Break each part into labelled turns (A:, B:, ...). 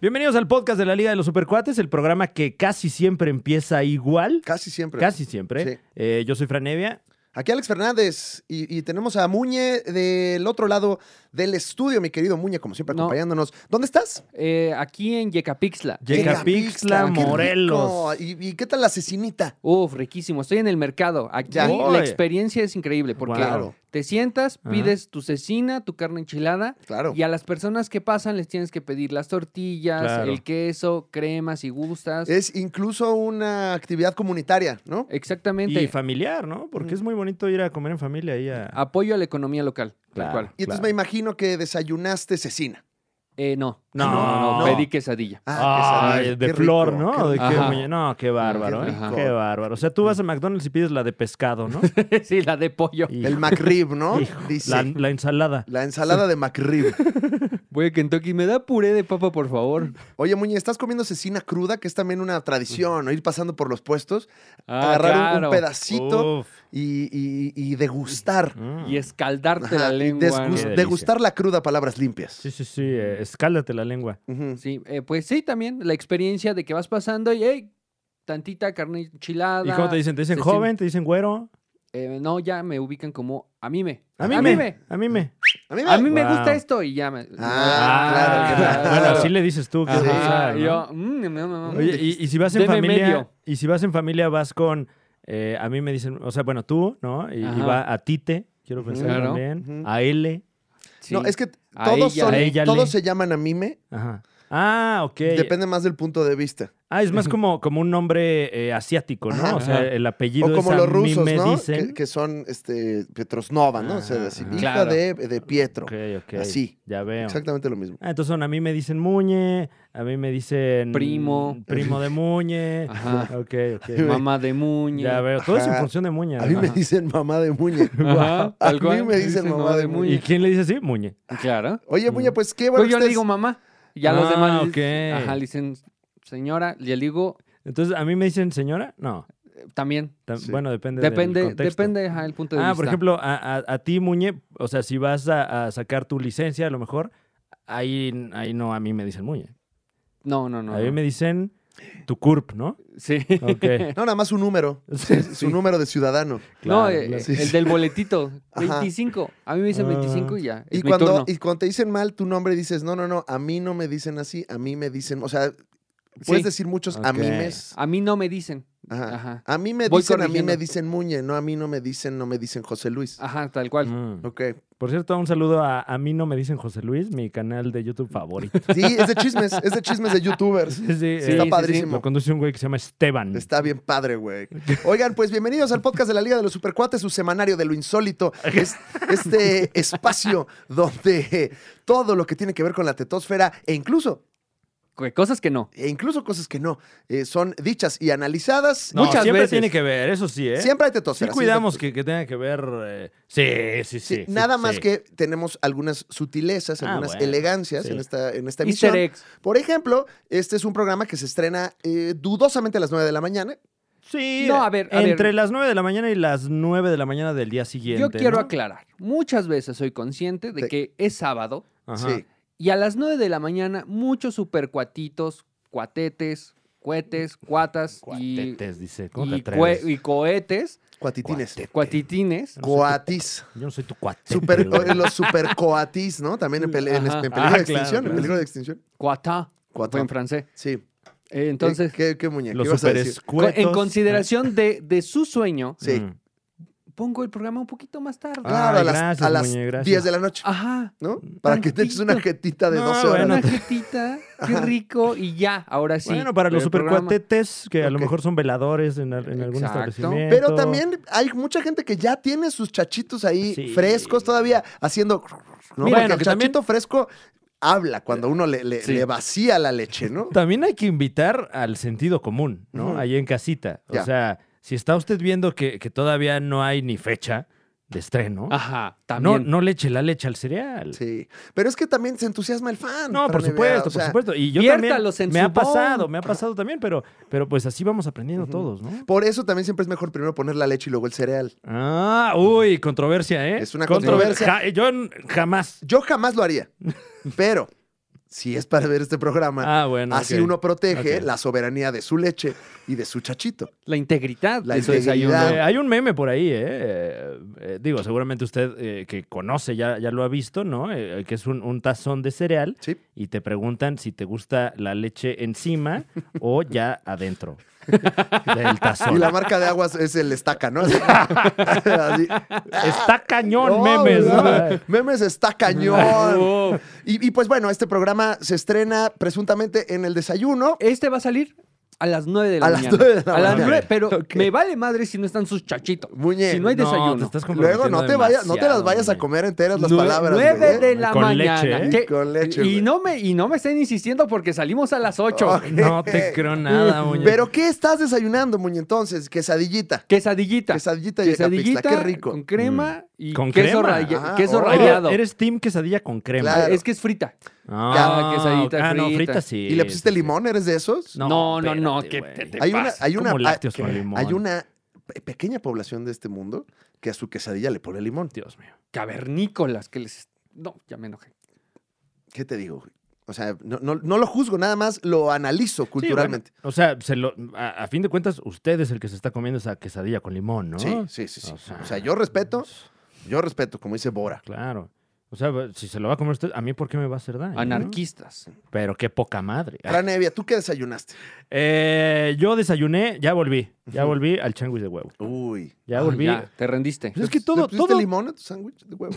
A: Bienvenidos al podcast de la Liga de los Supercuates, el programa que casi siempre empieza igual.
B: Casi siempre.
A: Casi siempre.
B: Sí.
A: Eh, yo soy Franevia.
B: Aquí Alex Fernández y, y tenemos a Muñe del otro lado del estudio, mi querido Muñe, como siempre,
C: No.
B: acompañándonos. ¿Dónde estás?
C: Eh, aquí en Yecapixtla.
A: Yecapixtla,
B: Yecapixtla, qué rico.
A: Morelos.
B: ¿Y, y qué tal la cecinita?
C: Uf, riquísimo. Estoy en el mercado. Aquí
B: Ya.
A: Oy.
C: la experiencia es increíble porque
B: Claro.
C: te sientas,
A: Ajá.
C: pides tu cecina, tu carne enchilada
B: Claro.
C: y a las personas que pasan les tienes que pedir las tortillas,
A: Claro. Eh,
C: el queso, cremas y gustas.
B: Es incluso una actividad comunitaria, ¿no?
C: Exactamente.
A: Y familiar, ¿no? Porque es muy bonito ir a comer en familia ahí a...
B: Ah,
C: Apoyo a la economía local.
A: Claro.
C: Tal cual.
B: Y entonces
A: Claro.
B: me imagino que desayunaste cecina.
C: Eh, no.
A: No,
B: no.
C: Pedí quesadilla.
B: Ah,
A: Ay,
B: quesadilla,
A: de
B: qué
A: flor,
B: rico,
A: ¿no?
B: qué
A: De qué
C: Ajá.
A: muñe- No, qué bárbaro,
B: Qué
A: ¿eh?
C: rico.
A: Qué bárbaro. O sea, tú vas a McDonald's y pides la de pescado, ¿no?
C: sí, la de pollo.
A: Y-
B: rico. El McRib, ¿no?
A: Hijo,
B: Dice.
A: la,
B: La,
A: la ensalada.
B: ensalada de McRib.
C: Voy a Kentucky. ¿Me da puré de papa, por favor?
B: Oye, Muñe, ¿estás comiendo cecina cruda? Que es también una tradición, ¿no? Ir pasando por los puestos,
C: Ah,
B: agarrar un-
C: claro.
B: un pedacito
A: Uf.
B: y, y- y degustar.
A: Mm.
C: Y escaldarte
B: Ajá,
C: la
B: y
C: lengua. ¿no?
B: desgus-
A: Qué delicia.
B: degustar la cruda, palabras limpias.
A: Sí, sí, sí. eh, escáldate la lengua.
B: Ujú.
C: Sí, eh, pues sí, también la experiencia de que vas pasando y, hey, tantita carne enchilada.
A: ¿Y cómo te dicen? ¿Te dicen
C: Sí, sí.
A: joven? ¿Te dicen güero?
C: Eh, no, ya me ubican como a mí me.
A: A mí me. A mí me.
B: A mí me...
C: A mí me
A: Wow.
C: gusta esto y ya me.
B: Ah, claro, claro.
A: Bueno, así le dices tú. ¿qué
C: Ajá,
A: pensar, ¿no?
C: yo, mm, mm, mm, mm.
A: Oye, y, y si vas en
C: Deme
A: familia,
C: medio.
A: y si vas en familia vas con, eh, a mí me dicen, o sea, bueno, tú, ¿no? Y, y
C: Ajá.
A: va a Tite, quiero pensar
C: Claro.
A: también,
B: Ujú.
A: a L,
C: Sí.
B: No, es que
C: A
B: todos,
C: ella,
B: son-
A: a ella
B: todos
A: le-
B: se llaman a mime,
A: ajá. Ah, ok.
B: depende más del punto de vista.
A: Ah, es más como, como un nombre eh, asiático, ¿no?
B: Ajá.
A: O sea,
C: Ajá.
A: el apellido
B: O como
A: es a
B: los
A: mí
B: rusos,
A: me
B: ¿no?
A: dicen.
B: Que, que son este, Petrosnova, ¿no? o sea,
A: Ah,
B: así,
A: ah.
B: hija
C: Claro.
B: de, de Pietro.
A: Ok, ok.
B: Así.
A: Ya veo.
B: Exactamente lo mismo.
A: Ah, entonces son, a mí me dicen Muñe, a mí me dicen...
C: Primo.
A: Primo de Muñe.
C: Ajá.
A: Ok, ok.
C: Mamá de muñe.
A: Ya veo. Todo es en
B: Ajá.
A: función de Muñe.
B: A mí
A: ¿no?
B: me dicen mamá de Muñe.
C: Ajá, tal
B: A mí
C: cual.
B: me dicen mamá de
A: ¿Y
B: muñe.
A: quién le dice así? Muñe.
C: Claro.
B: Oye, Muñe, pues qué
C: Pero
B: bueno.
C: yo
B: que
C: le
B: estés-
C: digo mamá. Ya
A: Ah,
C: los demás. les-
A: ok.
C: Ajá, le dicen señora. Le digo
A: Entonces, ¿a mí me dicen señora? No.
C: eh, también.
A: Tam-
B: Sí.
A: Bueno, depende del
C: Depende,
A: contexto.
C: depende ajá, el punto de
A: Ah,
C: vista.
A: por ejemplo, a, a- a ti, Muñe, o sea, si vas a, a sacar tu licencia, a lo mejor, ahí, ahí no a mí me dicen Muñe.
C: No, no, no.
A: a mí
C: no.
A: me Ah, dicen tu CURP, ¿no?
C: Sí.
A: Ok.
B: No, nada más su número. Su número de ciudadano.
A: Claro,
C: no, eh,
A: claro.
C: eh, el del boletito.
B: Ajá.
C: 25. A mí me dicen
A: Ah.
C: 25 y ya. Es
B: Y
C: mi
B: cuando,
C: turno.
B: y cuando te dicen mal tu nombre, dices, no, no, no, a mí no me dicen así, a mí me dicen. O sea, puedes
C: Sí.
B: decir muchos
A: Ok.
B: a mimes.
C: A mí no me dicen.
B: Ajá.
C: Ajá.
B: A mí me
C: Voy
B: dicen, a mí
C: corrigiendo. Ah.
B: me dicen Muñe, no, a mí no me dicen, no me dicen José Luis.
C: Ajá, tal cual.
A: Mm.
B: Ok.
A: Por cierto, un saludo a A mí no me dicen José Luis, mi canal de YouTube favorito.
B: Sí, es de chismes, es de chismes de youtubers.
A: Sí, sí,
C: Sí,
A: eh,
B: Está
C: sí,
B: padrísimo.
A: Lo conduce un güey que se llama Esteban.
B: Está bien padre, güey. Oigan, pues bienvenidos al podcast de la Liga de los Supercuates, su semanario de lo insólito. Es- este espacio donde eh, todo lo que tiene que ver con la tetosfera e incluso,
C: Que Cosas que no.
B: e incluso cosas que no, eh, son dichas y analizadas.
A: No,
C: Muchas
A: siempre
C: veces.
A: tiene que ver, eso sí, ¿eh?
B: Siempre hay
A: Sí
B: tetosfera.
A: cuidamos
B: siempre-
A: que, que tenga que ver... eh, Sí, sí, sí.
B: Sí,
A: sí,
B: nada más
A: sí.
B: que tenemos algunas sutilezas,
A: Ah,
B: algunas
A: bueno,
B: elegancias
A: sí.
B: en esta, en esta
C: Easter
B: emisión.
C: eggs.
B: Por ejemplo, este es un programa que se estrena eh, dudosamente a las 9 de la mañana.
A: Sí.
C: No, a ver, a
A: entre
C: ver.
A: las 9 de la mañana y las 9 de la mañana del día siguiente.
C: Yo quiero
A: ¿no?
C: aclarar. Muchas veces soy consciente de
B: Sí.
C: que es sábado
A: Ajá.
B: Sí.
C: y a las 9 de la mañana muchos supercuatitos, cuatetes, cohetes, cuatas y,
A: Cuatetes, dice. ¿Cómo te
C: y,
A: atreves?
C: cue- y cohetes,
B: Cuatitines.
C: cuatitines.
A: No sé
B: Coatis.
A: Yo no soy tu cuate.
B: Super, eh,
A: güey.
B: los supercoatis, ¿no? También en, pele- en- en
C: Ajá.
B: peligro
A: Ah,
B: de extinción.
A: claro,
B: En
A: claro.
B: peligro de extinción.
C: Cuata.
B: Cuatro.
C: Fue en francés.
B: Sí. ¿Qué-
C: Eh, entonces,
B: ¿Qué, qué muñeca?
A: Los
B: ibas a
A: super
B: decir?
C: co-
A: escuetos.
C: en consideración de, de su sueño,
B: Sí.
A: Mm.
C: pongo el programa un poquito más tarde.
A: Ah.
B: Claro, a las,
A: gracias,
B: a las
A: muñe, gracias. Ah,
B: 10 de la noche,
C: Ajá.
B: ¿no? Para que te eches una
C: Tantito.
B: jetita de
A: No,
B: 12 horas.
A: bueno,
C: Una jetita, qué rico, y ya, ahora sí.
A: bueno, para los
C: Pero el programa-
A: supercuatetes, que a lo
B: Ok.
A: mejor son veladores en, al- en algún
C: Exacto.
A: establecimiento.
B: Pero también hay mucha gente que ya tiene sus chachitos ahí
A: Sí.
B: frescos todavía, haciendo... ¿no?
A: Mira,
B: Porque el
A: que
B: chachito
A: también-
B: fresco habla cuando uno le, le-
C: Sí.
B: le vacía la leche, ¿no?
A: También hay que invitar al sentido común, ¿no?
B: Ujú.
A: Ahí en casita.
B: Ya.
A: O sea, si está usted viendo que, que todavía no hay ni fecha de estreno,
B: Ah,
C: Ajá,
A: no,
C: también.
A: no le eche la leche al cereal.
B: Sí. Pero es que también se entusiasma el fan.
A: No, por
B: Fran Evia,
A: supuesto,
B: o sea,
A: por supuesto. Y yo
C: viértalos
A: también
C: en
A: me
C: su
A: ha pasado,
C: bong.
A: me ha pasado también, pero, pero pues así vamos aprendiendo
B: Ujú.
A: todos, ¿no?
B: Por eso también siempre es mejor primero poner la leche y luego el cereal.
A: Ah, uy, controversia, ¿eh?
B: Es una
A: Controver-
B: controversia.
A: Ja- yo n- jamás.
B: Yo jamás lo haría. Pero si es para ver este programa.
A: Ah, bueno.
B: Así
A: ok.
B: uno protege
A: Ok.
B: la soberanía de su leche y de su chachito.
C: La integridad
B: La
C: de su
B: integridad.
C: desayuno.
A: Eh, hay un meme por ahí, ¿eh? Eh, eh, digo, seguramente usted eh, que conoce ya, ya lo ha visto, ¿no? Eh, que es un, un tazón de cereal
B: Sí.
A: y te preguntan si te gusta la leche encima o ya adentro del
B: Y
A: tazón.
B: la marca de aguas es el estaca, ¿no? Así.
A: Está cañón,
B: No,
A: memes.
B: no.
A: ¿verdad?
B: Memes está cañón.
C: Oh.
B: Y, y pues bueno, este programa se estrena presuntamente en el desayuno.
C: Este va a salir a las 9 de la
B: A las
C: mañana.
B: 9 de la
C: a las
B: mañana.
C: 9, pero
B: Ok.
C: me vale madre si no están sus chachitos.
B: Muñe,
C: Si no hay
A: No,
C: desayuno.
A: te estás
B: Luego no te vayas, no te las
A: demasiado,
B: vayas a
A: Muñe.
B: comer enteras las
C: Nue-
B: palabras.
C: nueve
B: güey, ¿eh?
C: de la
A: Con
C: mañana.
A: leche, ¿eh?
B: Y con leche,
C: y
B: güey.
C: no me y no me estén insistiendo porque salimos a las 8.
B: Ok.
A: No te creo nada, muñeco.
B: Pero ¿qué estás desayunando, Muñe, entonces? Quesadillita.
C: Quesadillita.
B: Quesadillita y quesadillita, qué rico.
C: con crema y
A: Mm. Con
C: queso,
A: crema.
C: raya-
B: Ajá,
C: queso
B: órale.
C: rallado.
A: Eres team quesadilla con crema.
B: Claro.
C: Es que es frita.
A: Ah,
C: Ah, quesadillita
A: ah, no,
C: frita.
A: frita sí.
B: ¿Y le pusiste
A: sí, sí.
B: limón? ¿Eres de esos?
A: No,
C: No, no, no,
A: espérate,
C: que
A: güey.
C: te- te-
B: hay una,
C: pasa?
B: hay una,
A: Como
B: hay-
A: lácteos con
B: que-
A: limón.
B: hay una pe- pequeña población de este mundo que a su quesadilla le pone limón.
A: Dios mío.
C: Cavernícolas que les No, ya me enojé.
B: ¿Qué te digo? güey? O sea, no, no- no lo juzgo, nada más lo analizo
A: Sí,
B: culturalmente.
A: bueno, o sea, se lo- a, a fin de cuentas, usted es el que se está comiendo esa quesadilla con limón, ¿no?
B: Sí, sí, sí, sí.
A: O sea,
B: O sea, yo respeto, yo respeto, como dice Bora.
A: Claro. O sea, pues, si se lo va a comer usted, ¿a mí por qué me va a hacer daño? no?
C: Anarquistas.
A: Pero qué poca madre.
B: Fran Evia, ¿tú qué desayunaste?
A: Eh, yo desayuné, ya volví. Ya
B: Ujú.
A: volví al changuis de huevo.
B: Uy.
A: Ya
C: Ah,
A: volví.
C: ya, te rendiste.
A: Pues Es que
B: ¿Le
A: todo-
B: pusiste
A: todo-
B: limón a tu sándwich de huevo?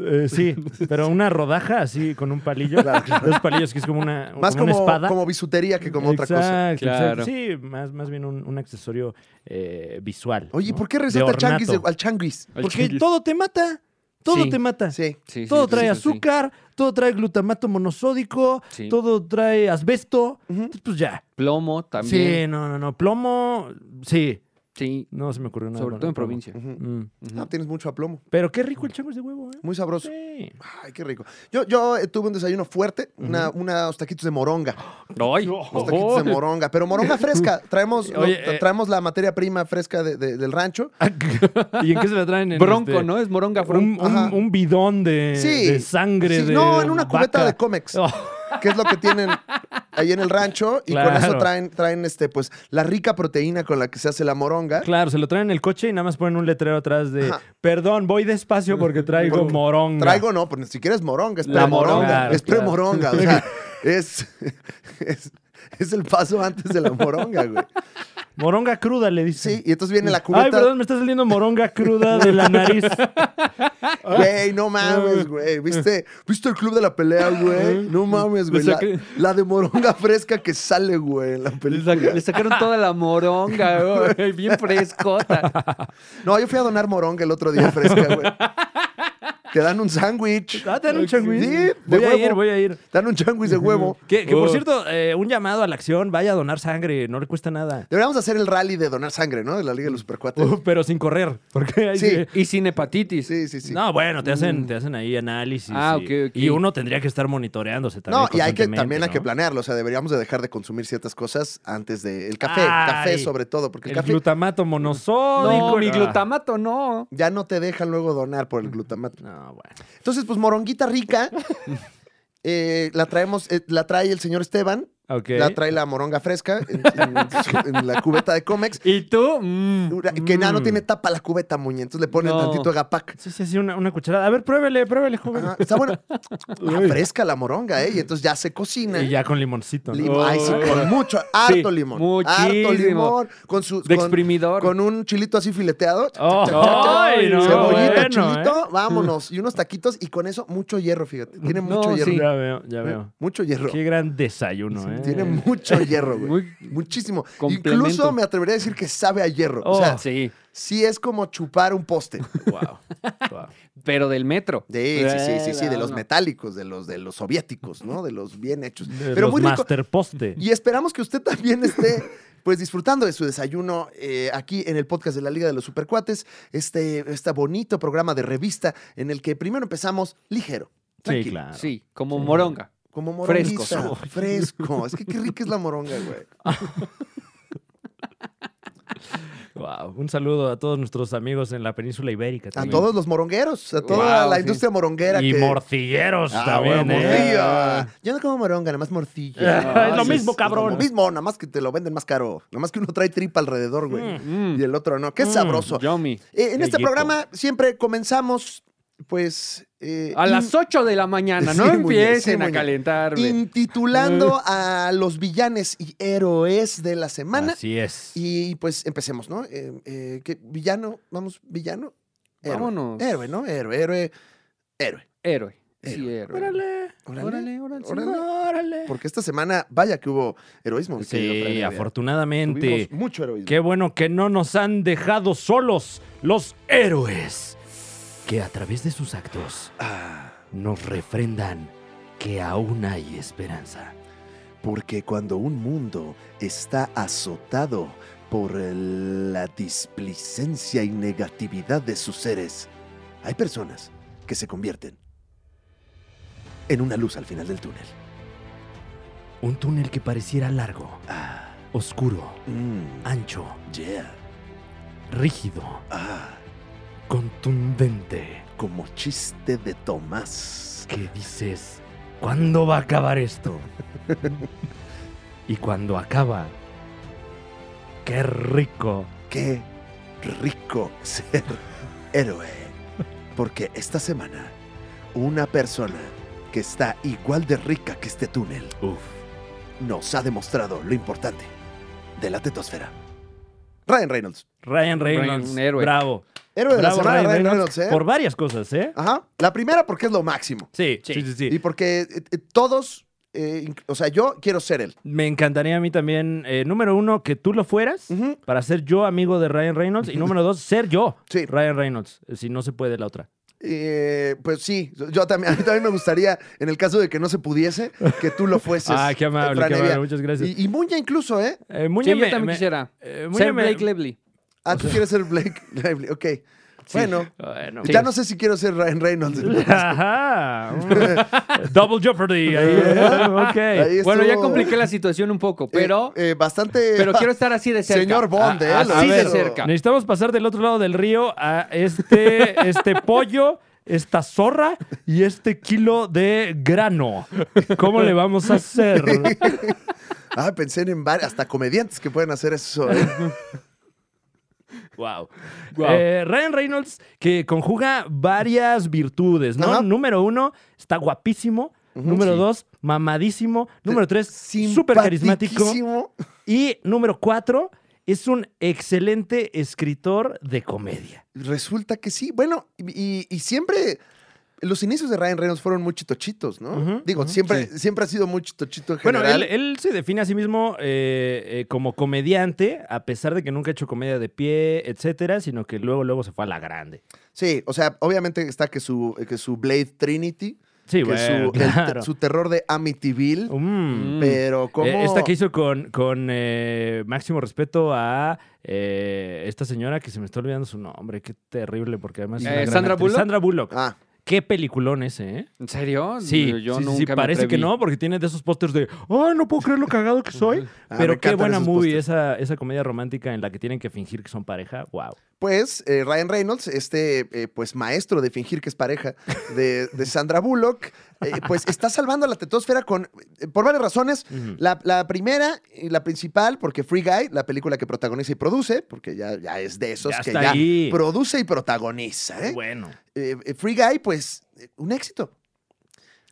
A: Eh, sí, pero una rodaja así con un palillo.
B: Claro, claro.
A: Dos palillos que es como una,
B: Más
A: como una
B: como,
A: espada.
B: como bisutería que como otra cosa.
A: Exacto,
C: Claro.
A: exacto. Sí, más, más bien un, un accesorio eh, visual.
B: Oye, ¿y
A: ¿no?
B: ¿por qué
A: De
B: receta al changuis de-
A: ornato.
B: al changuis?
C: Al
A: Porque
C: changuis.
A: todo te mata. Todo
C: Sí.
A: te mata.
B: Sí.
C: Sí, sí,
A: todo
C: sí,
A: trae
C: sí, sí.
A: azúcar, todo trae glutamato monosódico,
C: Sí.
A: todo trae asbesto.
B: Ujú.
A: Entonces, Pues ya.
C: Plomo
A: Sí,
C: también.
A: no, no, no. Plomo, sí.
C: Sí.
A: No se me ocurrió nada.
C: Sobre
A: con
C: todo en
A: plomo.
C: provincia.
B: Ujú.
A: Mm.
C: Ujú.
B: Ah, tienes mucho aplomo.
A: Pero qué rico el chango de huevo, ¿eh?
B: Muy sabroso.
A: Sí.
B: Ay, qué rico. Yo, yo eh, tuve un desayuno fuerte, una, unos taquitos de moronga.
C: Ay,
B: Unos taquitos de
C: ojo.
B: moronga, pero moronga fresca. Traemos, lo-
A: Oh. Oye,
B: tra-
A: eh.
B: traemos la materia prima fresca de- de- del rancho.
A: ¿Y en qué se la traen? En
C: Bronco,
A: este,
C: ¿no? Es moronga
A: Un,
C: bronco.
A: un-
B: Ajá.
A: un bidón de,
B: Sí.
A: eh, de sangre.
B: Sí,
A: de
B: no, en una cubeta
A: vaca.
B: de Comex.
A: Oh,
B: que es lo que tienen ahí en el rancho. Y con
A: Claro.
B: eso traen, traen este, pues, la rica proteína con la que se hace la moronga.
A: claro, se lo traen en el coche y nada más ponen un letrero atrás de
B: Ajá.
A: perdón, voy despacio porque traigo
B: Porque
A: moronga.
B: Traigo, no, porque si quieres moronga, es
C: La
B: pre-moronga.
A: moronga, claro,
B: es
A: claro.
B: pre-moronga. O sea, es, es, es el paso antes de la moronga, güey.
A: Moronga cruda, le dice.
B: Sí, y entonces viene la
A: Ay,
B: cubeta.
A: perdón, me está saliendo moronga cruda de la nariz.
B: Güey, no mames, güey. ¿Viste, ¿Viste el club de la pelea, güey? No mames, güey. La, la de moronga fresca que sale, güey, en la
C: Le,
B: película.
C: sac- le sacaron toda la moronga, güey, bien frescota.
B: No, yo fui a donar moronga el otro día fresca, güey. Te dan un sándwich.
A: Ah, te dan un changuis.
B: Sí, de
A: voy a
B: huevo.
A: ir, voy a ir.
B: Te dan un changuis de huevo.
A: Que, que por
C: Oh.
A: cierto, eh, un llamado a la acción, vaya a donar sangre, no le cuesta nada.
B: Deberíamos hacer el rally de donar sangre, ¿no? De la Liga de los Supercuates.
A: Uh, pero sin correr, porque ahí
B: Sí.
A: sí-
C: Y sin hepatitis.
B: Sí, sí, Mm. sí. No,
A: No, bueno, te hacen, te hacen ahí análisis.
C: Ah,
A: y,
C: ok, ok.
A: y uno tendría que estar monitoreándose también.
B: y hay que
A: constantemente,
B: también hay que
A: ¿no?
B: planearlo. O sea, deberíamos de dejar de consumir ciertas cosas antes de el café, café
A: Ay,
B: sobre todo, porque el
A: El
B: café
A: glutamato monosódico.
C: No, mi
A: Ah.
C: glutamato no.
B: ya no te dejan luego donar por el glutamato.
A: No, bueno.
B: Entonces, pues moronguita rica. eh, la traemos, eh, la trae el señor Esteban,
A: Ok.
B: la trae la moronga fresca en, en- en la cubeta de Comex,
C: ¿Y tú? Mm,
B: una- que ya no
A: Mm.
B: tiene tapa la cubeta, muñe, entonces le ponen
C: No.
B: tantito agapac.
A: Sí, sí, sí, una, una cucharada. A ver, pruébele, pruébele, joven.
B: Ajá, está bueno, Ah, fresca la moronga, ¿eh? Y entonces ya se cocina.
A: Y ya con limoncito. ¿no?
B: Limón, ay, sí, con mucho, harto limón. Harto
C: muchísimo.
B: limón. Con su
C: De
B: con-
C: exprimidor.
B: con un chilito así fileteado.
A: Oh, ay, no,
B: Cebollita,
A: bueno, ¿eh? Mm.
B: chilito, vámonos. Y unos taquitos y con eso mucho hierro, fíjate. Tiene
C: No,
B: mucho hierro. ¿Eh?
C: sí.
A: Ya veo, ya veo.
B: Mucho hierro.
A: Qué gran desayuno, ¿eh?
B: Tiene mucho hierro, güey.
C: Muy
B: Muchísimo.
C: complemento.
B: Incluso me atrevería a decir que sabe a hierro. O sea,
A: Oh.
C: Sí,
B: sí es como chupar un poste.
A: Wow. wow.
C: pero del metro.
B: De, sí, sí, sí, sí, de los
C: No.
B: metálicos, de los, de los soviéticos, ¿no? De los bien hechos.
A: De
B: Pero
A: los
B: muy rico.
A: master poste.
B: Y esperamos que usted también esté pues disfrutando de su desayuno eh, aquí en el podcast de la Liga de los Supercuates, este, este bonito programa de revista en el que primero empezamos ligero.
A: Sí,
B: tranquilo,
A: claro.
C: Sí, como moronga.
B: Como moronguita.
C: Frescos.
B: Fresco. Es que qué rica es la moronga, güey.
A: Guau, Un saludo a todos nuestros amigos en la península ibérica.
B: A
A: también.
B: todos los morongueros, a toda
C: Wow,
B: la
C: sí.
B: industria moronguera.
A: Y
B: que...
A: morcilleros
C: Ah,
A: también.
C: bueno,
A: ¿eh?
B: Morcilla. Yo no como moronga, nada más morcilla.
C: Ah, es lo
B: sí,
A: mismo, cabrón.
B: Lo mismo, nada más que te lo venden más caro. Nada más que uno trae tripa alrededor, güey.
C: Mm.
B: Y el otro no. Qué
A: Mm.
B: sabroso.
C: Yummy.
B: Eh, en
A: Qué
B: este
A: rico.
B: programa siempre comenzamos, pues. eh,
C: A
B: in-
C: las 8 de la mañana,
B: Sí,
C: no
B: muy bien, sí,
C: empiecen
B: muy
C: a
B: bien.
C: calentarme.
B: Intitulando a los villanes y héroes de la semana.
A: Así es.
B: Y pues empecemos, ¿no? Eh, eh, ¿qué? ¿Villano? ¿Vamos? ¿Villano? Héroe.
C: Vámonos.
B: Héroe, ¿no? Héroe, héroe, héroe.
C: Héroe. Sí, héroe.
A: Órale.
B: Órale.
C: Órale, órale.
B: Órale.
A: Órale.
B: Porque esta semana, vaya que hubo heroísmo. mi querido Fran
A: Sí,
B: Evia.
A: afortunadamente.
B: Tuvimos mucho heroísmo.
A: Qué bueno que no nos han dejado solos los héroes que a través de sus actos
B: Ah.
A: nos refrendan que aún hay esperanza.
B: Porque cuando un mundo está azotado por la displicencia y negatividad de sus seres, hay personas que se convierten en una luz al final del túnel.
A: Un túnel que pareciera largo,
B: Ah,
A: oscuro,
B: mm,
A: ancho,
B: yeah,
A: rígido,
B: ah,
A: contundente,
B: como chiste de Tomás.
A: que dices, ¿cuándo va a acabar esto? y cuando acaba, qué rico.
B: Qué rico ser héroe. Porque esta semana, una persona que está igual de rica que este túnel
A: Uf.
B: nos ha demostrado lo importante de la tetosfera. Ryan Reynolds.
A: Ryan Reynolds,
C: Reynolds, un héroe.
A: bravo.
B: Héroe de
A: Bravo,
B: la semana,
A: Ryan
B: Ryan,
A: Reynolds,
B: Reynolds, ¿eh?
A: Por varias cosas, ¿eh?
B: Ajá. La primera porque es lo máximo.
A: Sí, sí, sí. sí.
B: Y porque eh, eh, todos, eh, inc- o sea, yo quiero ser él.
A: Me encantaría a mí también, eh, número uno, que tú lo fueras
B: Ujú.
A: para ser yo amigo de Ryan Reynolds. Y número dos, ser yo,
B: Sí.
A: Ryan Reynolds. Eh, Si no se puede la otra.
B: Eh, pues sí, yo también, a mí también me gustaría, en el caso de que no se pudiese, que tú lo fueses.
A: Ah, qué amable,
B: Fran
A: qué
B: Evia.
A: amable, muchas gracias.
B: Y, y Muña incluso, ¿eh?
A: Eh, Muñe
C: Sí, yo
A: me-
C: también
A: me-
C: quisiera.
A: eh, Muñe
C: Ser
A: me-
C: Blake Lively.
B: Ah, tú quieres ser Blake Lively, ok. Bueno,
A: Bueno.
B: ya no sé si quiero ser Ryan Reynolds.
A: Ajá. Double Jeopardy. ahí, ¿eh? Ok.
B: Ahí es-
C: Bueno, ya
B: Estuvo-
C: compliqué la situación un poco, pero,
B: Eh, eh, bastante...
C: pero quiero estar así de cerca.
B: Señor Bond,
C: A-
B: ¿eh?
C: Así
A: Lo
C: de
A: hizo.
C: cerca.
A: Necesitamos pasar del otro lado del río a este, este pollo, esta zorra y este kilo de grano. ¿Cómo le vamos a hacer?
B: Ah, pensé en varios, hasta comediantes que pueden hacer eso. ¿eh?
A: Wow.
C: Wow.
A: Eh, Ryan Reynolds, que conjuga varias virtudes, ¿no?
B: Ajá.
A: Número uno, está guapísimo. Número
C: Sí.
A: dos, mamadísimo. Número tres, súper carismático.
B: Simpaticísimo.
A: Y número cuatro, es un excelente escritor de comedia.
B: Resulta que sí. Bueno, y, y- y siempre los inicios de Ryan Reynolds fueron muy chitochitos, ¿no?
A: Ujú,
B: Digo,
A: ujú,
B: siempre, siempre ha sido muy chitochito en
A: Bueno,
B: general.
A: él, él se define a sí mismo eh, eh, como comediante, a pesar de que nunca ha hecho comedia de pie, etcétera, sino que luego, luego se fue a la grande.
B: Sí, o sea, obviamente está que su, que su Blade Trinity,
A: Sí,
B: que
A: bueno,
B: su, el te-
A: claro.
B: su terror de Amityville,
A: Mm.
B: pero como...
A: Eh, Esta que hizo con, con, eh, máximo respeto a eh, esta señora que se me está olvidando su nombre. Qué terrible, porque además. es
C: Eh,
A: una gran
C: ¿Sandra
A: actriz.
C: Bullock?
A: Sandra Bullock.
B: Ah,
A: Qué peliculón ese, ¿eh?
C: ¿En serio?
A: Sí,
C: Yo
A: sí, sí,
C: nunca
A: sí,
C: me
A: parece que
C: atreví.
A: no, porque tiene de esos pósters de. ¡Ay, no puedo creer lo cagado que soy!
B: Ah,
A: Pero
B: me
A: qué
B: encantan
A: buena
B: esos
A: movie
B: pósters.
A: esa, esa comedia romántica en la que tienen que fingir que son pareja. ¡Wow!
B: Pues eh, Ryan Reynolds, este eh, pues maestro de fingir que es pareja de, de Sandra Bullock, eh, pues está salvando a la tetosfera con, eh, por varias razones.
A: Ujú.
B: La, la primera y la principal, porque Free Guy, la película que protagoniza y produce, porque ya, ya es de esos
A: Ya
B: que
A: está
B: ya
A: ahí.
B: produce y protagoniza. ¿eh?
A: Bueno.
B: Eh, eh, Free Guy, pues eh, un éxito.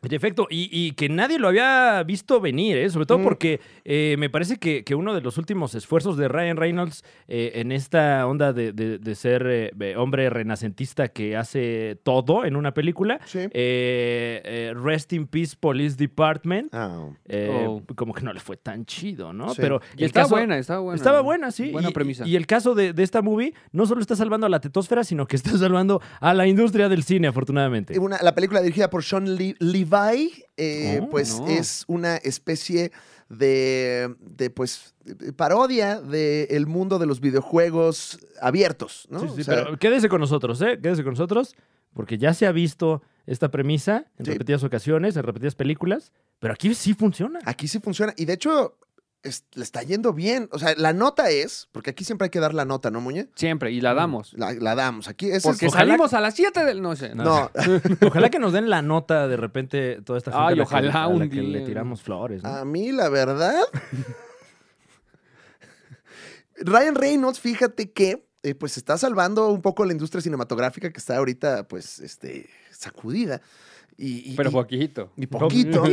A: De efecto, y, y que nadie lo había visto venir, ¿eh? sobre todo
B: Mm.
A: porque eh, me parece que, que uno de los últimos esfuerzos de Ryan Reynolds eh, en esta onda de, de- de ser eh, eh, hombre renacentista que hace todo en una película,
B: Sí.
A: eh, eh, Rest in Peace Police Department,
B: Ah,
A: eh,
C: Oh.
A: como que no le fue tan chido, ¿no?
B: Sí.
A: Pero
C: Y
A: el
C: estaba
A: caso-
C: buena, estaba buena.
A: Estaba buena, sí.
C: Buena
A: y,
C: premisa.
A: Y el caso de, de esta movie no solo está salvando a la tetosfera, sino que está salvando a la industria del cine, afortunadamente.
B: Una- la película dirigida por Sean Le- Levi, eh,
A: Oh,
B: pues
C: no.
B: es una especie de, de, pues de parodia del mundo de los videojuegos abiertos, ¿no?
A: Sí,
B: O
A: sí,
B: sea,
A: pero quédese con nosotros, ¿eh? Quédese con nosotros, porque ya se ha visto esta premisa en
B: Sí.
A: repetidas ocasiones, en repetidas películas, pero aquí sí funciona.
B: Aquí sí funciona. Y de hecho,
D: es- le está yendo bien. O sea, la nota es, porque aquí siempre hay que dar la nota, ¿no, Muñe?
C: Siempre, y la damos.
D: La, la damos. Aquí ese es
C: Porque
A: Ojalá-
C: salimos a las 7 del... No sé.
D: Mm. No,
A: Ojalá que nos den la nota de repente toda esta gente
C: Ay,
A: a la que-
C: ojalá
A: a la
C: un
A: que le
C: día.
A: tiramos flores. ¿no?
D: a mí la verdad. Ryan Reynolds, fíjate que eh, pues está salvando un poco la industria cinematográfica que está ahorita pues este sacudida. Y, y-
C: Pero
D: y-
C: poquito.
D: y poquito.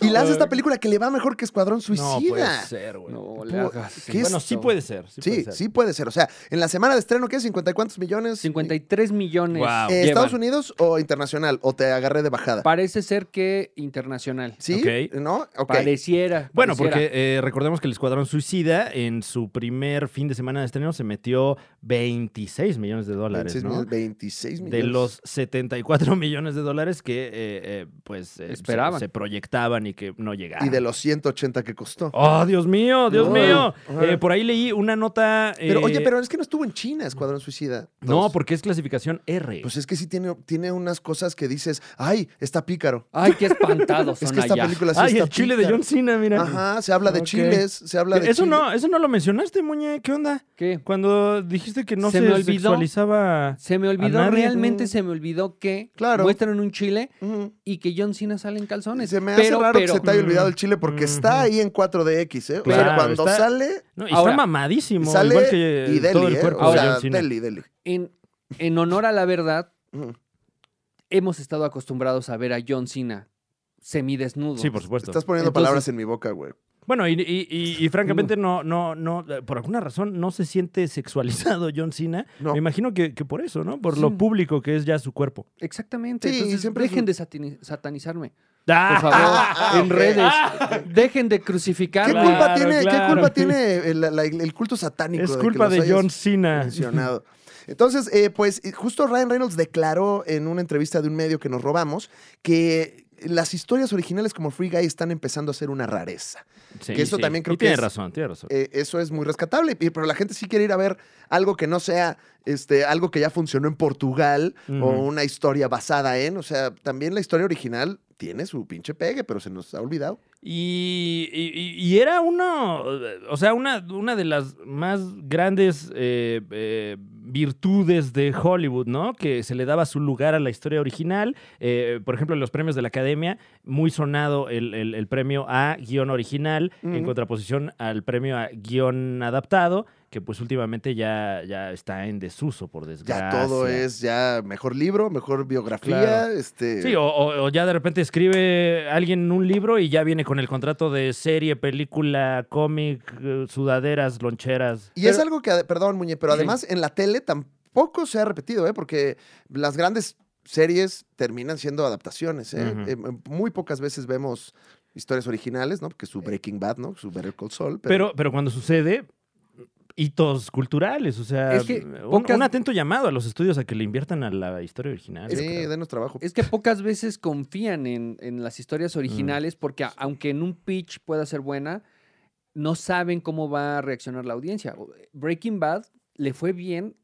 D: y le hace esta película que le va mejor que Escuadrón
A: no pues, puede
D: Suicida.
A: ser, güey.
C: No le
D: Pu-
C: hagas.
D: ¿qué
A: bueno, sí
C: esto.
A: puede ser. Sí, puede
D: sí,
A: ser.
D: sí puede ser. O sea, en la semana de estreno, ¿qué? ¿50 y cuántos millones?
C: 53 millones.
A: Guau.
D: Eh,
C: llevan.
D: ¿Estados Unidos o internacional? ¿O te agarré de bajada?
C: Parece ser que internacional.
D: ¿Sí?
A: Ok.
D: ¿No? Ok.
C: Pareciera.
A: Bueno,
C: pareciera.
A: porque eh, recordemos que el Escuadrón Suicida en su primer fin de semana de estreno se metió 26 millones de dólares,
D: 26
A: ¿no?
D: millones. 26
A: de
D: millones.
A: los 74 millones de dólares que eh, eh, pues eh, se-
C: Esperaban.
A: Se, proyectaban y que no llegaban.
D: Y de los 180 que costó.
A: ¡Oh, Dios mío, Dios
D: No.
A: mío!
D: Ajá.
A: Eh, por ahí leí una nota...
D: Pero, oye,
A: eh,
D: pero es que no estuvo en China, Escuadrón Suicida.
A: No,
D: Dos.
A: porque es clasificación R.
D: Pues es que sí tiene, tiene unas cosas que dices, ay, está pícaro.
C: Ay, qué espantados son
D: Es que esta
C: allá.
D: película sí
A: Ay,
D: está
A: el chile de
D: pícaro.
A: John Cena, mira.
D: Ajá, se habla de
A: Ok.
D: chiles, se habla de
A: Eso
D: chile.
A: no, eso no lo mencionaste, Muñe. ¿Qué onda?
C: ¿Qué?
A: Cuando dijiste que no se,
C: Se me olvidó.
A: sexualizaba...
C: Se me olvidó,
A: nadie,
C: realmente
D: mm.
C: se me olvidó que
D: Claro.
C: muestran un chile
D: Ujú.
C: y que John Cena sale en calzones.
D: mm, Se me hace
C: pero,
D: raro
C: pero,
D: que se te haya olvidado
A: Mm.
D: el chile porque
A: Ujú.
D: está ahí en 4DX, ¿eh? O sea,
A: Claro,
D: cuando
A: está-
D: sale,
A: No, y
C: Ahora,
A: está mamadísimo.
D: sale
A: igual que
D: y deli,
A: todo el
D: ¿eh?
A: cuerpo
D: O
A: de
D: sea,
A: John Cena.
D: deli, deli.
C: en, en honor a la verdad,
D: Ujú.
C: hemos estado acostumbrados a ver a John Cena semidesnudo.
A: Sí, por supuesto.
D: Estás poniendo
C: Entonces-
D: palabras en mi boca, güey.
A: Bueno, y, y- y- y francamente no, no, no, eh, por alguna razón no se siente sexualizado John Cena.
D: No.
A: Me imagino que, que por eso, ¿no? Por
C: Sí.
A: lo público que es ya su cuerpo.
C: Exactamente.
D: Sí,
C: Entonces,
D: siempre es
C: dejen
D: un-
C: de satini- satanizarme.
A: ¡Ah!
C: Por favor, en
D: ok.
C: redes. Dejen de
D: ¿Qué
C: crucificarme.
A: Claro,
D: culpa tiene, ¿qué
A: claro.
D: culpa tiene
B: eh,
D: el, la- el culto satánico?
A: Es
D: que
A: culpa
D: los
A: de
D: hayas
A: John Cena.
D: mencionado? Entonces, eh, pues eh, justo Ryan Reynolds declaró en una entrevista de un medio que nos robamos que las historias originales como Free Guy están empezando a ser una rareza.
A: Sí,
D: Que eso
A: sí.
D: también creo
A: Y
D: que
A: tiene
D: es-
A: razón, tiene razón.
D: Eh, eso es muy rescatable, y- pero la gente sí quiere ir a ver algo que no sea este, algo que ya funcionó en Portugal o
A: Ujú.
D: una historia basada en, o sea, también la historia original tiene su pinche pegue, pero se nos ha olvidado.
A: Y, y- y- y era uno, o sea, una, una de las más grandes eh, eh, virtudes de Hollywood, ¿no? Que se le daba su lugar a la historia original. Eh, por ejemplo, en los premios de la Academia, muy sonado el, el- el premio a guión original en
D: Ujú.
A: contraposición al premio a guión adaptado, que pues últimamente ya, ya está en desuso, por
D: Ya
A: desgracia.
D: todo es ya mejor libro, mejor biografía,
A: Claro.
D: este
A: Sí, o, o- o ya de repente escribe alguien un libro y ya viene con el contrato de serie, película, cómic, eh, sudaderas, loncheras.
D: y
C: pero-
D: es algo que ade- perdón, Muñe, pero
A: Sí.
D: además en la tele tampoco se ha repetido, ¿eh? porque las grandes series terminan siendo adaptaciones, ¿eh?
A: Ujú.
D: Em, em, muy pocas veces vemos historias originales, ¿no? Porque su Breaking Bad, ¿no? Su Better Call Saul, pero,
A: Eh. Pero, pero cuando sucede, hitos culturales, o sea,
C: Es que
A: un,
C: pocas-
A: un atento llamado a los estudios a que le inviertan a la historia original. yo
D: sí,
A: creo.
D: denos trabajo.
C: Es que pocas veces confían en, en las historias originales porque a- aunque en un pitch pueda ser buena, no saben cómo va a reaccionar la audiencia. O- eh, Breaking Bad le fue bien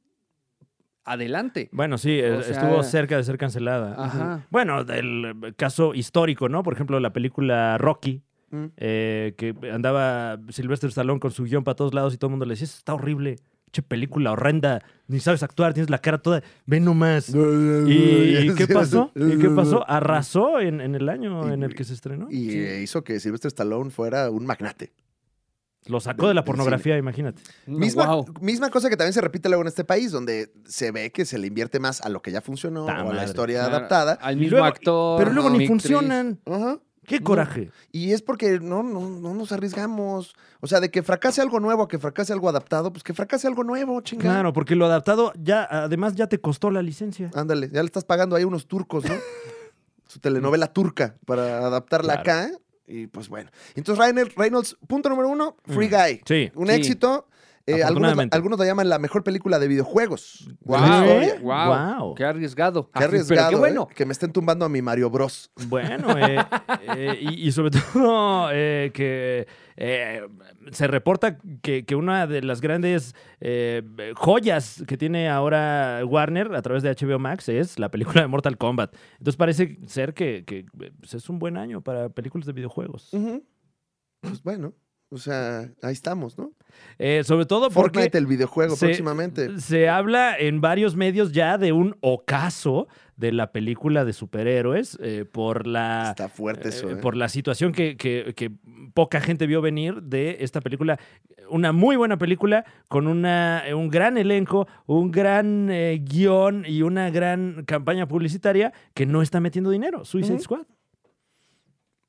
C: adelante.
A: Bueno, sí, eh,
C: O sea-
A: estuvo cerca de ser cancelada.
C: Ajá.
A: Ujú. Bueno, del eh, caso histórico, ¿no? Por ejemplo, la película Rocky,
D: Mm.
A: eh, que andaba Sylvester Stallone con su guión para todos lados y todo el mundo le decía, "Eso está horrible, che película horrenda, ni sabes actuar, tienes la cara toda, ve nomás. ¿Y qué pasó? ¿Y qué pasó? Arrasó en, en el año en el que se estrenó.
D: Y
C: Sí.
D: eh, hizo que Sylvester Stallone fuera un magnate.
A: Lo sacó de la pornografía, imagínate.
C: No,
D: Misma,
C: guau.
D: misma cosa que también se repite luego en este país, donde se ve que se le invierte más a lo que ya funcionó
A: Ta
D: o a la
A: madre.
D: historia
C: Claro,
D: adaptada.
C: Al
A: Y
C: mismo
A: luego-
C: actor.
A: Pero luego
C: a
A: ni
C: mi actriz.
A: funcionan.
D: Ajá.
A: ¡Qué coraje!
D: Y es porque no, no, no nos arriesgamos. O sea, de que fracase algo nuevo a que fracase algo adaptado, pues que fracase algo nuevo, chingada.
A: Claro, porque lo adaptado ya, además ya te costó la licencia.
D: Ándale, ya le estás pagando ahí unos turcos, ¿no? Su telenovela turca para adaptarla
A: Claro.
D: acá. Y pues bueno. Entonces, Ryan Reynolds, punto número uno, Free
A: Mm.
D: Guy.
A: Sí.
D: Un
C: Sí.
D: éxito. Eh, algunos, la-
A: Afortunadamente.
D: algunos la llaman la mejor película de videojuegos.
B: Ah,
D: de la
C: Guau,
D: historia.
A: ¿Eh?
C: guau,
A: Guau.
C: Qué arriesgado.
D: Qué
C: Pero
D: arriesgado,
C: qué bueno.
D: ¿eh? que me estén tumbando a mi Mario Bros.
A: Bueno, eh, eh, y, y sobre todo eh, que eh, se reporta que, que una de las grandes eh, joyas que tiene ahora Warner a través de HBO Max es la película de Mortal Kombat. Entonces parece eh,
B: Mm.
A: ser que, que, pues, es un buen año para películas de videojuegos.
D: Ujú. Pues bueno,
B: O sea, ahí estamos, ¿no?
A: Eh, sobre todo porque
B: Fortnite, eh. el videojuego,
A: se-
B: próximamente.
A: se habla en varios medios ya de un ocaso de la película de superhéroes eh, por la...
B: Está fuerte eso.
A: eh,
B: ¿eh?
A: Por la situación que, que- que poca gente vio venir de esta película. Una muy buena película con una, eh, un gran elenco, un gran eh, guión y una gran campaña publicitaria que no está metiendo dinero. Suicide
C: Ujú.
A: Squad.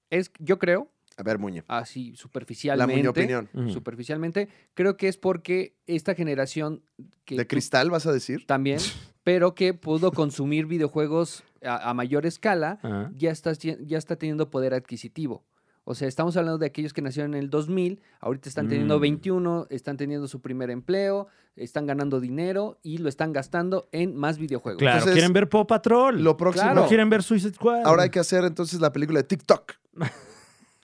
C: Es, yo creo,
B: A ver, Muñe.
C: así
B: La
C: superficialmente.
B: Muñe opinión.
C: Mm.
A: Ujú.
C: Superficialmente, creo que es porque esta generación que
B: ¿De
C: tú
B: cristal vas a decir?
C: también, pero que pudo consumir videojuegos a, a mayor escala,
A: Ajá.
C: ya está, haci- ya está teniendo poder adquisitivo. O sea, estamos hablando de aquellos que nacieron en el 2000, ahorita están teniendo
A: Mm.
C: 21, están teniendo su primer empleo, están ganando dinero y lo están gastando en más videojuegos.
A: Claro,
B: Entonces,
A: quieren ver Paw Patrol.
B: Lo próximo.
A: No
C: Claro.
A: quieren ver Suicide Squad.
B: Ahora hay que hacer entonces la película de TikTok.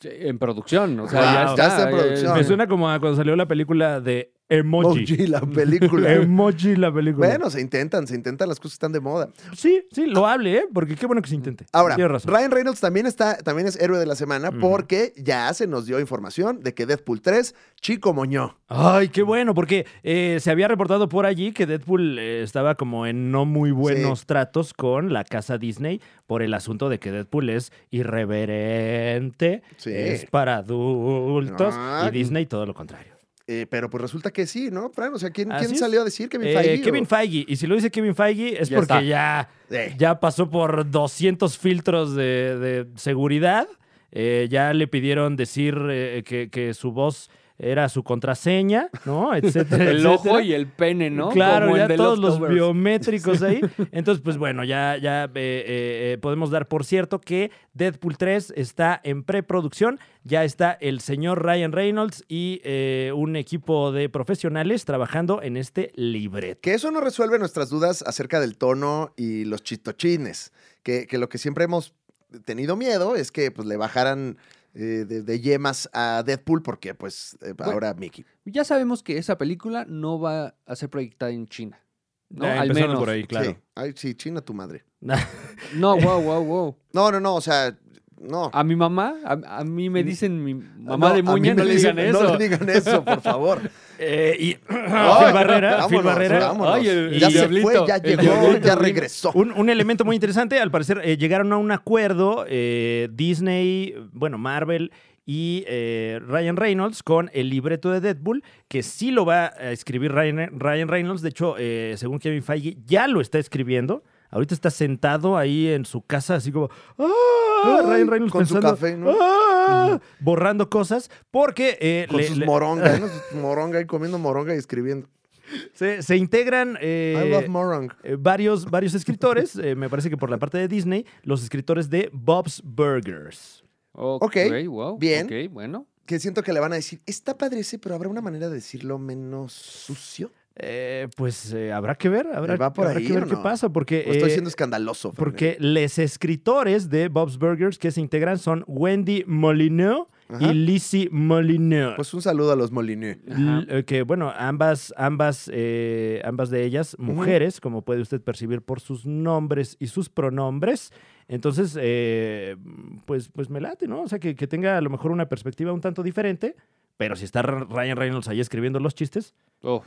C: eh, En producción, o sea,
A: sea,
C: ya,
A: ya Wow.
B: está,
C: está,
B: Ya está en eh, producción.
A: Me suena como a cuando salió la película de Emoji.
B: Emoji, la película.
A: Emoji la película.
B: bueno, se intentan, se intentan las cosas que están de moda.
A: Sí, sí, lo hable, ¿eh? Porque qué bueno que se intente.
B: Ahora,
A: Tienes razón.
B: Ryan Reynolds también, está, también es héroe de la semana
A: Ujú.
B: porque ya se nos dio información de que Deadpool 3, Chico Moñó.
A: Ay,
B: Mm.
A: qué bueno, porque eh, se había reportado por allí que Deadpool eh, estaba como en no muy buenos tratos con la casa Disney por el asunto de que Deadpool es irreverente,
B: Sí.
A: es para adultos
B: Ah.
A: y Disney todo lo contrario.
B: Eh, pero pues resulta que sí, ¿no, Fran? O sea, ¿quién,
A: Así
B: quién
A: es.
B: salió a decir Kevin
A: Eh,
B: Feige?
A: Kevin Feige, y si lo dice Kevin Feige es
C: Ya
A: porque
C: está.
A: ya
B: Eh,
A: ya pasó por 200 filtros de, de seguridad. eh, ya le pidieron decir eh, que, que su voz era su contraseña, ¿no? Etcétera,
C: El ojo
A: etcétera.
C: y el pene, ¿no?
A: Claro,
C: Como el
A: ya
C: de
A: todos los
C: Leftovers.
A: biométricos ahí. Entonces, pues bueno, ya, ya eh, eh, eh, podemos dar por cierto que Deadpool 3 está en preproducción. Ya está el señor Ryan Reynolds y eh, un equipo de profesionales trabajando en este libreto.
B: Que eso no resuelve nuestras dudas acerca del tono y los chistochines. Que, que lo que siempre hemos tenido miedo es que pues, le bajaran eh, de, de yemas a Deadpool porque pues eh,
C: Bueno.
B: ahora Mickey.
C: Ya sabemos que esa película no va a ser proyectada en China. ¿no?
A: Ya,
C: Al
A: empezando
C: menos.
A: por ahí, claro.
B: Sí. Ay, sí, china tu madre.
C: No, wow, wow, wow.
B: No, no, no, o sea, no.
C: A mi mamá, a, a mí me dicen mi Ah, mamá
B: No,
C: de
B: a mí
C: Muñe,
B: me
C: no le
B: dicen-
C: digan eso.
B: No le digan eso, por favor.
A: Eh, y
B: Ay,
A: Phil Barrera, Phil
B: vámonos,
A: Barrera.
B: vámonos.
C: Ay, el-
B: ya
C: el
B: se
C: diablito,
B: fue, ya
C: el
B: llegó,
C: diablito.
B: ya regresó.
A: Un, un elemento muy interesante, al parecer eh, llegaron a un acuerdo eh, Disney, bueno, Marvel y eh, Ryan Reynolds con el libreto de Deadpool, que sí lo va a escribir Ryan, Ryan Reynolds. De hecho, eh, según Kevin Feige, ya lo está escribiendo. Ahorita está sentado ahí en su casa, así como, ¡Ah!
B: Ay,
A: Ryan Reynolds
B: con su
A: pensando,
B: café, ¿no?
A: "Ah", borrando cosas, porque eh,
B: Con
A: le-
B: sus
A: le-
B: morongas, ¿no? Sus moronga y comiendo moronga y escribiendo.
A: se, se integran... eh,
B: I love morong.
A: eh, varios, varios escritores, eh, me parece que por la parte de Disney, los escritores de Bob's Burgers.
C: Ok,
B: Ok,
C: wow.
B: bien.
C: Ok, bueno.
B: Que siento que le van a decir, está padrece, pero habrá una manera de decirlo menos sucio.
A: Eh, pues eh, habrá que ver, habrá,
B: ¿Va por
A: habrá
B: ahí
A: que ver
B: o
A: qué
B: no?
A: pasa, porque,
B: O estoy
A: eh,
B: siendo escandaloso. Fran, ¿eh?
A: porque los escritores de Bob's Burgers que se integran son Wendy Molyneux
B: Ajá.
A: y Lizzie Molyneux.
B: Pues un saludo a los Molineux.
A: L- eh, que bueno, ambas, ambas, eh, ambas de ellas mujeres, como puede usted percibir por sus nombres y sus pronombres. Entonces, eh, pues, pues me late, ¿no? O sea, que, que tenga a lo mejor una perspectiva un tanto diferente, pero si está R- Ryan Reynolds ahí escribiendo los chistes,
C: Uf.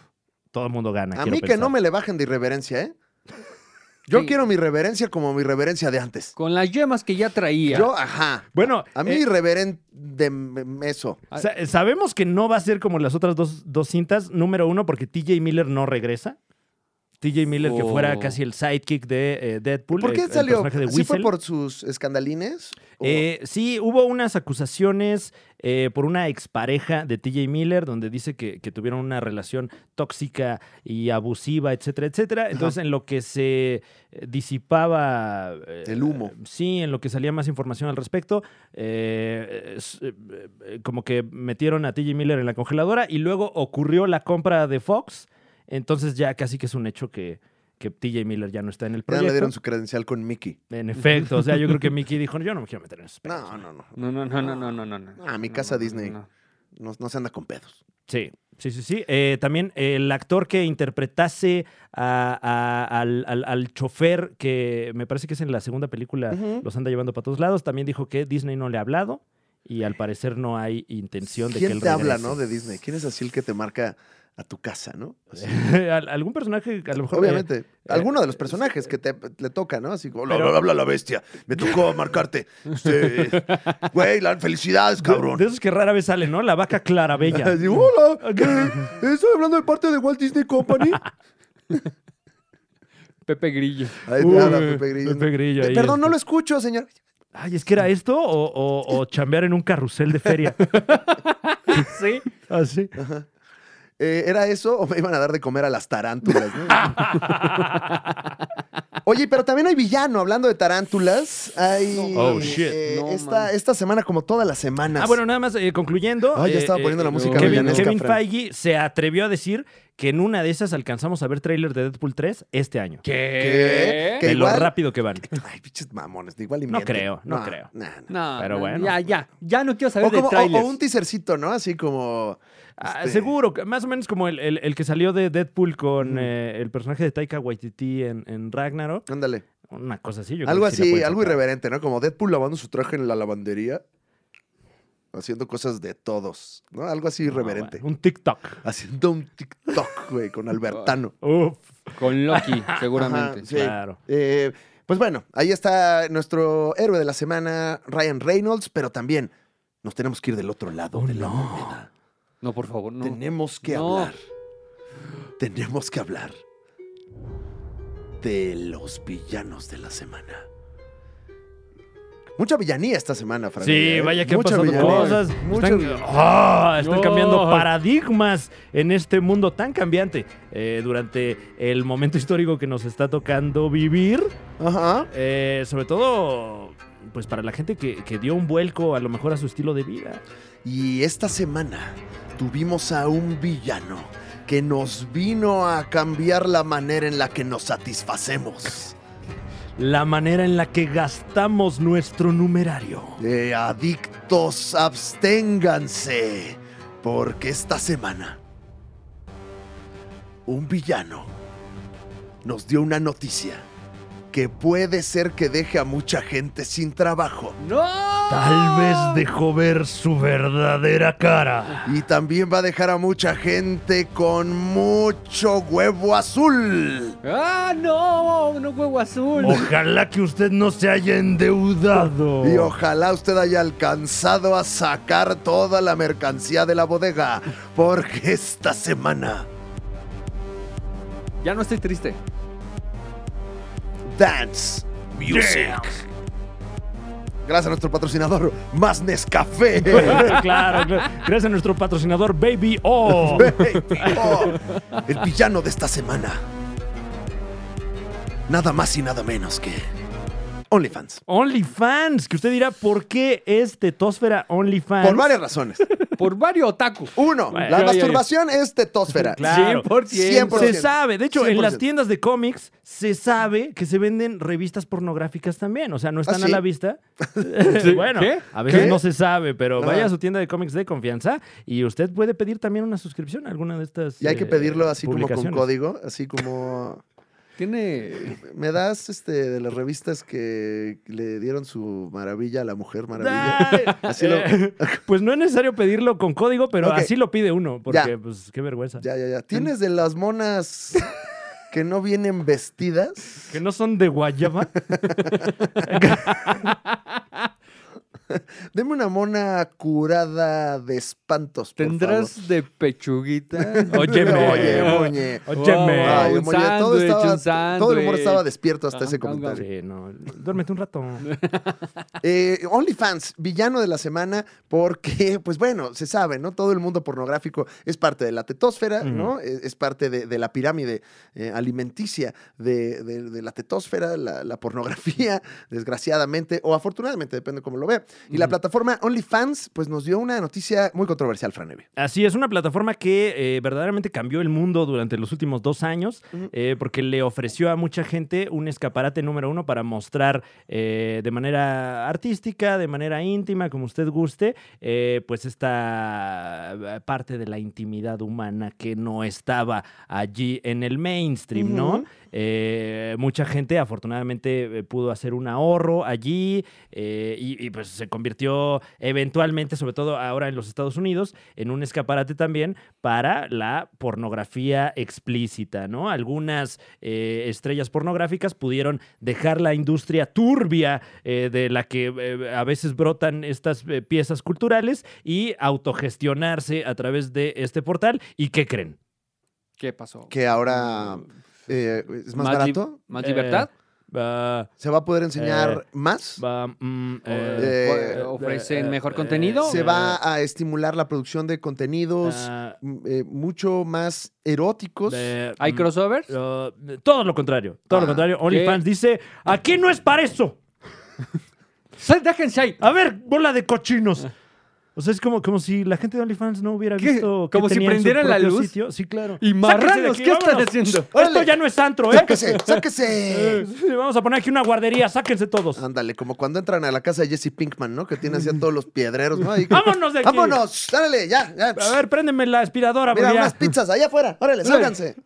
A: todo el mundo gana.
B: A
A: Ah, quiero
B: mí que no
A: pensar.
B: me le bajen de irreverencia, ¿eh? Yo
C: Sí.
B: quiero mi reverencia como mi reverencia de antes.
C: Con las yemas que ya traía.
B: Yo, ajá.
A: Bueno,
B: A mí
A: eh,
B: irreverente de m- eso.
A: sa- sabemos que no va a ser como las otras dos, dos cintas. Número uno, porque TJ Miller no regresa. TJ Miller, que fuera
C: Oh.
A: casi el sidekick de eh, Deadpool.
B: ¿Por
A: el-
B: qué
A: el
B: salió?
A: personaje de
B: ¿Sí fue
A: Whistle.
B: por sus escandalines? ¿O-
A: Eh, sí, hubo unas acusaciones eh, por una expareja de TJ Miller, donde dice que, que tuvieron una relación tóxica y abusiva, etcétera, etcétera. Entonces, en lo que se eh, disipaba... eh,
B: El humo.
A: Sí, en lo que salía más información al respecto, eh, es- eh, eh, como que metieron a TJ Miller en la congeladora y luego ocurrió la compra de Fox. Entonces ya casi que es un hecho que, que TJ Miller ya no está en el
B: Ya
A: proyecto.
B: le dieron su credencial con Mickey.
A: En efecto, o sea, yo creo que Mickey dijo, yo no me quiero meter en eso.
B: No, no, no.
C: No, no, no, no, no, no, no, no.
B: Ah, mi
C: No,
B: casa
C: no, no,
B: Disney.
C: no.
B: No, no se anda con pedos.
A: Sí, sí, sí, sí. Eh, también eh, el actor que interpretase a- a- al, al- al chofer, que me parece que es en la segunda película,
B: Ujú.
A: los anda llevando para todos lados, también dijo que Disney no le ha hablado y al parecer no hay intención de que
B: ¿Quién
A: él
B: te habla,
A: regrese.
B: no? De Disney. ¿Quién es así el que te marca a tu casa, no? Así.
A: Al- algún personaje que a lo mejor eh,
B: Obviamente, alguno de los personajes que te, le toca, ¿no? Así, hola, hola, habla la bestia, me tocó marcarte. Este, Güey, la felicidades, cabrón.
A: De, de esos que rara vez salen, ¿no? La vaca clarabella.
B: Así, hola, eh, estoy hablando de parte de Walt Disney Company.
C: Pepe Grillo.
B: Ahí te
A: Uy,
B: habla Pepe Grillo.
A: Pepe Grillo
B: Eh,
A: ahí,
B: Perdón, no
A: este.
B: lo escucho, señor.
A: Ay, es que era esto o, o- o chambear en un carrusel de feria.
C: Sí.
A: Así.
B: Eh, ¿Era eso o me iban a dar de comer a las tarántulas? ¿no? Oye, pero también hay villano. Hablando de tarántulas, hay.
A: Oh, shit.
B: eh,
C: No,
B: esta,
C: man.
B: esta semana, como todas las semanas.
A: Ah, bueno, nada más eh, concluyendo.
B: Ah, ya
A: eh,
B: estaba poniendo la música
A: Kevin,
B: villanesca,
A: Kevin
B: Fran.
A: Feige se atrevió a decir que en una de esas alcanzamos a ver tráiler de Deadpool 3 este año.
B: ¿Qué?
A: De
B: ¿Qué?
A: lo
B: igual-
A: rápido que van.
B: Ay, pinches mamones, igual y
A: No
B: mienten.
A: creo, no creo.
B: nah, nah.
C: No,
A: Pero
C: no,
A: bueno.
C: Ya, ya. Ya no quiero saber
B: O, como-
C: de
B: o-
C: trailers.
B: o un teasercito, ¿no? Así como.
A: Ah,
B: este,
A: seguro, que- más o menos como el, el- el que salió de Deadpool con eh, el personaje de Taika Waititi en, en Ragnarok.
B: Ándale.
A: Una cosa así. yo creo
B: Algo
A: que sí la
B: así,
A: pueden
B: algo
A: sacar.
B: irreverente, ¿no? Como Deadpool lavando su traje en la lavandería, haciendo cosas de todos, ¿no? Algo así irreverente.
A: Ah, bueno, Un TikTok.
B: Haciendo un TikTok, güey, con Albertano.
A: Uf,
C: Con Loki, seguramente.
B: Ajá, sí.
A: claro.
B: Eh, pues bueno, ahí está nuestro héroe de la semana, Ryan Reynolds, pero también nos tenemos que ir del otro lado
A: Oh,
B: de la
A: no.
B: moneda.
C: No, por favor, no.
B: Tenemos que
C: No.
B: hablar. Tenemos que hablar de los villanos de la semana. Mucha villanía esta semana, Fran.
A: Sí,
B: ¿eh?
A: vaya que han
B: Mucha
A: pasado
B: villanía.
A: cosas.
B: Mucha
A: Están,
B: villanía.
A: ¡Ah! Están
C: No.
A: cambiando paradigmas en este mundo tan cambiante. Eh, durante el momento histórico que nos está tocando vivir,
B: Ajá.
A: eh, sobre todo pues para la gente que, que dio un vuelco a lo mejor a su estilo de vida.
B: Y esta semana tuvimos a un villano que nos vino a cambiar la manera en la que nos satisfacemos.
A: La manera en la que gastamos nuestro numerario.
B: Eh, adictos, absténganse, porque esta semana un villano nos dio una noticia que puede ser que deje a mucha gente sin trabajo
C: ¡No!
A: Tal vez dejó ver su verdadera cara.
B: y también va a dejar a mucha gente con mucho huevo azul.
C: ¡Ah, no! ¡No huevo azul!
B: Oh.
A: Ojalá que usted no se haya endeudado.
B: Y ojalá usted haya alcanzado a sacar toda la mercancía de la bodega, porque esta semana
C: Ya no estoy triste.
B: Dance Music. Gracias a nuestro patrocinador, Más Nescafé.
A: claro, claro. Gracias a nuestro patrocinador Baby O.
B: Oh, el villano de esta semana. Nada más y nada menos que OnlyFans.
A: OnlyFans, que usted dirá, ¿por qué es Tetosfera OnlyFans?
B: Por varias razones.
C: Por varios otaku.
B: Uno,
A: Bueno,
B: la
A: ya, ya, ya.
B: masturbación es tetósfera.
A: Claro.
C: 100%.
A: Se sabe, de hecho, en las
B: 100%.
A: tiendas de cómics se sabe que se venden revistas pornográficas también, o sea, no están
B: ¿Ah, ¿sí?
A: a la vista. bueno,
C: ¿Qué?
A: a veces
B: ¿Qué?
A: no se sabe, pero
B: Ajá.
A: vaya a su tienda de cómics de confianza y usted puede pedir también una suscripción a alguna de estas.
B: Y hay que
A: eh,
B: pedirlo así como con
A: publicaciones.
B: código, así como...
C: Tiene.
B: ¿Me das este de las revistas que le dieron su maravilla a la mujer maravilla?
A: Ay,
B: Así lo-
A: eh, pues no es necesario pedirlo con código, pero
B: Ok.
A: así lo pide uno, porque pues qué vergüenza.
B: Ya, ya, ya. ¿Tienes de las monas que no vienen vestidas?
A: Que no son de guayaba.
B: Deme una mona curada de espantos, por favor.
C: Tendrás de pechuguita.
A: Óyeme.
B: Oye, moñe.
A: Óyeme.
B: Oh, Ay,
C: Ah, un
B: moñe, todo,
C: sándwich,
B: estaba-
C: un sándwich.
B: todo el humor estaba despierto hasta
C: Ah,
B: ese
C: ah,
B: comentario.
A: Sí, no. Duérmete un rato.
B: Eh, OnlyFans, villano de la semana, porque, pues bueno, se sabe, ¿no? Todo el mundo pornográfico es parte de la tetósfera,
A: Ujú.
B: ¿no? Es, es parte de, de la pirámide eh, alimenticia de, de- de la tetósfera, la, la pornografía, desgraciadamente, o afortunadamente, depende cómo lo vea. Y la
A: Ujú.
B: plataforma OnlyFans, pues nos dio una noticia muy controversial, Franeve.
A: Así es, una plataforma que eh, verdaderamente cambió el mundo durante los últimos dos años,
B: Ujú.
A: eh, porque le ofreció a mucha gente un escaparate número uno para mostrar eh, de manera artística, de manera íntima, como usted guste, eh, pues esta eh, parte de la intimidad humana que no estaba allí en el mainstream, ¿no?
B: Ujú.
A: Eh, mucha gente afortunadamente eh, pudo hacer un ahorro allí eh, y, y, pues se se convirtió eventualmente, sobre todo ahora en los Estados Unidos, en un escaparate también para la pornografía explícita, ¿no? Algunas eh, estrellas pornográficas pudieron dejar la industria turbia eh, de la que eh, a veces brotan estas eh, piezas culturales y autogestionarse a través de este portal. ¿Y qué creen?
C: ¿Qué pasó?
B: Que ahora
A: mm,
B: eh, es más,
C: lib-
B: barato.
C: ¿Más
A: Eh,
C: libertad?
A: Ah,
B: Se va a poder enseñar más.
A: Eh, va, mm,
C: ¿O-
A: eh,
B: eh,
C: o- ¿Ofrecen
A: eh,
C: mejor
A: eh,
C: contenido?
B: Se va a estimular la producción de contenidos
A: ah,
B: m- eh, mucho más eróticos.
A: eh,
C: ¿Hay
A: mm,
C: crossovers?
A: ah, todo lo contrario, todo lo
B: Ah,
A: contrario. OnlyFans dice, aquí no es para eso.
C: ¡Sal, déjense ahí!
B: Ah,
A: A ver, bola de cochinos. O sea, es como, como si la gente de OnlyFans no hubiera
C: Ah. ¿Qué?
A: visto.
C: ¿Como si
A: tenía en su
C: prendieran la
A: propio
C: luz?
A: sitio. Sí, claro.
C: Y marranos,
A: Sáquense de aquí,
C: ¿qué están
A: vámonos.
C: haciendo?
A: Esto
B: ¡Órale!
A: ya no es antro, ¿eh?
B: ¡Sáquese! ¡Sáquese!
A: Sí, Vamos a poner aquí una guardería, sáquense todos.
B: Ándale, como cuando entran a la casa de Jesse Pinkman, ¿no? Que tiene
A: Mm.
B: así a todos los piedreros, ¿no? Ahí que-
A: ¡Vámonos de aquí!
B: ¡Vámonos! ¡Órale! ¡Ya! ya.
A: A ver, préndeme la aspiradora,
B: Mira,
A: porque Ah, pues ya-
B: unas pizzas allá afuera. ¡Órale! ¡Sálganse!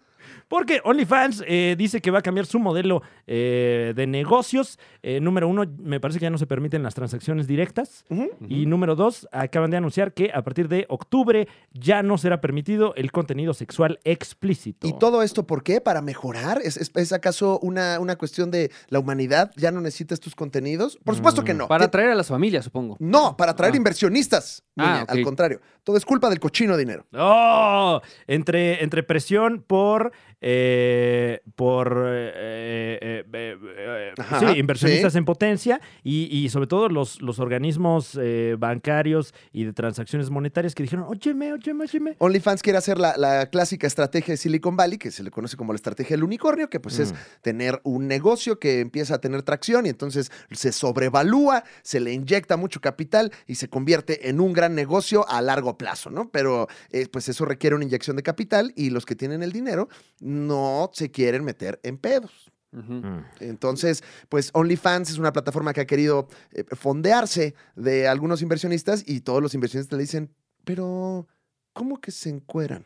A: Porque OnlyFans eh, dice que va a cambiar su modelo eh, de negocios. Eh, número uno, me parece que ya no se permiten las transacciones directas. Y número dos, acaban de anunciar que a partir de octubre ya no será permitido el contenido sexual explícito.
B: ¿Y todo esto por qué? ¿Para mejorar? ¿Es, es- es acaso una, una cuestión de la humanidad? ¿Ya no necesitas tus contenidos? Por supuesto que no.
C: Mm, Para
B: Que-
C: atraer a las familias, supongo.
B: no, para atraer
C: Ah.
B: inversionistas.
C: Ah,
B: niña,
C: ok.
B: Al contrario. Todo es culpa del cochino dinero.
A: ¡Oh! Entre, entre presión por. eh, por. eh, eh, eh, eh,
B: Ajá,
A: sí, inversionistas
B: sí.
A: en potencia y, y sobre todo los, los organismos eh, bancarios y de transacciones monetarias que dijeron: Óyeme, óyeme, óyeme.
B: OnlyFans quiere hacer la, la clásica estrategia de Silicon Valley, que se le conoce como la estrategia del unicornio, que pues es tener un negocio que empieza a tener tracción y entonces se sobrevalúa, se le inyecta mucho capital y se convierte en un gran negocio a largo plazo, ¿no? Pero eh, pues eso requiere una inyección de capital y los que tienen el dinero no se quieren meter en pedos.
C: Ujú.
A: Mm.
B: Entonces, pues OnlyFans es una plataforma que ha querido eh, fondearse de algunos inversionistas y todos los inversionistas le dicen, pero ¿cómo que se encueran?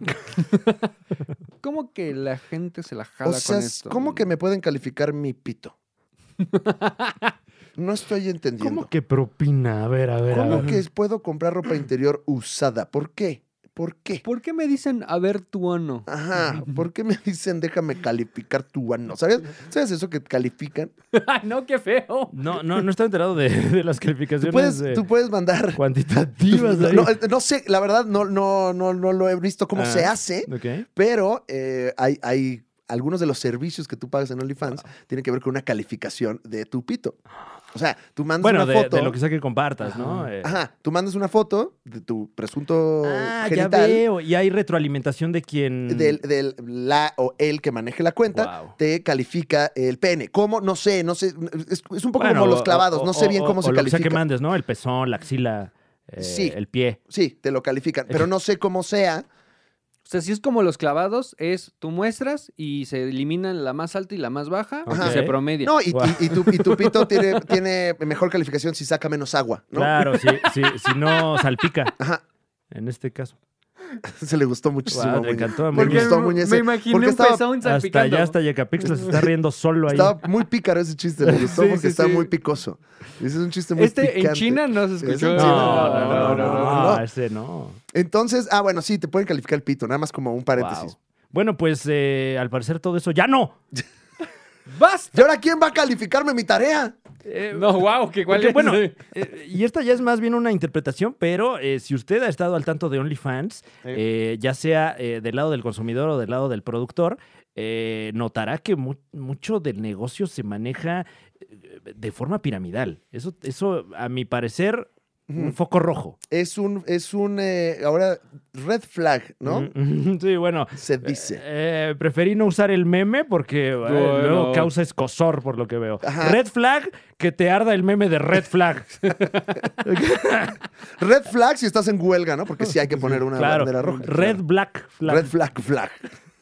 C: ¿Cómo que la gente se la jala
B: O sea,
C: con
B: es-
C: esto?
B: ¿cómo que me pueden calificar mi pito? No estoy entendiendo.
A: ¿Cómo que propina? A ver, a ver. a
B: ¿Cómo
A: ver.
B: que puedo comprar ropa interior usada? ¿Por qué? ¿Por qué?
C: ¿Por qué me dicen a ver tu ano?
B: Ajá, ¿por qué me dicen déjame calificar tu ano? ¿Sabes? ¿Sabes eso que califican?
C: ¡Ay, no, qué feo!
A: No, no, no estaba enterado de, de las
B: Tú
A: calificaciones
B: puedes,
A: eh,
B: tú puedes mandar.
A: cuantitativas. ahí.
B: No, eh, no sé, la verdad no, no, no, no lo he visto cómo
A: Ah.
B: se hace,
A: Ok.
B: pero eh, hay, hay algunos de los servicios que tú pagas en OnlyFans tienen que ver con una calificación de tu pito. O sea, tú mandas
A: Bueno,
B: una
A: de,
B: foto.
A: de lo que sea que compartas, ¿no? Eh,
B: Ajá, Ah, tú mandas una foto de tu presunto
A: Ah, ya
B: genital,
A: veo. Y hay retroalimentación de quien.
B: del, del- la o el que maneje la cuenta,
A: Guau.
B: te califica el pene. ¿Cómo? No sé, no sé. Es, es un poco
A: Bueno,
B: como los
A: o-
B: clavados,
A: o-
B: no sé
A: o-
B: bien cómo
A: o
B: se
A: lo que sea que
B: califica.
A: mandes, ¿no? El pezón, la axila, eh,
B: Sí.
A: el pie.
B: Sí, te lo califican,
A: Eh.
B: pero no sé cómo sea.
C: O sea, si es como los clavados, es tú muestras y se eliminan la más alta y la más baja
A: Ajá.
C: y se promedia.
B: No, y,
A: Guau.
B: y- y tu, y tu pito tiene, tiene mejor calificación si saca menos agua, ¿no?
A: Claro, si, si, si no salpica,
B: Ajá, Pues
A: en este caso.
B: se le gustó muchísimo.
A: Guau, le
B: Muñe.
A: encantó a
B: Me
A: Muñe.
C: Porque
B: gustó, Muñe, ese-
C: imaginé
B: porque estaba-
C: pezón
A: Hasta allá, hasta Yecapixla se está riendo solo ahí.
B: Estaba muy pícaro ese chiste, le gustó
C: Sí,
B: porque
C: sí,
B: está
C: sí.
B: muy picoso. Ese es un chiste muy
C: Este en
B: picante.
C: China no se
B: Es
C: escuchó.
B: en
A: No,
B: China.
A: no, no, no,
B: no, no.
A: Ah, ese no.
B: Entonces, ah, bueno, sí, te pueden calificar el pito, nada más como un paréntesis.
A: Guau. Bueno, pues eh, al parecer todo eso ya no.
C: ¡Basta!
B: ¿Y ahora quién va a calificarme mi tarea?
A: Eh,
C: No, wow, que cuál
A: Porque,
C: es.
A: bueno, eh, y esta ya es más bien una interpretación, pero eh, si usted ha estado al tanto de OnlyFans, eh, ya sea eh, del lado del consumidor o del lado del productor, eh, notará que mu- mucho del negocio se maneja eh, de forma piramidal. Eso, eso a mi parecer, un foco rojo.
B: Es un, es un, eh, ahora, red flag, ¿no?
A: Mm, Sí, bueno.
B: Se dice.
A: eh, preferí no usar el meme porque eh,
C: Bueno.
A: luego causa escosor por lo que veo.
B: Ajá.
A: Red flag, que te arda el meme de red flag.
B: Red flag si estás en huelga, ¿no? Porque sí hay que poner una
A: claro.
B: bandera roja.
A: Red black flag.
B: Red flag, flag.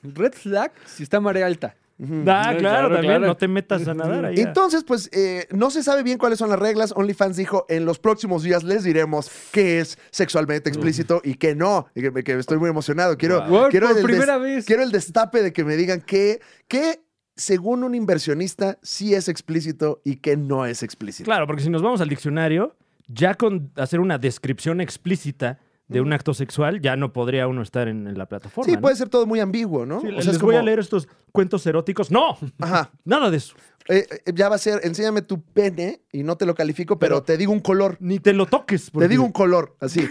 C: Red flag si está marea
A: Ah,
C: alta. Sí,
A: claro,
C: claro,
A: también.
C: claro.
A: No te metas a nadar ahí.
B: Entonces, pues, eh, no se sabe bien cuáles son las reglas. OnlyFans dijo, en los próximos días les diremos qué es sexualmente explícito y qué no. Y que, que estoy muy emocionado. Quiero,
A: Wow.
B: quiero
C: Por
B: el des-
C: primera vez.
B: Quiero el destape de que me digan qué, qué, según un inversionista, sí es explícito y qué no es explícito.
A: Claro, porque si nos vamos al diccionario, ya con hacer una descripción explícita de un acto sexual, ya no podría uno estar en, en la plataforma.
B: Sí,
A: ¿no?
B: puede ser todo muy ambiguo, ¿no?
A: Sí,
B: O
A: les
B: sea, es
A: voy a
B: como-
A: leer estos cuentos eróticos. ¡No!
B: Ajá.
A: Nada de eso.
B: Eh, eh, ya va a ser, enséñame tu pene y no te lo califico, pero,
A: Pero-
B: te digo un color.
A: Ni te lo toques.
B: Te digo un color, así.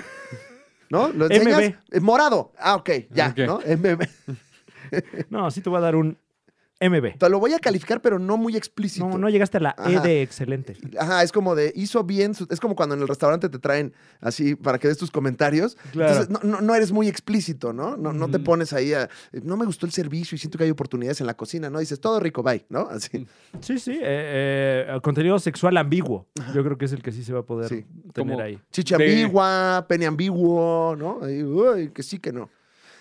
B: ¿No? ¿Lo enseñas?
A: MB.
B: Eh, morado. Ah, ok, ya,
C: Ok.
B: ¿no? MB.
A: No, sí te voy a dar un MB.
B: Te lo voy a calificar, pero no muy explícito.
A: No, no llegaste a la E
B: Ajá.
A: de excelente.
B: Ajá, es como de hizo bien, su- es como cuando en el restaurante te traen así para que des tus comentarios.
A: Claro.
B: Entonces, no, no- no eres muy explícito, ¿no? No, no te
C: Ujú.
B: pones ahí a, no me gustó el servicio y siento que hay oportunidades en la cocina, ¿no? Dices, todo rico, bye, ¿no? Así.
A: Sí, sí. eh, eh, contenido sexual ambiguo. Yo creo que es el que sí se va a poder
B: Sí.
A: tener
C: Como-
A: ahí.
B: Chicha
C: De-
B: ambigua, pene ambiguo, ¿no? Ahí, uy, que sí, que no.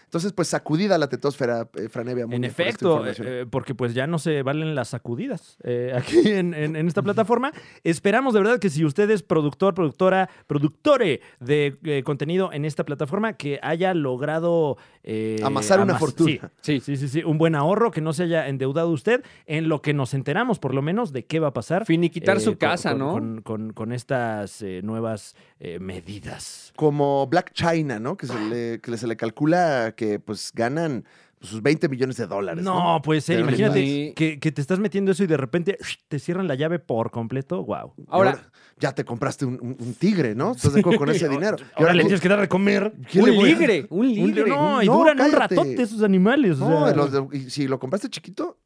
B: Entonces, pues sacudida la tetosfera, eh, Franevia. Muñoz,
A: En
B: por esta
A: efecto,
B: información.
A: eh, porque pues ya no se valen las sacudidas eh, aquí en, en- en esta plataforma. Esperamos de verdad que si usted es productor, productora, productore de eh, contenido en esta plataforma, que haya logrado... eh,
B: Amasar una
A: amas-
B: fortuna.
A: sí, Sí,
C: Sí,
A: sí, sí, un buen ahorro, que no se haya endeudado usted, en lo que nos enteramos por lo menos de qué va a pasar.
C: Finiquitar
A: eh,
C: su
A: con-
C: casa,
A: con-
C: ¿no?
A: Con, con- con estas eh, nuevas eh, medidas.
B: Como Black China, ¿no? Que se le, que se le calcula que pues ganan pues, sus 20 millones de dólares. No,
A: No, pues
B: Pero
A: imagínate
C: sí.
A: que, que te estás metiendo eso y de repente te cierran la llave por completo. Wow.
B: Y
C: Ahora-
B: ya te compraste un, un- un tigre, ¿no? Estás de acuerdo con ese dinero. Y
A: Ahora le
B: ¿qué-
A: tienes que dar de comer.
B: qué le
C: Un
B: voy a-
C: ligre, un
A: Un-
C: ligre.
A: no, y
B: no,
A: duran un
B: cállate.
A: ratote esos animales. o
B: No,
A: sea,
B: los de- y si lo compraste chiquito,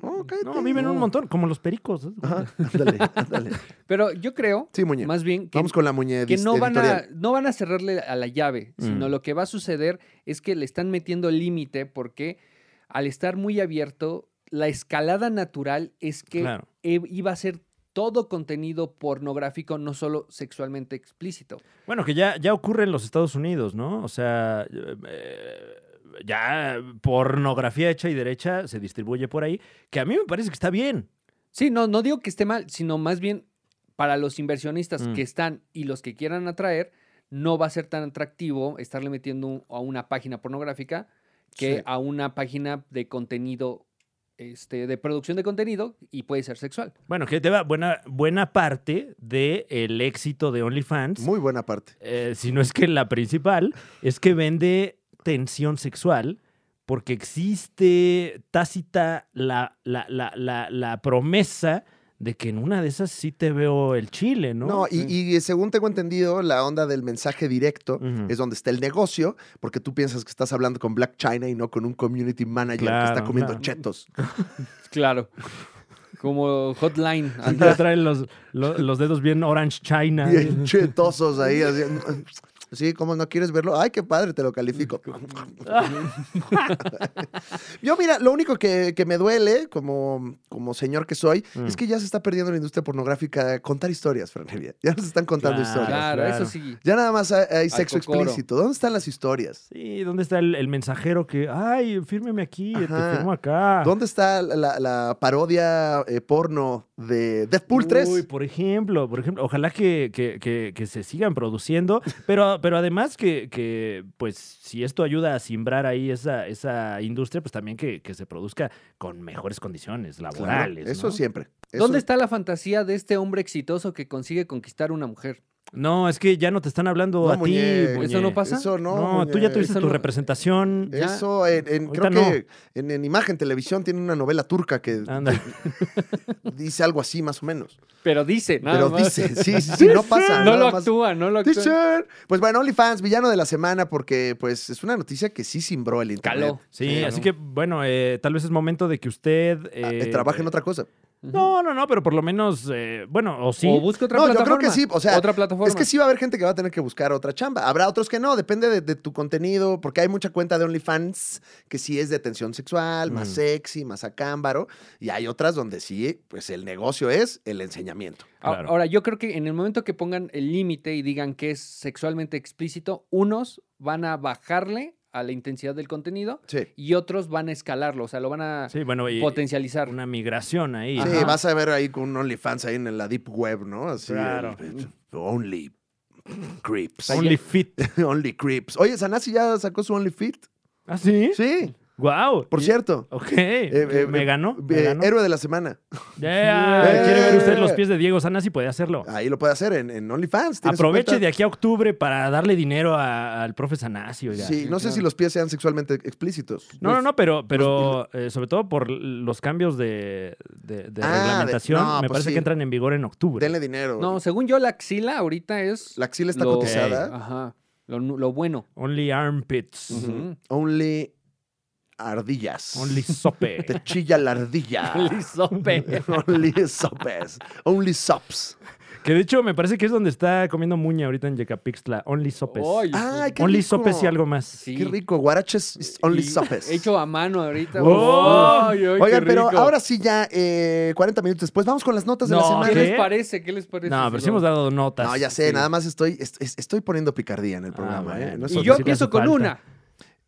B: no, cállate.
A: no, viven un montón, como los pericos. ¿eh?
B: Ajá, ándale, ándale.
C: Pero yo creo,
B: Sí, muñe.
C: más bien, que,
B: Vamos con la muñe
C: que
B: dis-
C: no, van a,
B: editorial.
C: no van a cerrarle a la llave, sino
A: Mm.
C: lo que va a suceder es que le están metiendo límite porque al estar muy abierto, la escalada natural es que
A: Claro.
C: e- iba a ser todo contenido pornográfico, no solo sexualmente explícito.
A: Bueno, que ya, ya ocurre en los Estados Unidos, ¿no? O sea, eh, ya pornografía hecha y derecha se distribuye por ahí, que a mí me parece que está bien.
C: Sí, no, no digo que esté mal, sino más bien para los inversionistas
A: Mm.
C: que están y los que quieran atraer, no va a ser tan atractivo estarle metiendo un- a una página pornográfica que
B: Sí.
C: a una página de contenido, este, de producción de contenido y puede ser sexual.
A: Bueno, que te va buena, buena parte del el éxito de OnlyFans,
B: Muy buena parte.
A: eh, si no es que la principal, es que vende tensión sexual porque existe tácita la, la, la, la, la promesa de que en una de esas sí te veo el chile, ¿no?
B: No, y, y según tengo entendido, la onda del mensaje directo
A: Ujú.
B: es donde está el negocio, porque tú piensas que estás hablando con Black China y no con un community manager que está
A: Claro,
B: comiendo
A: claro.
B: chetos.
C: Claro. Como hotline.
A: Siempre le traen los, lo- los dedos bien Orange China.
B: Bien chetosos ahí. así, mm, Sí, ¿cómo no quieres verlo? Ay, qué padre, te lo califico. Yo, mira, lo único que, que me duele como, como señor que soy
A: Mm.
B: es que ya se está perdiendo la industria pornográfica contar historias, Franevia. Ya nos están contando
A: Claro.
B: historias.
C: claro,
A: claro.
C: eso sí.
B: Ya nada más hay, hay sexo
C: cocoro.
B: explícito. ¿Dónde están las historias?
A: Sí, ¿dónde está el, el mensajero que, ay, fírmeme aquí,
B: Ajá.
A: te firmo acá?
B: ¿Dónde está la, la- la parodia eh, porno de Deadpool 3?
A: Uy, por ejemplo, por ejemplo, ojalá que, que- que- que se sigan produciendo, pero, pero además que, que, pues, si esto ayuda a simbrar ahí esa, esa industria, pues también que, que se produzca con mejores condiciones
B: Claro,
A: laborales.
B: eso
A: ¿no?
B: siempre. Eso-
C: ¿Dónde está la fantasía de este hombre exitoso que consigue conquistar una mujer?
A: No, es que ya no te están hablando
B: No,
A: a ti.
B: muñe,
A: muñe.
C: ¿Eso no pasa?
B: Eso no. Eh,
A: No, tú
B: muñe.
A: ya tuviste
C: Eso
A: tu
C: no-
A: representación.
C: Ya.
B: Eso, en, en- creo
A: Ahorita
B: que en, en Imagen Televisión tiene una novela turca que
A: Anda.
B: dice algo así, más o menos.
C: Pero dice, nada
B: Pero
C: más.
B: dice, sí, sí, sí, no pasa.
C: No
B: nada
C: lo
B: más.
C: actúa, no lo actúa.
B: Teacher. Pues bueno, OnlyFans, villano de la semana, porque pues es una noticia que sí simbró el internet.
C: Caló.
A: Sí,
C: Claro.
A: así que bueno, eh, tal vez es momento de que usted
B: Ah, eh,
A: eh,
B: trabaja en otra cosa.
C: Ujú.
A: No, no, no, pero por lo menos, eh, bueno, o sí.
C: O busca otra
B: No, yo creo
C: plataforma.
B: que sí, o sea,
C: otra plataforma.
B: Es que sí va a haber gente que va a tener que buscar otra chamba. Habrá otros que no, depende de, de tu contenido, porque hay mucha cuenta de OnlyFans que sí es de tensión sexual, más
A: Mm.
B: sexy, más acámbaro, y hay otras donde sí, pues el negocio es el enseñamiento.
C: A-
A: Claro.
C: Ah, Ahora, yo creo que en el momento que pongan el límite y digan que es sexualmente explícito, unos van a bajarle a la intensidad del contenido
B: Sí.
C: y otros van a escalarlo, o sea, lo van a
A: Sí, bueno, y
C: potencializar.
A: una migración ahí.
C: Ajá.
B: Sí, vas a ver ahí con un OnlyFans ahí en la Deep Web, ¿no? Así.
A: Claro.
B: el- only Creeps.
A: Only fit.
B: only Creeps. Oye, Sanasi ya sacó su Only Fit.
A: ¿Ah, sí?
B: Sí.
A: ¡Wow!
D: Por cierto,
A: Ok.
D: eh,
A: me
D: eh,
A: ganó. me
D: eh,
A: ganó.
D: héroe de la semana.
A: Ya,
D: Eh.
A: ¿Quiere ver usted los pies de Diego Sanasi? Puede hacerlo.
D: Ahí lo puede hacer en, en OnlyFans. tiene su
A: Aproveche
D: cuenta.
A: de aquí a octubre para darle dinero a- al profe Sanasi, oiga.
D: Sí, no sé
C: claro.
D: si los pies sean sexualmente explícitos.
A: pues
D: Pues,
A: No, no, no, pero, pero eh, sobre todo por los cambios de, de- de
D: Ah, de-
A: reglamentación,
D: no,
A: me
D: pues
A: parece
D: sí.
A: que entran en vigor en octubre.
D: Denle dinero.
C: No, según yo, la axila ahorita es.
D: la axila está
C: lo-
D: cotizada.
C: Ajá. Lo, nu- lo bueno.
A: Only armpits,
C: Ujú.
D: Only ardillas.
A: only sope.
D: Te chilla la ardilla.
C: Lisope.
D: Only sopes. Only sops.
A: que de hecho me parece que es donde está comiendo muña ahorita en Yecapixtla. Only sopes.
C: Ay,
D: Ay, qué
A: only
D: rico.
A: sopes y algo más.
C: sí.
D: Qué rico. Guaraches is only
C: Y
D: sopes.
C: Hecho a mano ahorita.
A: Uf.
C: Ay, ay, qué
D: Oigan, pero
C: rico.
D: ahora sí ya, eh, 40 minutos después, vamos con las notas de
A: No,
D: la
C: ¿Qué
D: semana.
A: ¿Qué?
C: les parece? ¿Qué les parece?
A: No, pero
C: si
A: sí hemos
C: lo-
A: dado notas.
D: No, ya sé,
A: Sí.
D: nada más estoy, est- est- estoy poniendo picardía en el
A: Ah,
D: programa. ¿eh?
A: bueno.
D: No es
A: Y
C: Y
D: otra
C: yo
A: Sí le
D: cosa.
C: empiezo
A: hace
C: con
A: falta.
C: una.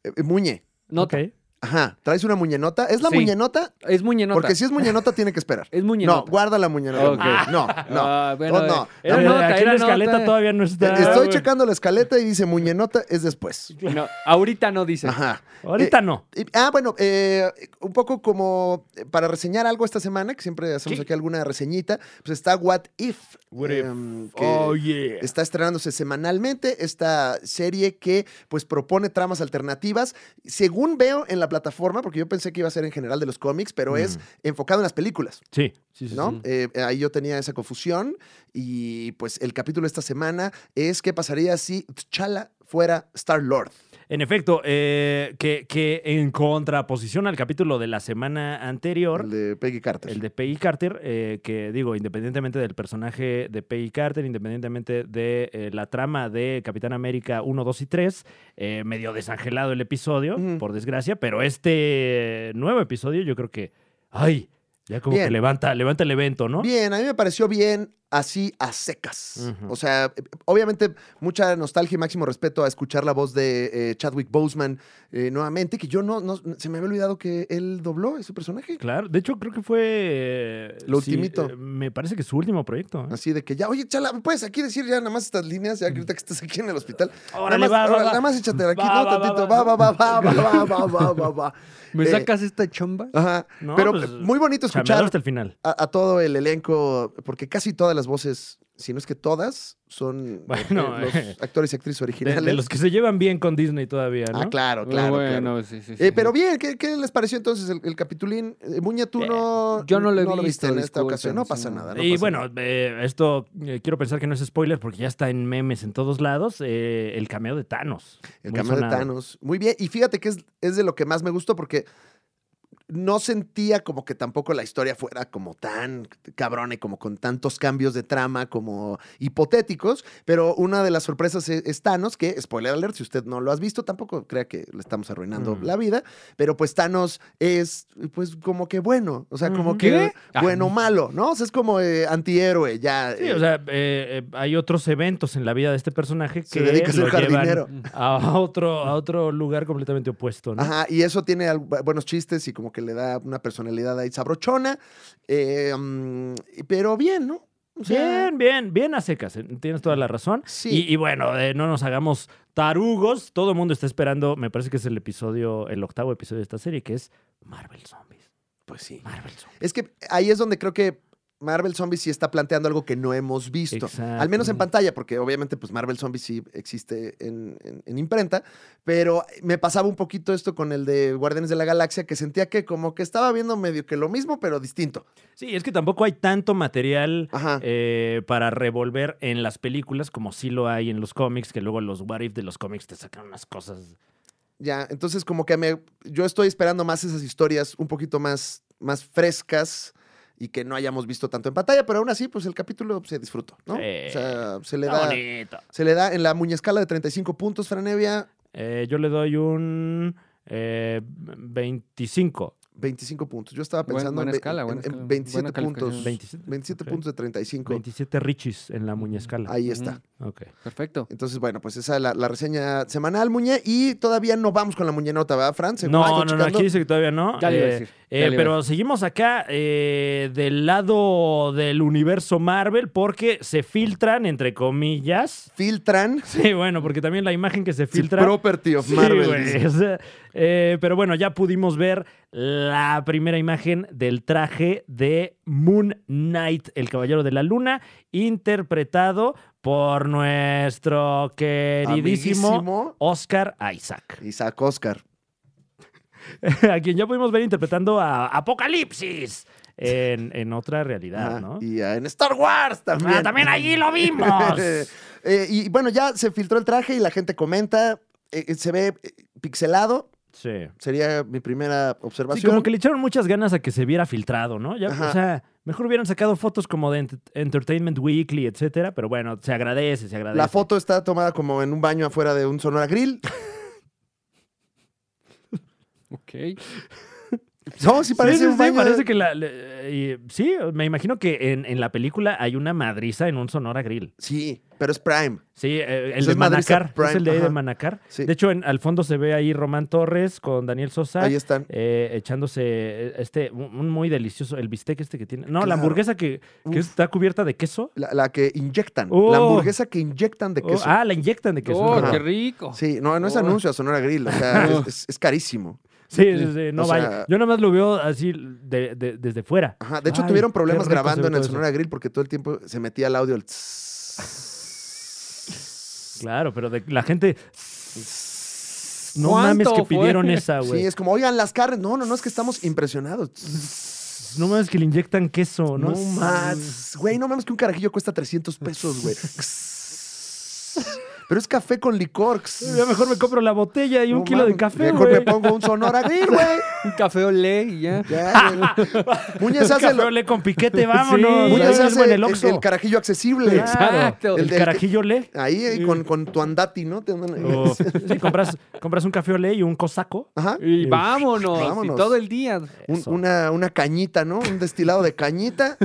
D: Eh, eh, Muñe,
C: Nota.
A: Ok.
D: ajá, ¿traes una muñenota? ¿Es la
C: Sí.
D: muñenota?
C: Es muñenota.
D: Porque si es muñenota, tiene que esperar.
C: Es muñenota.
D: No, guarda la muñenota.
C: Ok.
D: No, no.
C: Ah, bueno,
D: Oh, no.
C: Era
A: Eh,
C: nota,
A: aquí
C: era
A: la escaleta
C: nota.
A: todavía no está.
D: Estoy
A: güey.
D: checando la escaleta y dice muñenota es después.
C: No, ahorita no dice.
D: Ajá.
A: Ahorita no.
D: Y- Ah, bueno, eh, un poco como eh, para reseñar algo esta semana, que siempre hacemos
A: Sí.
D: aquí alguna reseñita, pues está What If.
A: What If.
D: em, que-
A: Oh, yeah.
D: Está estrenándose semanalmente esta serie que pues propone tramas alternativas. Según veo en la plataforma, porque yo pensé que iba a ser en general de los cómics, pero es
A: Mm.
D: enfocado en las películas,
A: Sí, sí, sí.
D: ¿no?
A: sí.
D: Eh, ahí yo tenía esa confusión y pues el capítulo esta semana es qué pasaría si T'Challa fuera Star-Lord.
A: En efecto, eh, que, que en contraposición al capítulo de la semana anterior,
D: El de Peggy Carter.
A: el de Peggy Carter, eh, que digo, independientemente del personaje de Peggy Carter, independientemente de eh, la trama de Capitán América 1, 2 y 3, eh, medio desangelado el episodio,
D: Ujú.
A: por desgracia, pero este nuevo episodio yo creo que, ay, ya como
D: Bien.
A: que levanta, levanta el evento, ¿no?
D: Bien, a mí me pareció bien así a secas.
A: Ujú.
D: O sea, eh, obviamente mucha nostalgia y máximo respeto a escuchar la voz de eh, Chadwick Boseman eh, nuevamente, que yo no, no- se me había olvidado que él dobló ese personaje.
A: Claro, de hecho creo que fue... eh,
D: Lo
A: sí,
D: ultimito.
A: eh, me parece que su último proyecto. ¿eh?
D: Así de que ya, oye, chala, ¿me puedes aquí decir ya nada más estas líneas, ya que ahorita que estás aquí en el hospital.
A: Órale,
D: nada
A: va, va,
D: más, órale,
A: va.
D: nada más échate aquí,
A: Va,
D: no,
A: va, va,
D: tantito, va,
A: va.
D: va, va, va, va, va, va, va, va, va.
C: ¿Me
D: Eh,
C: sacas esta chamba?
D: Ajá.
A: No,
D: Pero
A: pues,
D: eh, muy bonito
A: Chambeador
D: escuchar
A: hasta el final.
D: a, a todo el elenco, porque casi todas las voces, si no es que todas, son
A: Bueno,
D: eh, los
A: eh,
D: actores y actrices
A: De,
D: originales.
A: de los que se llevan bien con Disney todavía, ¿no?
D: Ah, claro, claro.
C: bueno,
D: claro.
C: sí, sí. sí.
D: Eh, pero bien, ¿qué, qué les pareció entonces el, el capitulín? Eh, Muña, tú
A: Eh,
D: no,
C: yo no lo he
D: viste
C: visto,
D: en esta
C: disculpen,
D: ocasión. No pasa
C: sí, no.
D: nada. no
A: y
D: pasa
A: bueno,
D: nada.
A: eh, esto eh, quiero pensar que no es spoiler porque ya está en memes en todos lados. eh, el cameo de Thanos.
D: el
A: Muy
D: cameo de
A: sonado.
D: Thanos. Muy bien. Y fíjate que es, es de lo que más me gustó porque no sentía como que tampoco la historia fuera como tan cabrona y como con tantos cambios de trama como hipotéticos. Pero una de las sorpresas e-, es, es Thanos, que, spoiler alert, si usted no lo has visto, tampoco crea que le estamos arruinando
A: Mm.
D: la vida. Pero pues Thanos es, pues como que bueno. O sea, como
A: Ujú.
D: que...
C: ¿Qué?
D: Ah, bueno malo, ¿no? O sea, es como eh, antihéroe, ya.
A: Sí,
D: eh,
A: o sea, eh, eh, hay otros eventos en la vida de este personaje que
D: se dedica a ser
A: lo llevan
D: jardinero.
A: a otro, a otro lugar completamente opuesto, ¿no?
D: Ajá, y eso tiene al- bu- buenos chistes y como que le da una personalidad ahí sabrochona. eh, mm, pero bien, ¿no? O sea,
A: Bien, bien, bien a secas, eh, tienes toda la razón.
D: Sí.
A: Y, y bueno, eh, no nos hagamos tarugos, todo el mundo está esperando, me parece que es el episodio, el octavo episodio de esta serie, que es Marvel Zombies.
D: Pues sí.
A: Marvel Zombies.
D: Es que ahí es donde creo que Marvel Zombies sí está planteando algo que no hemos visto.
A: Exacto.
D: Al menos en pantalla, porque obviamente pues Marvel Zombies sí existe en, en- en imprenta, pero me pasaba un poquito esto con el de Guardianes de la Galaxia, que sentía que como que estaba viendo medio que lo mismo, pero distinto.
A: Sí, es que tampoco hay tanto material
D: Ajá.
A: eh, para revolver en las películas como sí lo hay en los cómics, que luego los what if de los cómics te sacan unas cosas.
D: Ya, entonces como que me, yo estoy esperando más esas historias un poquito más, más frescas y que no hayamos visto tanto en pantalla, pero aún así, pues el capítulo se disfrutó, ¿no?
A: Sí.
D: O sea, se le,
A: Está
D: da,
A: bonito.
D: se le da en la muñezcala de 35 puntos, Franevia,
A: Eh, yo le doy un eh, 25.
D: 25 puntos. Yo estaba
C: Buen-
D: pensando en
C: buena
D: ve-
C: escala,
D: en,
C: buena
D: en
C: escala.
D: 27
C: Buena calificación.
D: puntos.
A: 27,
D: 27
A: ok.
D: puntos de 35.
A: 27 richis en la muñezcala.
D: Ahí está.
A: Ok.
C: Perfecto.
D: Entonces, bueno, pues esa es la, la reseña semanal, Muñe. Y todavía no vamos con la muñenota, ¿verdad, Fran? Según
A: No,
D: estoy
A: no, no,
D: checando.
A: aquí dice que todavía no.
C: Ya le iba a
A: Eh,
C: decir.
A: Eh,
C: Dale,
A: pero seguimos acá eh, del lado del universo Marvel porque se filtran, entre comillas.
D: Filtran.
A: Sí, bueno, porque también la imagen que se
D: Sí,
A: filtra.
D: Property of
A: Sí,
D: Marvel.
A: güey,
D: dice.
A: o sea, eh, pero bueno, ya pudimos ver la primera imagen del traje de Moon Knight, el Caballero de la Luna, interpretado por nuestro queridísimo
D: Amiguísimo
A: Oscar Isaac,
D: Isaac Oscar.
A: a quien ya pudimos ver interpretando a Apocalipsis en, en otra realidad,
D: Ajá,
A: ¿no?
D: Y ah, en Star Wars también.
A: Ah, también allí lo vimos.
D: Eh, y bueno, ya se filtró el traje y la gente comenta. eh, eh, se ve eh, pixelado.
A: Sí.
D: Sería mi primera
A: Sí,
D: observación.
A: como que le echaron muchas ganas a que se viera filtrado, ¿no? Ya,
D: Ajá.
A: o sea, mejor hubieran sacado fotos como de Ent- Entertainment Weekly, etcétera, pero bueno, se agradece, se agradece.
D: La foto está tomada como en un baño afuera de un Sonora Grill.
C: Ok.
D: No, sí parece
A: sí, sí,
D: un
A: sí,
D: baño.
A: parece que la. le- eh, sí, me imagino que en, en la película hay una madriza en un Sonora Grill.
D: Sí, pero es Prime.
A: Sí, eh, el
D: Esa
A: de
D: es madriza
A: Manacar.
D: Prime,
A: es el de, ahí de
D: ajá.
A: Manacar.
D: Sí.
A: De hecho, en- al fondo se ve ahí Román Torres con Daniel Sosa.
D: Ahí están.
A: eh, echándose eh, este, un un muy delicioso, el bistec este que tiene. No,
D: Claro.
A: la hamburguesa que, que está cubierta de queso.
D: La, la que inyectan.
A: Oh.
D: La hamburguesa que inyectan de
A: Oh,
D: queso.
A: ah, la inyectan de queso.
C: Oh,
A: Ajá.
C: qué rico.
D: Sí, no, no es
C: Oh.
D: anuncio a Sonora Grill. O sea,
C: No.
D: es, es- es carísimo.
A: Sí, sí, sí, no
D: O
A: vaya.
D: sea-
A: Yo nada más lo veo así de- de- desde fuera.
D: Ajá. De hecho,
A: Ay,
D: tuvieron
A: qué
D: problemas
A: rico se
D: grabando
A: ve
D: en el
A: todo eso.
D: Sonora Grill porque todo el tiempo se metía el audio. El
A: Claro, pero de- la gente. No
C: ¿Cuánto
A: mames que
C: fue?
A: pidieron esa, güey.
D: Sí, es como, oigan, las carnes. No, no, no, es que estamos impresionados.
A: No mames que le inyectan queso, ¿no?
D: No más. Güey, no mames que un carajillo cuesta 300 pesos, güey. Pero es café con licor.
A: Yo mejor me compro la botella y un
D: No
A: kilo de
D: mames,
A: café,
D: Mejor
A: güey.
D: me pongo un Sonora Grill, güey.
C: Un café olé y ya.
D: Ya, güey. Muñez hace,
A: Café
D: lo-
A: olé con piquete, vámonos.
C: Sí,
A: Ahí
C: ya
D: Muñez
A: mismo
D: hace
A: en
D: el,
A: el Oxxo.
D: el carajillo accesible.
A: Claro.
C: Exacto.
A: El,
D: El de-
A: carajillo olé.
D: Ahí, ahí,
A: Mm.
D: con, con tu andati, ¿no? Te andan- eh,
A: O- sí, compras, compras un café olé y un cosaco.
D: Ajá.
C: Y vámonos. y
D: Vámonos.
C: todo el día.
D: Un-
A: Oh, Eso.
D: una, una cañita, ¿no? Un destilado de cañita.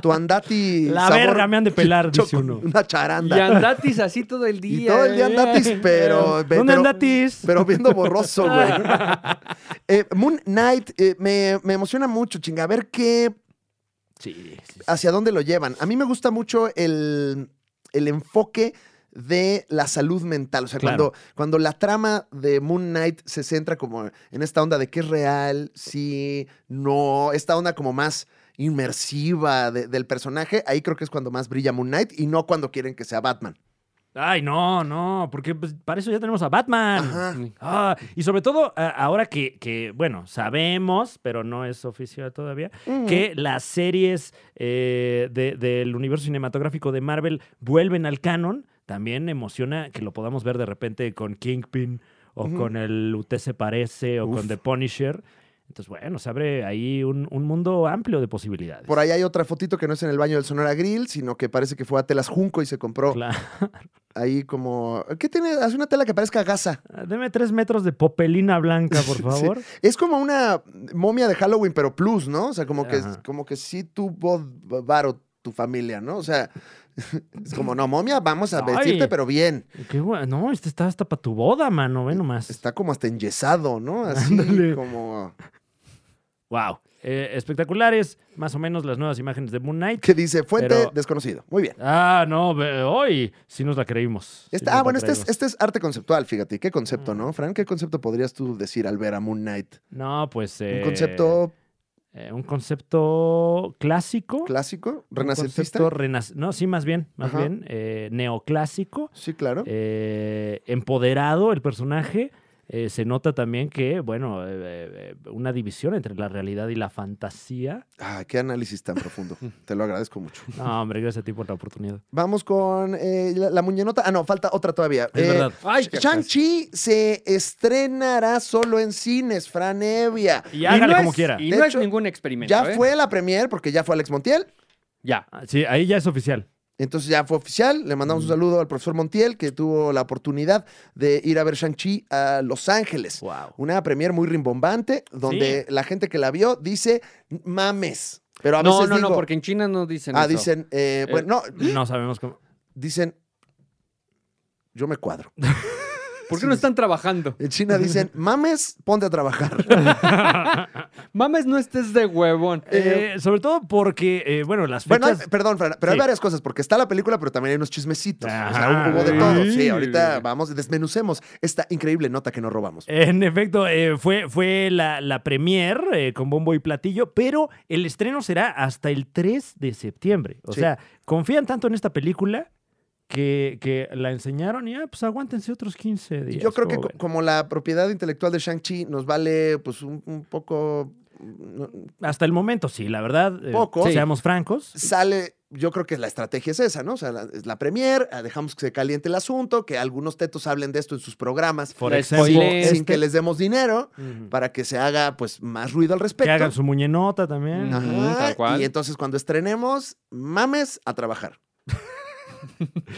D: Tu andati.
A: La
D: sabor
A: verga me han de pelar, dice
D: choco-
A: uno.
D: Una
C: Y
D: charanda.
C: andatis así todo el día.
D: Y todo el día
C: eh.
D: andatis, pero. ve-
A: ¿Dónde
D: pero-
A: andatis?
D: Pero viendo borroso, güey. Eh, Moon Knight eh, me, me emociona mucho, chinga. A ver qué.
A: Sí, sí, sí.
D: hacia dónde lo llevan. A mí me gusta mucho el, el enfoque de la salud mental. O sea,
A: Claro.
D: cuando, cuando la trama de Moon Knight se centra como en esta onda de qué es real, sí, no, esta onda como más inmersiva de- del personaje, ahí creo que es cuando más brilla Moon Knight y no cuando quieren que sea Batman.
A: Ay, no, no, porque pues, para eso ya tenemos a Batman.
D: Ajá.
A: Ah, y sobre todo a- ahora que, que, bueno, sabemos, pero no es oficial todavía, que las series eh, de- del universo cinematográfico de Marvel vuelven al canon. También emociona que lo podamos ver de repente con Kingpin o
D: Ujú.
A: con el UT se parece o
D: Uf.
A: con The Punisher. Entonces, bueno, se abre ahí un, un mundo amplio de posibilidades.
D: Por ahí hay otra fotito que no es en el baño del Sonora Grill, sino que parece que fue a Telas Junco y se compró
A: Claro.
D: ahí como... ¿Qué tiene? Hace una tela que parezca gasa.
A: Deme tres metros de popelina blanca, por
D: Sí.
A: favor.
D: Es como una momia de Halloween, pero plus, ¿no? O sea, como que,
A: Ajá.
D: como que sí tuvo varo tu familia, ¿no? O sea, es como, no, momia, vamos a
A: Ay.
D: vestirte, pero bien.
A: Qué bueno. No, este está hasta para tu boda, mano. Ve nomás.
D: Está como hasta enyesado, ¿no? Así
A: Ándale.
D: como...
A: Wow. Eh, espectaculares, más o menos las nuevas imágenes de Moon Knight.
D: Que dice, fuente
A: Pero-
D: desconocido. Muy bien.
A: Ah, no, ve- hoy sí nos la creímos. Sí
D: Esta-
A: nos la
D: ah, bueno, este es,
A: creímos.
D: este es arte conceptual, fíjate. ¿Qué concepto, no? Fran, ¿qué concepto podrías tú decir al ver a Moon Knight?
A: No, pues.
D: ¿Un
A: eh,
D: concepto
A: eh, un concepto clásico.
D: clásico?
A: Un
D: ¿Renacentista?
A: concepto renac- no, sí, más bien, más
D: Ajá.
A: bien. eh, neoclásico.
D: Sí, claro.
A: eh, empoderado el personaje. Eh, se nota también que, bueno, eh, eh, una división entre la realidad y la fantasía.
D: Ah, qué análisis tan profundo. Te lo agradezco mucho.
A: No, hombre, gracias a ti por la oportunidad.
D: Vamos con eh, la, la muñenota. Ah, no, falta otra todavía.
A: Es
D: Eh,
A: verdad.
C: Ay, qué
D: Shang-Chi se estrenará solo en cines, Fran Evia.
A: Y hágale
C: no
A: como
C: es-
A: quiera.
C: Y
D: De
C: no
D: hecho,
C: es ningún experimento.
D: Ya
C: ¿eh?
D: fue la premier porque ya fue Alex Montiel.
C: Ya.
A: Ah, Sí, ahí ya es oficial.
D: Entonces ya fue oficial. Le mandamos un saludo al profesor Montiel que tuvo la oportunidad de ir a ver Shang-Chi a Los Ángeles.
A: Wow.
D: Una premier muy rimbombante donde la gente que la vio dice mames. Pero a
C: No,
D: veces
C: no,
D: digo,
C: no, porque en China no dicen
D: ah,
C: eso.
D: dicen, eh,
C: Eh,
D: bueno, no,
A: No sabemos cómo.
D: dicen, yo me cuadro.
C: ¿Por qué no están trabajando?
B: En China dicen, mames, ponte a trabajar.
C: Mames, no estés de huevón.
A: Eh, sobre todo porque, eh, bueno, las
B: Bueno, hay-
A: fechas...
B: perdón, Fran, pero hay
A: Sí.
B: varias cosas, porque está la película, pero también hay unos chismecitos. O sea,
A: Ajá,
B: hubo de todo. Sí,
C: sí.
B: ahorita vamos, desmenucemos esta increíble nota que nos robamos.
A: En efecto, eh, fue, fue la, la premier eh, con bombo y platillo, pero el estreno será hasta el 3 de septiembre. O
B: Sí.
A: sea, confían tanto en esta película que, que la enseñaron y, ah, pues aguántense otros 15 días.
B: Yo creo que
A: ¿cómo
B: co-
A: ven?
B: como la propiedad intelectual de Shang-Chi nos vale, pues, un, un poco... mm, no-
A: Hasta el momento, sí, la verdad. eh,
B: Poco.
A: sí, Seamos francos.
B: sale, yo creo que la estrategia es esa, ¿no? O sea, la, es la premier, ah, dejamos que se caliente el asunto, que algunos tetos hablen de esto en sus programas
A: Por
C: La
A: ejemplo,
C: spoilé.
B: sin
C: Este-
B: que les demos dinero
A: Ujú.
B: para que se haga, pues, más ruido al respecto.
A: que hagan su muñenota también.
B: Ajá,
C: Ujú, tal cual.
B: Y entonces cuando estrenemos, mames a trabajar.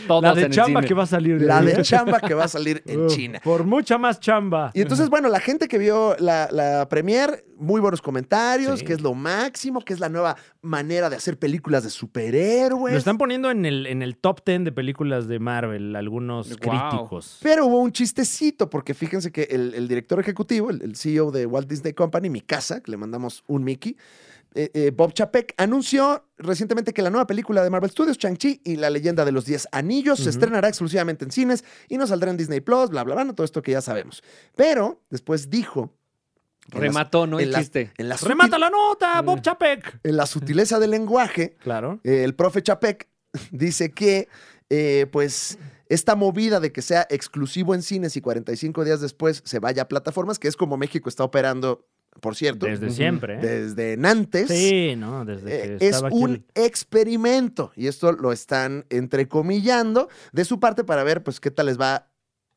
C: Todos
A: La
C: en
A: de
C: el
A: chamba
C: cine.
A: que va a salir. de
B: La
A: ahí.
B: de chamba que va a salir en
A: Uf,
B: China.
A: Por mucha más chamba.
B: Y entonces, bueno, la gente que vio la, la premier, muy buenos comentarios,
A: Sí.
B: que es lo máximo, que es la nueva manera de hacer películas de superhéroes.
A: Lo están poniendo en el, en el top 10 de películas de Marvel, algunos
C: Guau.
A: críticos.
B: Pero hubo un chistecito, porque fíjense que el, el director ejecutivo, el, el CEO de Walt Disney Company, mi casa, que le mandamos un Mickey, eh, eh, Bob Chapek, anunció recientemente que la nueva película de Marvel Studios, Shang-Chi y la leyenda de los 10 anillos, se
A: Ujú.
B: estrenará exclusivamente en cines y no saldrá en Disney Plus, bla, bla, bla, no, todo esto que ya sabemos. Pero después dijo. en las-
C: Remató, ¿no?
B: en
C: El
B: las-
C: chiste.
B: En la, sutil-
A: ¡Remata la nota, Bob
C: Mm.
A: Chapek!
B: en la sutileza del lenguaje,
A: Claro.
B: eh, el profe Chapek dice que, eh, pues, esta movida de que sea exclusivo en cines y 45 días después se vaya a plataformas, que es como México está operando, por cierto, desde,
A: Desde
C: Ujú.
A: siempre. ¿eh?
B: Nantes.
A: Sí, no, desde que
B: eh, es
A: estaba aquí.
B: un
A: el-
B: experimento y esto lo están entrecomillando de su parte para ver pues qué tal les va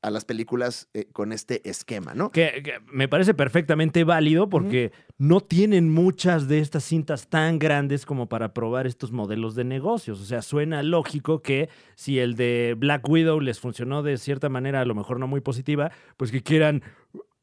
B: a las películas eh, con este esquema, ¿no?
A: Que, que me parece perfectamente válido porque no tienen muchas de estas cintas tan grandes como para probar estos modelos de negocios. O sea, suena lógico que si el de Black Widow les funcionó de cierta manera, a lo mejor no muy positiva, pues que quieran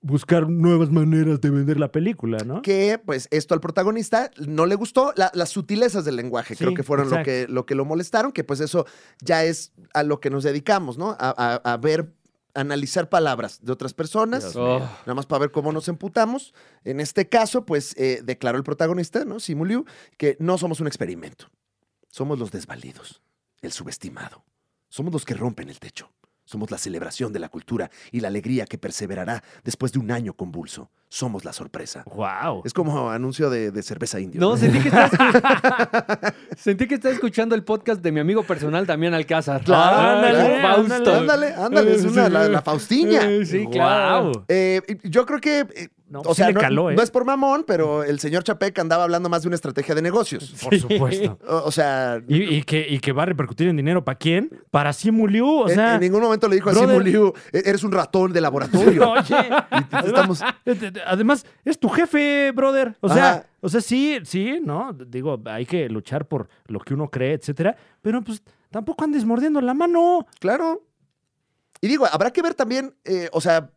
A: buscar nuevas maneras de vender la película, ¿no?
B: que pues esto al protagonista no le gustó, la- las sutilezas del lenguaje creo
A: Sí,
B: que fueron lo
A: exacto.
B: que, lo que lo molestaron, que pues eso ya es a lo que nos dedicamos, ¿no? A, a- a ver, analizar palabras de otras personas.
A: Dios
C: Oh.
A: mío.
B: Nada más para ver cómo nos emputamos. En este caso, pues eh, declaró el protagonista, ¿no? Simu Liu, que no somos un experimento. Somos los desvalidos, el subestimado. Somos los que rompen el techo. Somos la celebración de la cultura y la alegría que perseverará después de un año convulso. Somos la sorpresa.
A: ¡Wow!
B: Es como anuncio de, de cerveza indio.
C: No, sentí que, estaba escu- sentí que estaba escuchando el podcast de mi amigo personal, Damián Alcázar. Ah,
B: Claro,
A: ándale,
C: Fausto.
B: Ándale, ándale, es una, la, la Faustiña.
A: Ah, Eh, Sí,
C: Guau.
A: claro.
B: Eh, yo creo que, eh,
A: No,
B: o
A: sí
B: sea,
A: le
B: no,
A: caló, ¿eh?
B: no es por mamón, pero el señor Chapek andaba hablando más de una estrategia de negocios.
A: Por supuesto.
B: O, o sea,
A: Y, y que, y que va a repercutir en dinero para quién? Para Simu Liu, o
B: en-
A: sea.
B: en ningún momento le dijo a
A: brother.
B: Simu Liu, "E- eres un ratón de laboratorio.
A: Oye, además,
B: pues estamos-
A: eh, te- te- además, es tu jefe, brother. O
B: Ajá.
A: sea, o sea, sí, sí, ¿no? Digo, hay que luchar por lo que uno cree, etcétera. Pero pues tampoco andes mordiendo la mano.
B: claro. Y digo, habrá que ver también, eh, o sea,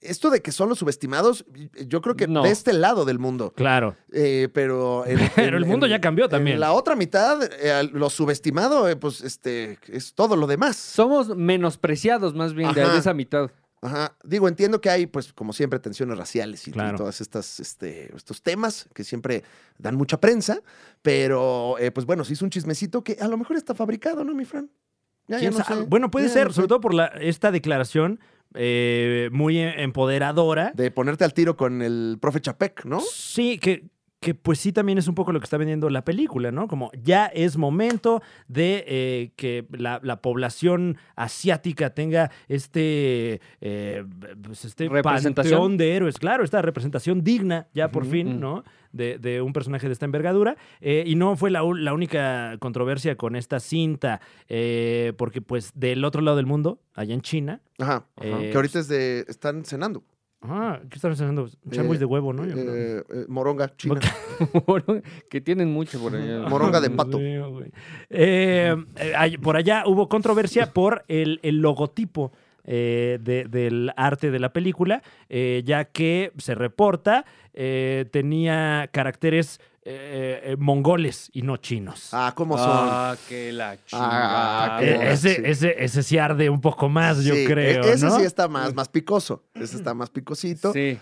B: esto de que son los subestimados, yo creo que
C: No.
B: de este lado del mundo.
A: Claro.
B: Eh, pero, en-
A: Pero
B: en-
A: el mundo
B: en-
A: ya cambió
B: en
A: también.
B: la otra mitad, eh, al- lo subestimado, eh, pues este, es todo lo demás.
C: Somos menospreciados más bien de
B: Ajá.
C: esa mitad.
B: Ajá. Digo, entiendo que hay, pues, como siempre, tensiones raciales y, y
A: Claro.
B: todas estas, este, estos temas que siempre dan mucha prensa, pero eh, pues bueno, se hizo un chismecito que a lo mejor está fabricado, ¿no, mi Fran? Ya, ya
A: ¿Quién
B: no
A: sabe?
B: sé.
A: Bueno, puede
B: Ya
A: ser,
B: no sé.
A: sobre todo por la, esta declaración eh, muy em- empoderadora.
B: De ponerte al tiro con el profe Chapek, ¿no?
A: Sí, que, que pues sí también es un poco lo que está vendiendo la película, ¿no? Como ya es momento de eh, que la, la población asiática tenga este, eh, pues, este
C: Representación.
A: panteón de héroes, claro, esta representación digna ya por
C: Ujú,
A: fin,
C: ujú.
A: ¿no? De, de un personaje de esta envergadura. Eh, y no fue la, u- la única controversia con esta cinta, eh, porque pues del otro lado del mundo, allá en China,
B: Ajá.
A: Eh,
B: que ahorita es de, están cenando.
A: ah, ¿qué están haciendo? Sándwich
B: Eh,
A: de huevo, ¿no? Yo creo.
B: Eh, eh, moronga, China.
C: que tienen mucho por allá.
B: Moronga de
A: Dios
B: pato.
A: mío, güey. Eh, eh, ay- por allá hubo controversia por el, el logotipo. eh, de- del arte de la película, eh, ya que se reporta eh, tenía caracteres eh, eh, mongoles y no chinos.
D: Ah, ¿cómo son?
C: Ah, que la chingada.
D: Ah,
A: Eh,
D: qué-
A: ese,
D: sí.
A: ese, ese sí arde un poco más, yo
D: Sí, e-
A: creo.
D: Ese
A: ¿no? Mm.
D: sí está más, más picoso. Ese está más picosito.
C: Sí.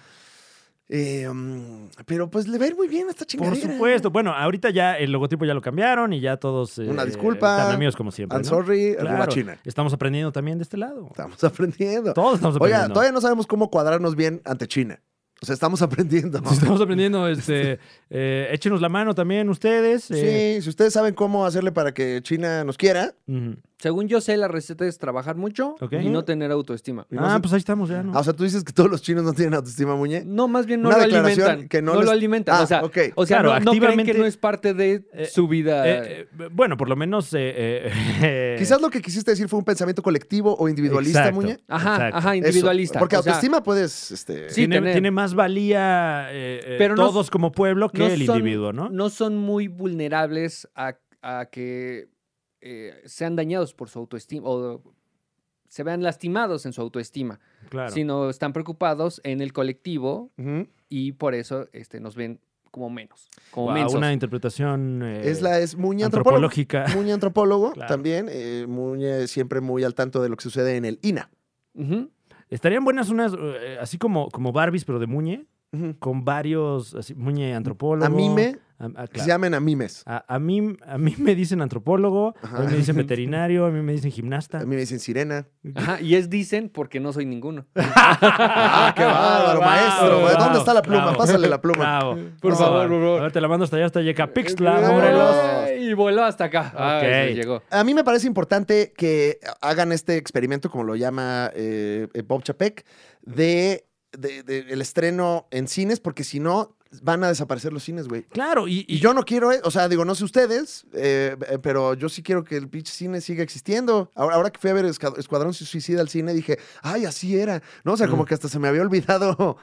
D: Eh, mm, pero pues le va a ir muy bien a esta
A: Por
D: chingadera.
A: supuesto. Bueno, ahorita ya el logotipo ya lo cambiaron y ya todos. eh,
D: Una disculpa.
A: Tan amigos como siempre.
D: I'm
A: ¿no?
D: sorry,
A: Claro.
D: arriba China.
A: Estamos aprendiendo también de este lado.
D: Estamos aprendiendo.
A: Todos estamos
D: Oiga,
A: aprendiendo.
D: todavía no sabemos cómo cuadrarnos bien ante China. O sea, estamos aprendiendo.
A: Sí, estamos aprendiendo. Este, eh, échenos la mano también ustedes. eh,
D: Sí, si ustedes saben cómo hacerle para que China nos quiera.
A: ujú.
C: Según yo sé, la receta es trabajar mucho
A: Ok.
C: y no tener autoestima.
D: Y no
A: Ah,
D: sé-
A: pues ahí estamos ya, ¿no?
D: Ah, o sea, tú dices que todos los chinos no tienen autoestima, Muñe.
C: No, más bien no
D: Una
C: lo
D: declaración
C: alimentan.
D: que no
C: no
D: les-
C: lo alimentan.
D: Ah,
C: o sea,
D: ok.
C: o sea
A: Claro,
C: no, no creen
A: activamente-
C: que no es parte de
A: Eh,
C: su vida.
A: Eh, eh, bueno, por lo menos. eh, eh, eh,
D: Quizás lo que quisiste decir fue un pensamiento colectivo o individualista,
A: Exacto.
D: Muñe.
C: ajá,
A: exacto.
C: ajá,
D: Eso,
C: individualista.
D: porque
C: o sea,
D: autoestima puedes, este,
C: Sí,
A: eh, tiene,
C: tener.
A: tiene más valía eh, eh,
C: Pero no-
A: todos como pueblo que
C: no
A: el
C: son-
A: individuo, ¿no?
C: No son muy vulnerables a, a que eh, sean dañados por su autoestima o se vean lastimados en su autoestima,
A: Claro.
C: sino están preocupados en el colectivo
D: ujú.
C: y por eso este, nos ven como menos, como
A: Wow,
C: mensos.
A: una interpretación eh,
D: es la es Muñe antropólogo.
A: antropológica.
D: Muñe antropólogo
A: Claro.
D: también. eh, Muñe siempre muy al tanto de lo que sucede en el INA.
C: Ujú.
A: Estarían buenas unas, eh, así como, como Barbies, pero de Muñe,
D: Ujú.
A: con varios, así, Muñe antropólogo.
D: A mí me,
A: A, a-
D: que se
A: claro.
D: llamen a mimes.
A: A- a mí, a mí me dicen antropólogo,
D: Ajá.
A: a mí me dicen veterinario, a mí me dicen gimnasta.
D: A mí me dicen sirena.
C: Ajá, y es dicen porque no soy ninguno.
D: ¡Ah, qué bárbaro,
A: Wow,
D: maestro!
A: wow,
D: ¿Dónde está la pluma?
A: bravo.
D: Pásale la pluma.
A: Bravo.
C: Por
A: No,
C: favor, por favor.
A: A ver, te la mando hasta allá, hasta Yecapixtla,
D: Eh,
A: Morelos.
D: Morelos.
C: Y voló hasta acá. Ah,
A: Ok.
C: sí, llegó.
D: A mí me parece importante que hagan este experimento, como lo llama eh, Bob Chapek, de, de- de el estreno en cines, porque si no, van a desaparecer los cines, güey.
A: Claro, y,
D: Y yo no quiero, eh, o sea, digo, no sé ustedes, eh, eh, pero yo sí quiero que el pinche cine siga existiendo. Ahora, ahora que fui a ver Esca- Escuadrón Suicida al cine, dije, ay, así era. No, o sea, como
A: Mm.
D: que hasta se me había olvidado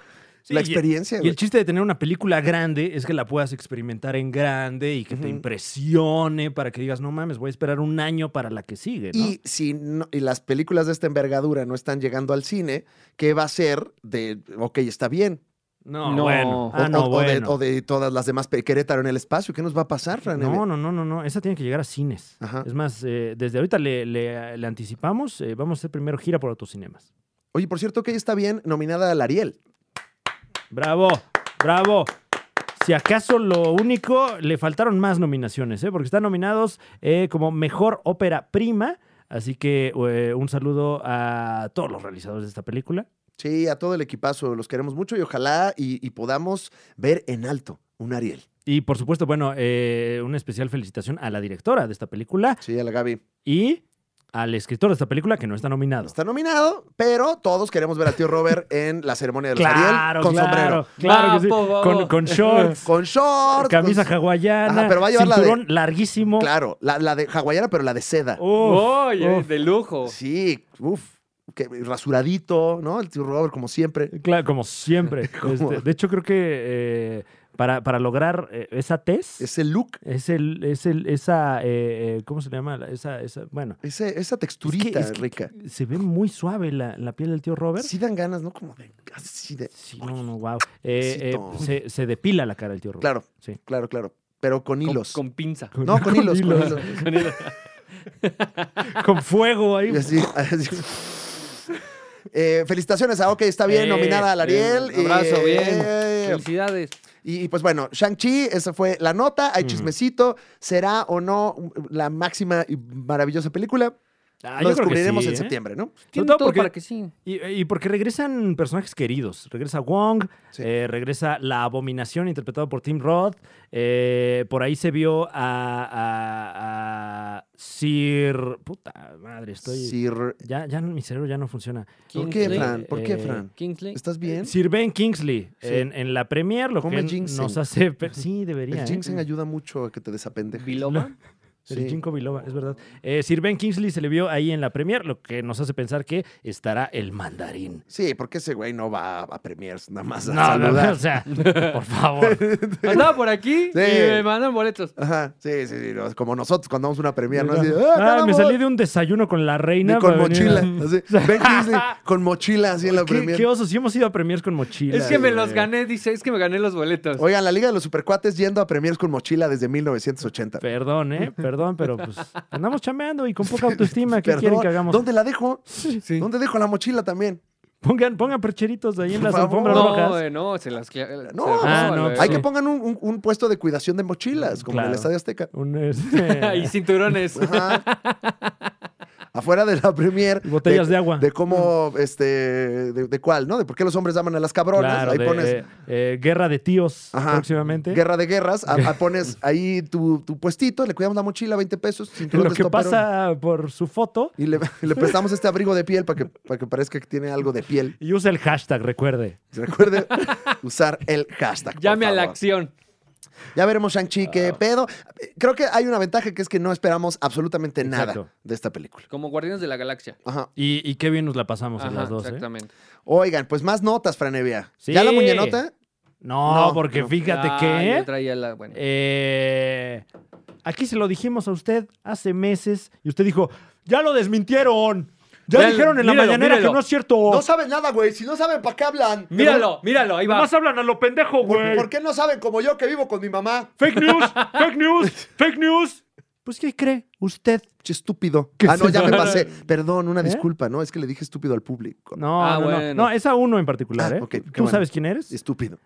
A: Sí,
D: la
A: y-
D: experiencia,
A: Y
D: güey.
A: el chiste de tener una película grande es que la puedas experimentar en grande y que te
D: Ujú.
A: impresione para que digas, no mames, voy a esperar un año para la que sigue, ¿no?
D: Y si no- y las películas de esta envergadura no están llegando al cine, ¿qué va a ser de, ok, está bien?
A: No,
C: No.
A: bueno. Ah,
D: O-
A: no,
D: o, o de-
A: bueno.
D: o de, todas las demás, pe- Querétaro en el espacio, ¿qué nos va a pasar, Fran?
A: No, no, no, no, no. Esa tiene que llegar a cines.
D: Ajá.
A: Es más, eh, desde ahorita le, le- le anticipamos. eh, vamos a hacer primero gira por autocinemas.
D: Oye, por cierto, que ella está bien nominada al Ariel.
A: ¡Bravo! ¡Bravo! Si acaso lo único, le faltaron más nominaciones, ¿eh? porque están nominados eh, como Mejor Ópera Prima. Así que eh, un saludo a todos los realizadores de esta película.
D: Sí, a todo el equipazo, los queremos mucho y ojalá y, y podamos ver en alto un Ariel.
A: Y por supuesto, bueno, eh, una especial felicitación a la directora de esta película
D: Sí, a la Gaby.
A: y al escritor de esta película que no está nominado.
D: Está nominado, pero todos queremos ver al tío Robert en la ceremonia de los Ariel con sombrero.
A: Claro que sí.
C: Guapo, guapo.
A: Con, con shorts,
D: Con short.
A: camisa
D: con-
A: hawaiana,
D: Ajá, pero va a llevar la de-
A: cinturón larguísimo.
D: Claro, la, la de hawaiana, pero la de seda.
A: Uf,
C: Oye,
A: uf.
C: eh, de lujo.
D: Sí, uff. Rasuradito, ¿no? El tío Robert, como siempre.
A: Claro, como siempre.
D: Como-
A: Este, de hecho, creo que eh, para, para lograr eh, esa tez, es,
D: Ese look,
A: el, es el, esa, eh, eh, ¿cómo se le llama? La- Esa, esa, bueno,
D: ese- esa texturita
A: es que-
D: rica.
A: se ve muy suave la, la piel del tío Robert.
D: Sí dan ganas, ¿no? Como de así de.
A: Sí, no, no, wow. Eh, eh,
D: Pobrecito.
A: se, se depila la cara del tío Robert.
D: Claro,
A: Sí.
D: claro, claro. Pero con
C: Con,
D: hilos.
C: con pinza.
D: No, con, hilos, con hilos.
C: Con hilo.
A: Con fuego ahí.
D: Y así, así. Eh, felicitaciones a OK, está bien,
A: Eh,
D: nominada a Ariel.
C: Un abrazo,
D: Eh,
C: bien. Felicidades.
D: Y, y, pues bueno, Shang-Chi, esa fue la nota, hay
A: Ujú.
D: chismecito, ¿será o no la máxima y maravillosa película?
A: Ah,
D: Lo
A: yo creo que
D: descubriremos
A: sí,
D: en
A: ¿eh?
D: septiembre, ¿no?
C: Tiene
A: todo
C: todo,
A: porque-
C: para que sí.
A: Y, eh, y porque regresan personajes queridos. Regresa Wong,
D: Sí.
A: eh, regresa La Abominación, interpretado por Tim Roth. eh, por ahí se vio a, a- a Sir. Puta madre, estoy.
D: Sir-
A: Ya, ya no- mi cerebro ya no funciona.
D: ¿Por qué,
C: Kingsley.
D: Fran? ¿Por qué,
A: Eh,
D: Fran?
C: Kingsley.
D: ¿Estás bien?
A: Sir Ben Kingsley
D: Sí.
A: en, en la premier, lo
D: Come
A: que
D: ginseng.
A: nos hace. pe- Sí, debería.
D: El
A: ¿eh?
D: ginseng ayuda mucho a que te desapendejes.
C: Biloba.
A: Del
B: Sí.
A: Ginkgo biloba, es verdad. Eh, Sir Ben Kingsley se le vio ahí en la premier, lo que nos hace pensar que estará el mandarín.
B: Sí, porque ese güey no va a premiers nada más a
A: No, no,
B: saludar.
A: no, o sea, por favor.
C: Andaba Ah, por aquí
B: Sí.
C: y me mandan boletos.
B: Ajá, sí, sí, sí, no, como nosotros cuando vamos a una premier, ¿no? Así,
A: Ay,
B: ¡ah,
A: me
B: caramba!
A: salí de un desayuno con la reina.
B: Ni con
A: para venir
B: mochila.
A: a-
B: así. Ben Kingsley con mochila así en la
A: ¿Qué,
B: premier.
A: qué osos, sí hemos ido a premiers con mochila.
C: Es que me
A: güey.
C: los gané, dice, es que me gané los boletos.
B: Oigan, la Liga de los Supercuates yendo a premiers con mochila desde 1980.
A: Perdón, ¿eh? Perdón, pero pues andamos chameando y con poca autoestima. ¿Qué
B: Perdón,
A: quieren que hagamos?
B: ¿Dónde la dejo?
C: Sí.
B: ¿Dónde dejo la mochila también?
A: Pongan, pongan percheritos ahí en
B: Por
A: las
B: favor.
A: alfombras
C: No,
A: rojas.
C: eh, no, se las cla-
B: No,
C: se las
A: Ah,
C: roban,
A: no,
C: güey.
B: Hay
A: sí.
B: que pongan un, un- un puesto de cuidación de mochilas, como en
A: Claro.
B: el Estadio Azteca.
A: Un, este,
C: y cinturones.
B: Ajá. Afuera de la premier.
A: y botellas de, agua.
B: De cómo, este, de, de cuál, ¿no? De por qué los hombres aman a las cabronas.
A: Claro,
B: ahí
A: de,
B: pones
A: eh, eh, guerra de tíos
B: Ajá.
A: próximamente.
B: guerra de guerras, a- a- pones ahí tu, tu puestito, le cuidamos la mochila, 20 pesos, cinturón
A: Lo
B: de
A: que
B: estoperón.
A: pasa por su foto
B: Y le, le prestamos este abrigo de piel para que, para que parezca que tiene algo de piel.
A: y usa el hashtag, recuerde.
B: Recuerde usar el hashtag. por
C: Llame a la
B: favor.
C: acción.
B: Ya veremos Shang-Chi
A: Ah.
B: qué pedo. Creo que hay una ventaja que es que no esperamos absolutamente
A: Exacto.
B: nada de esta película.
C: Como Guardianes de la Galaxia.
B: Ajá.
A: Y, y qué bien nos la pasamos en
C: Ajá,
A: las dos. ¿eh?
C: exactamente.
B: Oigan, pues más notas, Franevia.
A: Sí.
B: ¿Ya la muñenota?
A: No,
B: No,
A: porque
B: no.
A: fíjate
C: Ah, yo
A: que
C: traía la- bueno.
A: eh, aquí se lo dijimos a usted hace meses y usted dijo, ya lo desmintieron. Ya
C: Ya,
A: dijeron en la
C: mírelo,
A: mañanera
C: mírelo.
A: que no es cierto.
B: No saben nada, güey. Si no saben, ¿para qué hablan?
C: Míralo, míralo, ahí va.
A: Nomás hablan a lo pendejo,
B: ¿Por,
A: güey.
B: por qué no saben como yo que vivo con mi mamá?
A: Fake news, fake news, fake news. Pues, ¿qué cree usted?
B: Che, estúpido. Ah, no, ya me pasé. Perdón, una
A: ¿Eh?
B: disculpa, ¿no? Es que le dije estúpido al público.
A: No,
C: Ah,
A: no,
C: bueno.
A: no. No, es a uno en particular,
B: Ah,
A: ¿eh?
B: ok, qué
A: ¿Tú
B: bueno.
A: sabes quién eres?
B: Estúpido.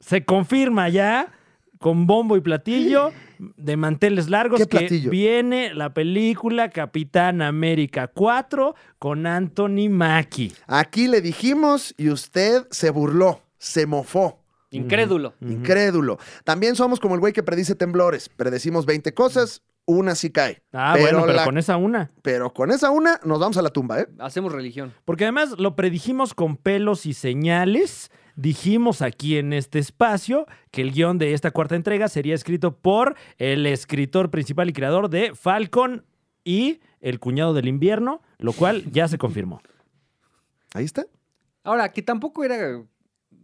A: se confirma ya con bombo y platillo de manteles largos
B: ¿Qué
A: que
B: platillo?
A: viene la película Capitán América 4 con Anthony Mackie.
B: Aquí le dijimos y usted se burló, se mofó.
A: Mm.
C: Incrédulo.
B: Incrédulo. También somos como el güey que predice temblores. Predecimos 20 cosas, una sí cae.
A: Ah,
B: Pero
A: bueno, pero
B: la-
A: con esa una.
B: Pero con esa una nos vamos a la tumba, ¿eh?
C: Hacemos religión.
A: Porque además lo predijimos con pelos y señales. Dijimos aquí en este espacio que el guión de esta cuarta entrega sería escrito por el escritor principal y creador de Falcon y El cuñado del invierno, lo cual ya se confirmó.
B: Ahí está.
C: Ahora, que tampoco era.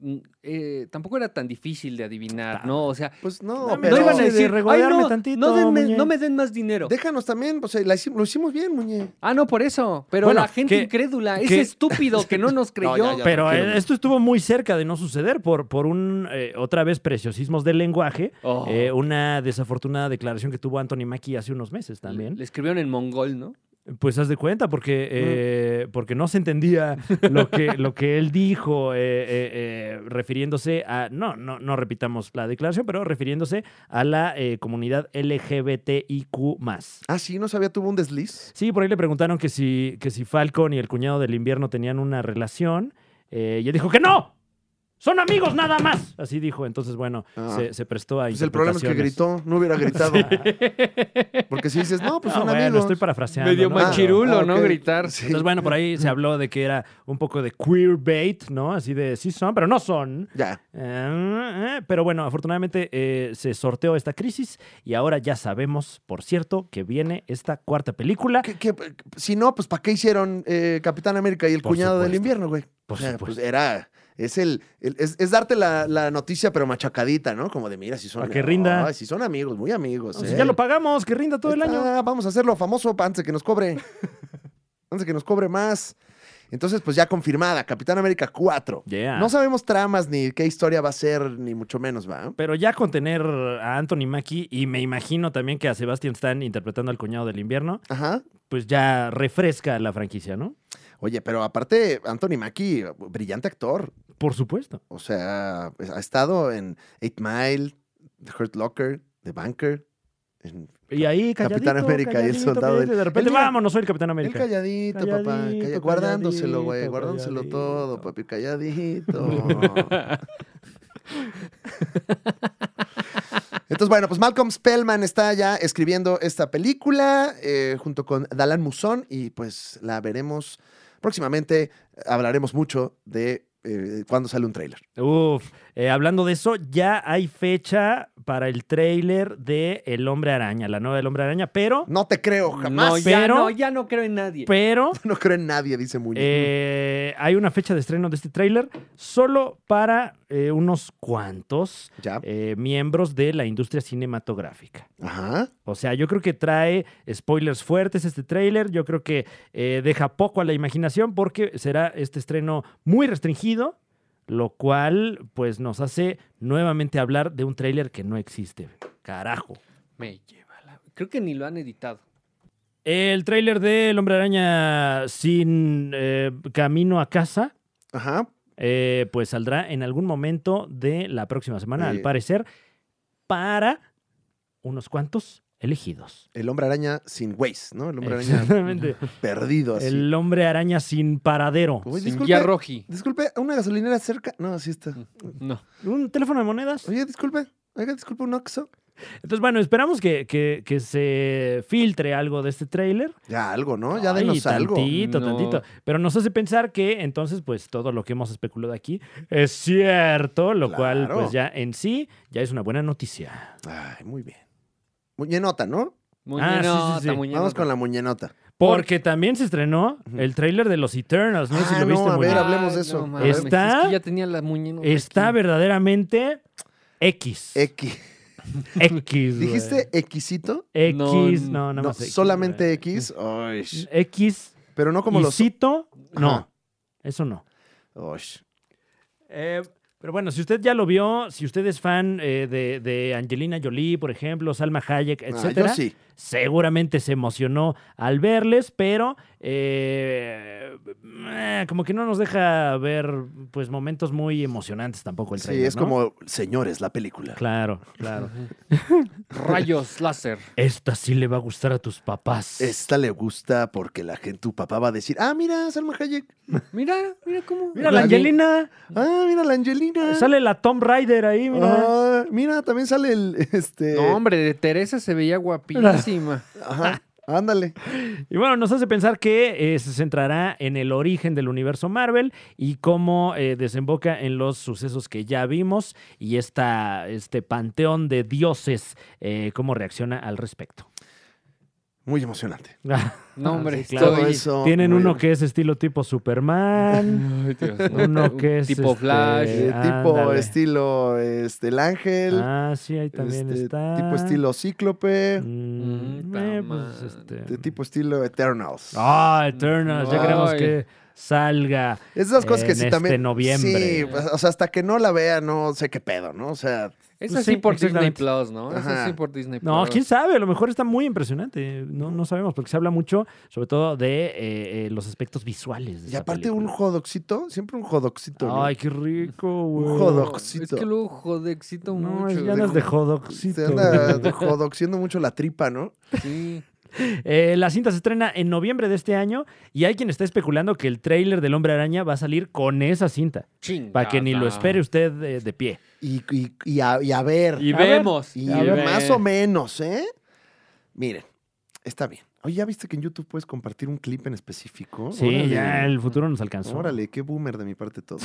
C: mm, eh, tampoco era tan difícil de adivinar, ¿no? O sea,
B: Pues no,
A: No,
B: pero
A: no iban a
C: sí,
A: decir, "Regodearme
C: "Ay, no,
A: tantito,
C: No, denme-
A: muñe".
C: no me den más dinero.
B: déjanos también, pues eh, la hicimos- lo hicimos bien, muñe.
C: Ah, no, por eso. Pero
A: Bueno,
C: la gente
A: que-
C: incrédula,
A: que-
C: ese estúpido que no nos creyó.
B: ya, ya.
A: Pero
B: tranquilo.
A: eh, esto estuvo muy cerca de no suceder por, por un, eh, otra vez, preciosismos del lenguaje.
C: Oh.
A: Eh, una desafortunada declaración que tuvo Anthony Mackie hace unos meses también.
C: Le escribieron en mongol, ¿no?
A: Pues haz de cuenta, porque, eh, porque no se entendía lo que, lo que él dijo, eh, eh, eh, refiriéndose a. No, no, no repitamos la declaración, pero refiriéndose a la eh, comunidad LGBTIQ.
B: Ah, sí, no sabía, tuvo un desliz.
A: Sí, por ahí le preguntaron que si, que si Falcon y el cuñado del invierno tenían una relación. eh, y él dijo que no. Son amigos nada más. Así dijo. Entonces, bueno,
B: Ah.
A: se, se prestó a
B: Pues el problema es que gritó, no hubiera gritado. Porque si dices, no, pues
A: No,
B: son
A: Ah, bueno,
B: amigos.
A: estoy parafraseando.
C: Medio
A: ¿no?
C: manchirulo,
B: Ah,
C: ¿no?
B: ok.
C: Gritar.
B: Sí.
A: Entonces, bueno, por ahí se habló de que era un poco de queerbait, ¿no? Así de sí son, pero no son.
B: Ya.
A: Eh, eh, pero bueno, afortunadamente eh, se sorteó esta crisis y ahora ya sabemos, por cierto, que viene esta cuarta película.
B: ¿Qué- qué- si no, pues ¿para qué hicieron eh, Capitán América y el
A: Por
B: cuñado del
A: supuesto.
B: invierno, güey?
A: Por
B: O sea,
A: supuesto.
B: pues era. Es el. el- es, es darte la, la noticia, pero machacadita, ¿no? Como de mira, si son
A: Pa' que rinda.
B: Ay, si son amigos, muy amigos.
A: Entonces,
B: ¿eh?
A: ya lo pagamos, que rinda todo el
B: Ahí
A: año.
B: está, Vamos a hacerlo famoso pa- antes de que nos cobre. antes de que nos cobre más. Entonces, pues ya confirmada, Capitán América 4.
A: Yeah.
B: No sabemos tramas ni qué historia va a ser, ni mucho menos, ¿va?
A: Pero ya con tener a Anthony Mackie y me imagino también que a Sebastian Stan interpretando al cuñado del invierno,
B: Ajá.
A: pues ya refresca la franquicia, ¿no?
B: Oye, pero aparte, Anthony Mackie, uh, brillante actor.
A: Por supuesto.
B: O sea, pues, ha estado en Eight Mile, The Hurt Locker, The Banker. en-
A: Y ahí
B: Capitán
A: calladito,
B: América y el
A: calladito,
B: soldado del-
A: calladito, y De repente,
B: Él mira,
A: vámonos, soy el Capitán
B: El
A: América.
B: calladito, papá. calla-
A: Calladito,
B: guardándoselo, güey.
A: calladito,
B: Guardándoselo
A: calladito.
B: todo, papi. Calladito. Entonces, bueno, pues Malcolm Spellman está ya escribiendo esta película eh, junto con Dalan Musón y pues la veremos próximamente. Hablaremos mucho de eh, cuándo sale un tráiler.
A: Uf, eh, hablando de eso, ya hay fecha para el tráiler de El Hombre Araña, la nueva del Hombre Araña, pero,
B: No te creo, jamás.
C: No, ya
A: Pero-
C: no, ya no creo en nadie.
A: pero
B: No creo en nadie, dice Muñoz.
A: eh, hay una fecha de estreno de este tráiler solo para eh, unos cuantos
B: ya.
A: eh, miembros de la industria cinematográfica.
B: Ajá.
A: O sea, yo creo que trae spoilers fuertes este tráiler. Yo creo que eh, deja poco a la imaginación porque será este estreno muy restringido, lo cual pues nos hace nuevamente hablar de un tráiler que no existe. Carajo.
C: Me lleva la... Creo que ni lo han editado.
A: El tráiler de El Hombre Araña sin eh, camino a casa,
B: Ajá.
A: eh, pues saldrá en algún momento de la próxima semana, al
B: Eh.
A: parecer, para unos cuantos elegidos.
B: El hombre araña sin Waze, ¿no? El hombre araña
A: Exactamente.
B: perdido así.
A: El hombre araña sin paradero.
B: Uy,
C: Sin
B: disculpe,
C: guía roji.
B: disculpe, ¿una gasolinera cerca? No, así está.
C: No.
A: Un teléfono de monedas.
B: Oye, disculpe. Oiga, disculpe, un Oxxo.
A: Entonces, bueno, esperamos que, que- que se filtre algo de este tráiler.
B: Ya algo, ¿no? Ya
A: Ay,
B: denos algo.
A: Tantito,
C: No.
A: tantito. Pero nos hace pensar que entonces, pues, todo lo que hemos especulado aquí es cierto, lo cual,
B: Claro.
A: pues, ya en sí, ya es una buena noticia.
B: Ay, muy bien. Muñenota, ¿no?
A: Ah, sí, sí,
C: Muñenota,
A: sí.
C: muñenota.
B: Vamos con la muñenota.
A: Porque también se estrenó
B: Ujú.
A: el tráiler de los Eternals. No sé si
B: Ah,
A: lo viste,
B: no, a
A: Muñe.
B: ver,
C: Ay,
B: hablemos de eso.
C: no
B: A
C: mames,
A: ver. Está-
C: es que ya tenía la pues, muñenota.
A: Está
C: aquí.
A: verdaderamente X.
B: X.
A: X. güey.
B: ¿Dijiste Xito?
A: X.
C: No,
A: No, nada
B: No,
A: más X,
B: solamente
A: güey.
B: X. Ay, sh-
A: X.
B: pero no como
A: y
B: los.
A: cito,
B: Ajá.
A: no. Eso no.
B: Ay, sh-
A: Eh, pero bueno, si usted ya lo vio, si usted es fan eh, de, de Angelina Jolie, por ejemplo, Salma Hayek,
B: Ah,
A: etcétera,
B: yo sí.
A: seguramente se emocionó al verles, pero eh, eh, como que no nos deja ver pues momentos muy emocionantes tampoco el
B: Sí,
A: tráiler,
B: es
A: ¿no?
B: como señores, la película.
A: Claro, claro.
C: Rayos láser.
A: Esta sí le va a gustar a tus papás.
B: Esta le gusta porque la gente, tu papá va a decir, ah, mira, Salma Hayek.
C: Mira, mira cómo.
A: Mira, la Angelina,
B: Ah, mira, la Angelina.
A: sale la Tomb Raider ahí, mira.
B: Ah, mira, también sale el, este...
C: No, hombre, de Teresa se veía guapísima.
B: Ajá, ándale.
A: Y bueno, nos hace pensar que eh, se centrará en el origen del universo Marvel y cómo eh, desemboca en los sucesos que ya vimos y esta, este panteón de dioses, eh, cómo reacciona al respecto.
B: Muy emocionante.
C: No, hombre,
A: Sí, claro.
B: Todo
C: estoy-
B: eso.
A: Tienen
B: muy
A: uno
B: bien.
A: que es estilo tipo Superman,
C: Ay, Dios, no.
A: uno que es
C: Tipo
A: este,
C: Flash.
B: Eh, tipo
A: ándale.
B: estilo, este, el ángel.
A: Ah, sí, ahí también
B: este,
A: está.
B: Tipo estilo cíclope.
A: Mm,
C: Puta
A: eh, pues,
C: madre.
A: este,
B: de tipo estilo Eternals.
A: Ah, Eternals, ya queremos
C: Ay.
A: que salga.
B: Es de esas cosas que
A: en
B: sí
A: este
B: también.
A: noviembre.
B: Sí, pues, o sea, hasta que no la vea, no sé qué pedo, ¿no? O sea,
C: Es
A: Pues
C: así
A: sí,
C: por Disney
A: exactamente.
C: Plus, ¿no? Es
B: Ajá.
C: así por Disney Plus.
A: No, quién sabe, a lo mejor está muy impresionante. No, no sabemos, porque se habla mucho, sobre todo, de eh, eh, los aspectos visuales. De
B: y
A: esa
B: aparte un
A: película.
B: jodoxito, siempre un jodoxito. ¿no?
A: Ay, qué rico, güey.
B: Un hot dog.
C: Es que luego jodexito
A: No,
C: mucho.
A: es- ya andas de jodoxito.
B: Se anda
A: güey.
B: jodoxiendo mucho la tripa, ¿no?
C: Sí.
A: Eh, la cinta se estrena en noviembre de este año y hay quien está especulando que el tráiler del Hombre Araña va a salir con esa cinta.
C: Chingada.
A: Para que ni lo espere usted eh, de pie.
B: Y, y- y a, y a ver.
C: Y
A: A ver,
C: vemos.
B: y
C: a ver.
B: más o menos, ¿eh? Miren, está bien. Oye, ¿ya viste que en YouTube puedes compartir un clip en específico?
A: Sí,
B: Órale.
A: ya el futuro nos alcanzó.
B: Órale, qué boomer de mi parte todo.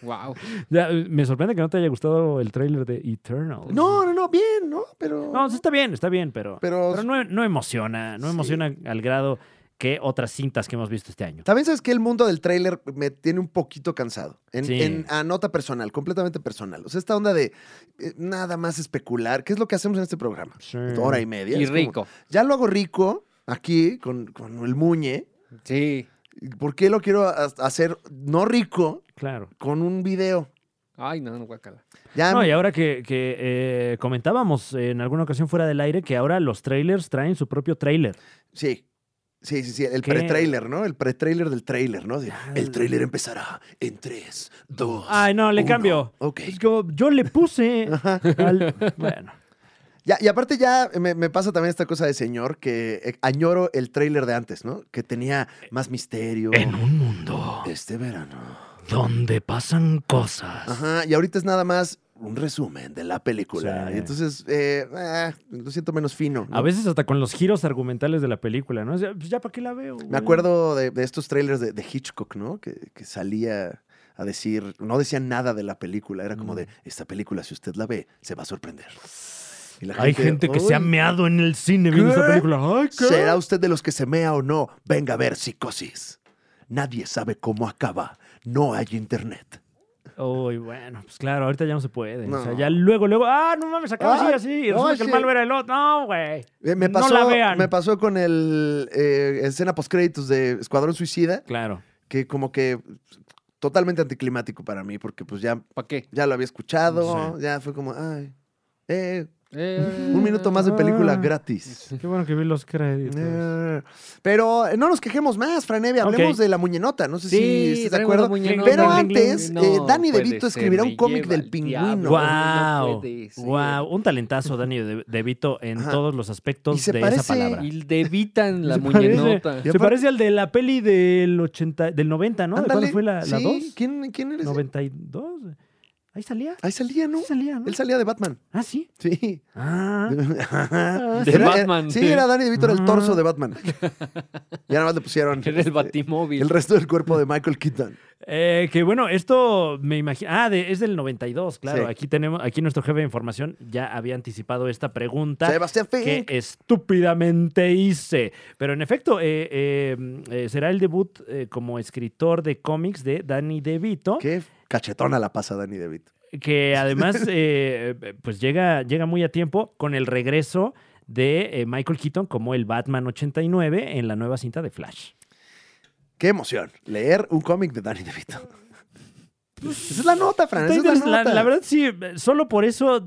C: Wow.
A: Ya, eh, me sorprende que no te haya gustado el tráiler de Eternal.
B: No, no, no, bien, ¿no? Pero.
A: No, sí está bien, está bien, pero,
B: pero,
A: pero no, no emociona, no
B: Sí.
A: emociona al grado que otras cintas que hemos visto este año.
B: También sabes que el mundo del tráiler me tiene un poquito cansado. En,
A: Sí.
B: en- a nota personal, completamente personal. O sea, esta onda de eh, nada más especular, ¿qué es lo que hacemos en este programa?
A: Sí.
B: Hora y media.
C: Y
B: es como-
C: rico.
B: ya lo hago rico aquí con, con el muñe.
C: Sí.
B: ¿Por qué lo quiero ha- hacer no rico
A: Claro.
B: con un video?
C: Ay, no, no, guacala.
B: Ya,
A: No, y ahora que, que, eh, comentábamos en alguna ocasión fuera del aire que ahora los trailers traen su propio trailer.
B: Sí. Sí, sí, sí, el
A: ¿Qué?
B: pre-trailer, ¿no? El pre-trailer del trailer, ¿no? De, el trailer empezará en 3, 2.
A: Ay, no, le
B: uno".
A: cambio.
B: Ok.
A: Es como, yo le puse al- Bueno,
B: Ya, y aparte ya me, me pasa también esta cosa de señor que eh, añoro el tráiler de antes, ¿no? Que tenía más misterio.
A: en un mundo
B: Este verano.
A: donde pasan cosas.
B: Ajá, y ahorita es nada más un resumen de la película.
A: Sí.
B: Y entonces, eh, ah, lo siento menos fino. ¿no?
A: A veces hasta con los giros argumentales de la película, ¿no? O sea, pues ya para qué la veo.
B: Me
A: güey?
B: acuerdo de, de estos trailers de, de Hitchcock, ¿no? Que, que salía a decir, no decían nada de la película, era como
A: Mm.
B: de, esta película si usted la ve, se va a sorprender. Y la
A: Hay gente que se ha
B: "Uy,
A: meado en el cine viendo
B: ¿Qué?
A: esa película. Ay, ¿qué?
B: ¿Será usted de los que se mea o no? Venga a ver psicosis. Nadie sabe cómo acaba. No hay internet.
A: Uy, bueno, pues claro, ahorita ya no se puede. O sea,
B: No.
A: ya luego, luego, ah, no mames, acaba así,
B: Ay,
A: así. Y
B: no,
A: resulta que el
B: sí.
A: malo era el otro. No, güey.
B: Eh, me pasó,
A: no la vean.
B: Me pasó con el eh, escena post-créditos de Escuadrón Suicida,
A: Claro.
B: que como que totalmente anticlimático para mí, porque pues ya,
C: ¿Para qué?
B: ya lo había escuchado, ya fue como, ay, eh,
C: Eh,
B: un minuto más de película
A: Ah.
B: gratis.
A: Qué bueno que vi los créditos.
B: Eh, Pero eh, no nos quejemos más, Franevia,
A: Ok.
B: hablemos de la muñenota, no sé si estás de
C: traigo una
B: acuerdo.
C: muñeca.
A: Pero
C: No,
B: antes,
C: no
B: eh, Danny
C: puede
B: DeVito
C: ser,
B: escribirá
C: me
B: un cómic
C: lleva
B: del
C: el
B: pingüino.
C: diablo,
A: Wow,
C: no puede ser.
A: wow, un talentazo Dani De- DeVito en
B: Ajá.
A: todos los aspectos
B: Y se
A: de
B: parece-
A: esa palabra.
C: Y debitan la
A: Se parece-
C: muñenota.
B: Y
A: Se
B: aparte-
A: parece al de la peli del 80, del 90, ¿no? ¿De
B: Ándale,
A: ¿Cuándo fue la, la
B: sí,
A: 2?
B: ¿Quién, quién eres?
A: 92. Ahí salía.
B: Ahí salía, ¿no?
A: Ahí salía, ¿no?
B: Él salía de Batman.
A: Ah, sí.
B: Sí.
A: Ah.
C: De
B: Era- era-
C: Batman.
B: sí, era Danny DeVito, era el
A: Ah.
B: torso de Batman. Y nada más le pusieron
C: Era el
B: este,
C: batimóvil.
B: el resto del cuerpo de Michael Keaton.
A: Eh, que bueno, esto me imagino. Ah, de- es del 92, claro.
B: Sí.
A: Aquí tenemos, aquí nuestro jefe de información ya había anticipado esta pregunta.
B: Sebastián
A: que
B: Fink.
A: estúpidamente hice. Pero en efecto, eh, eh, eh, será el debut eh, como escritor de cómics de Danny DeVito,
B: Qué cachetona la pasa Danny DeVito.
A: que además eh, eh, pues llega, llega muy a tiempo con el regreso de eh, Michael Keaton como el Batman 89 en la nueva cinta de Flash.
B: Qué emoción. Leer un cómic de Danny DeVito. Esa es la nota, Fran. Esa
A: Está
B: es la
A: interes- la,
B: nota.
A: la verdad sí, solo por eso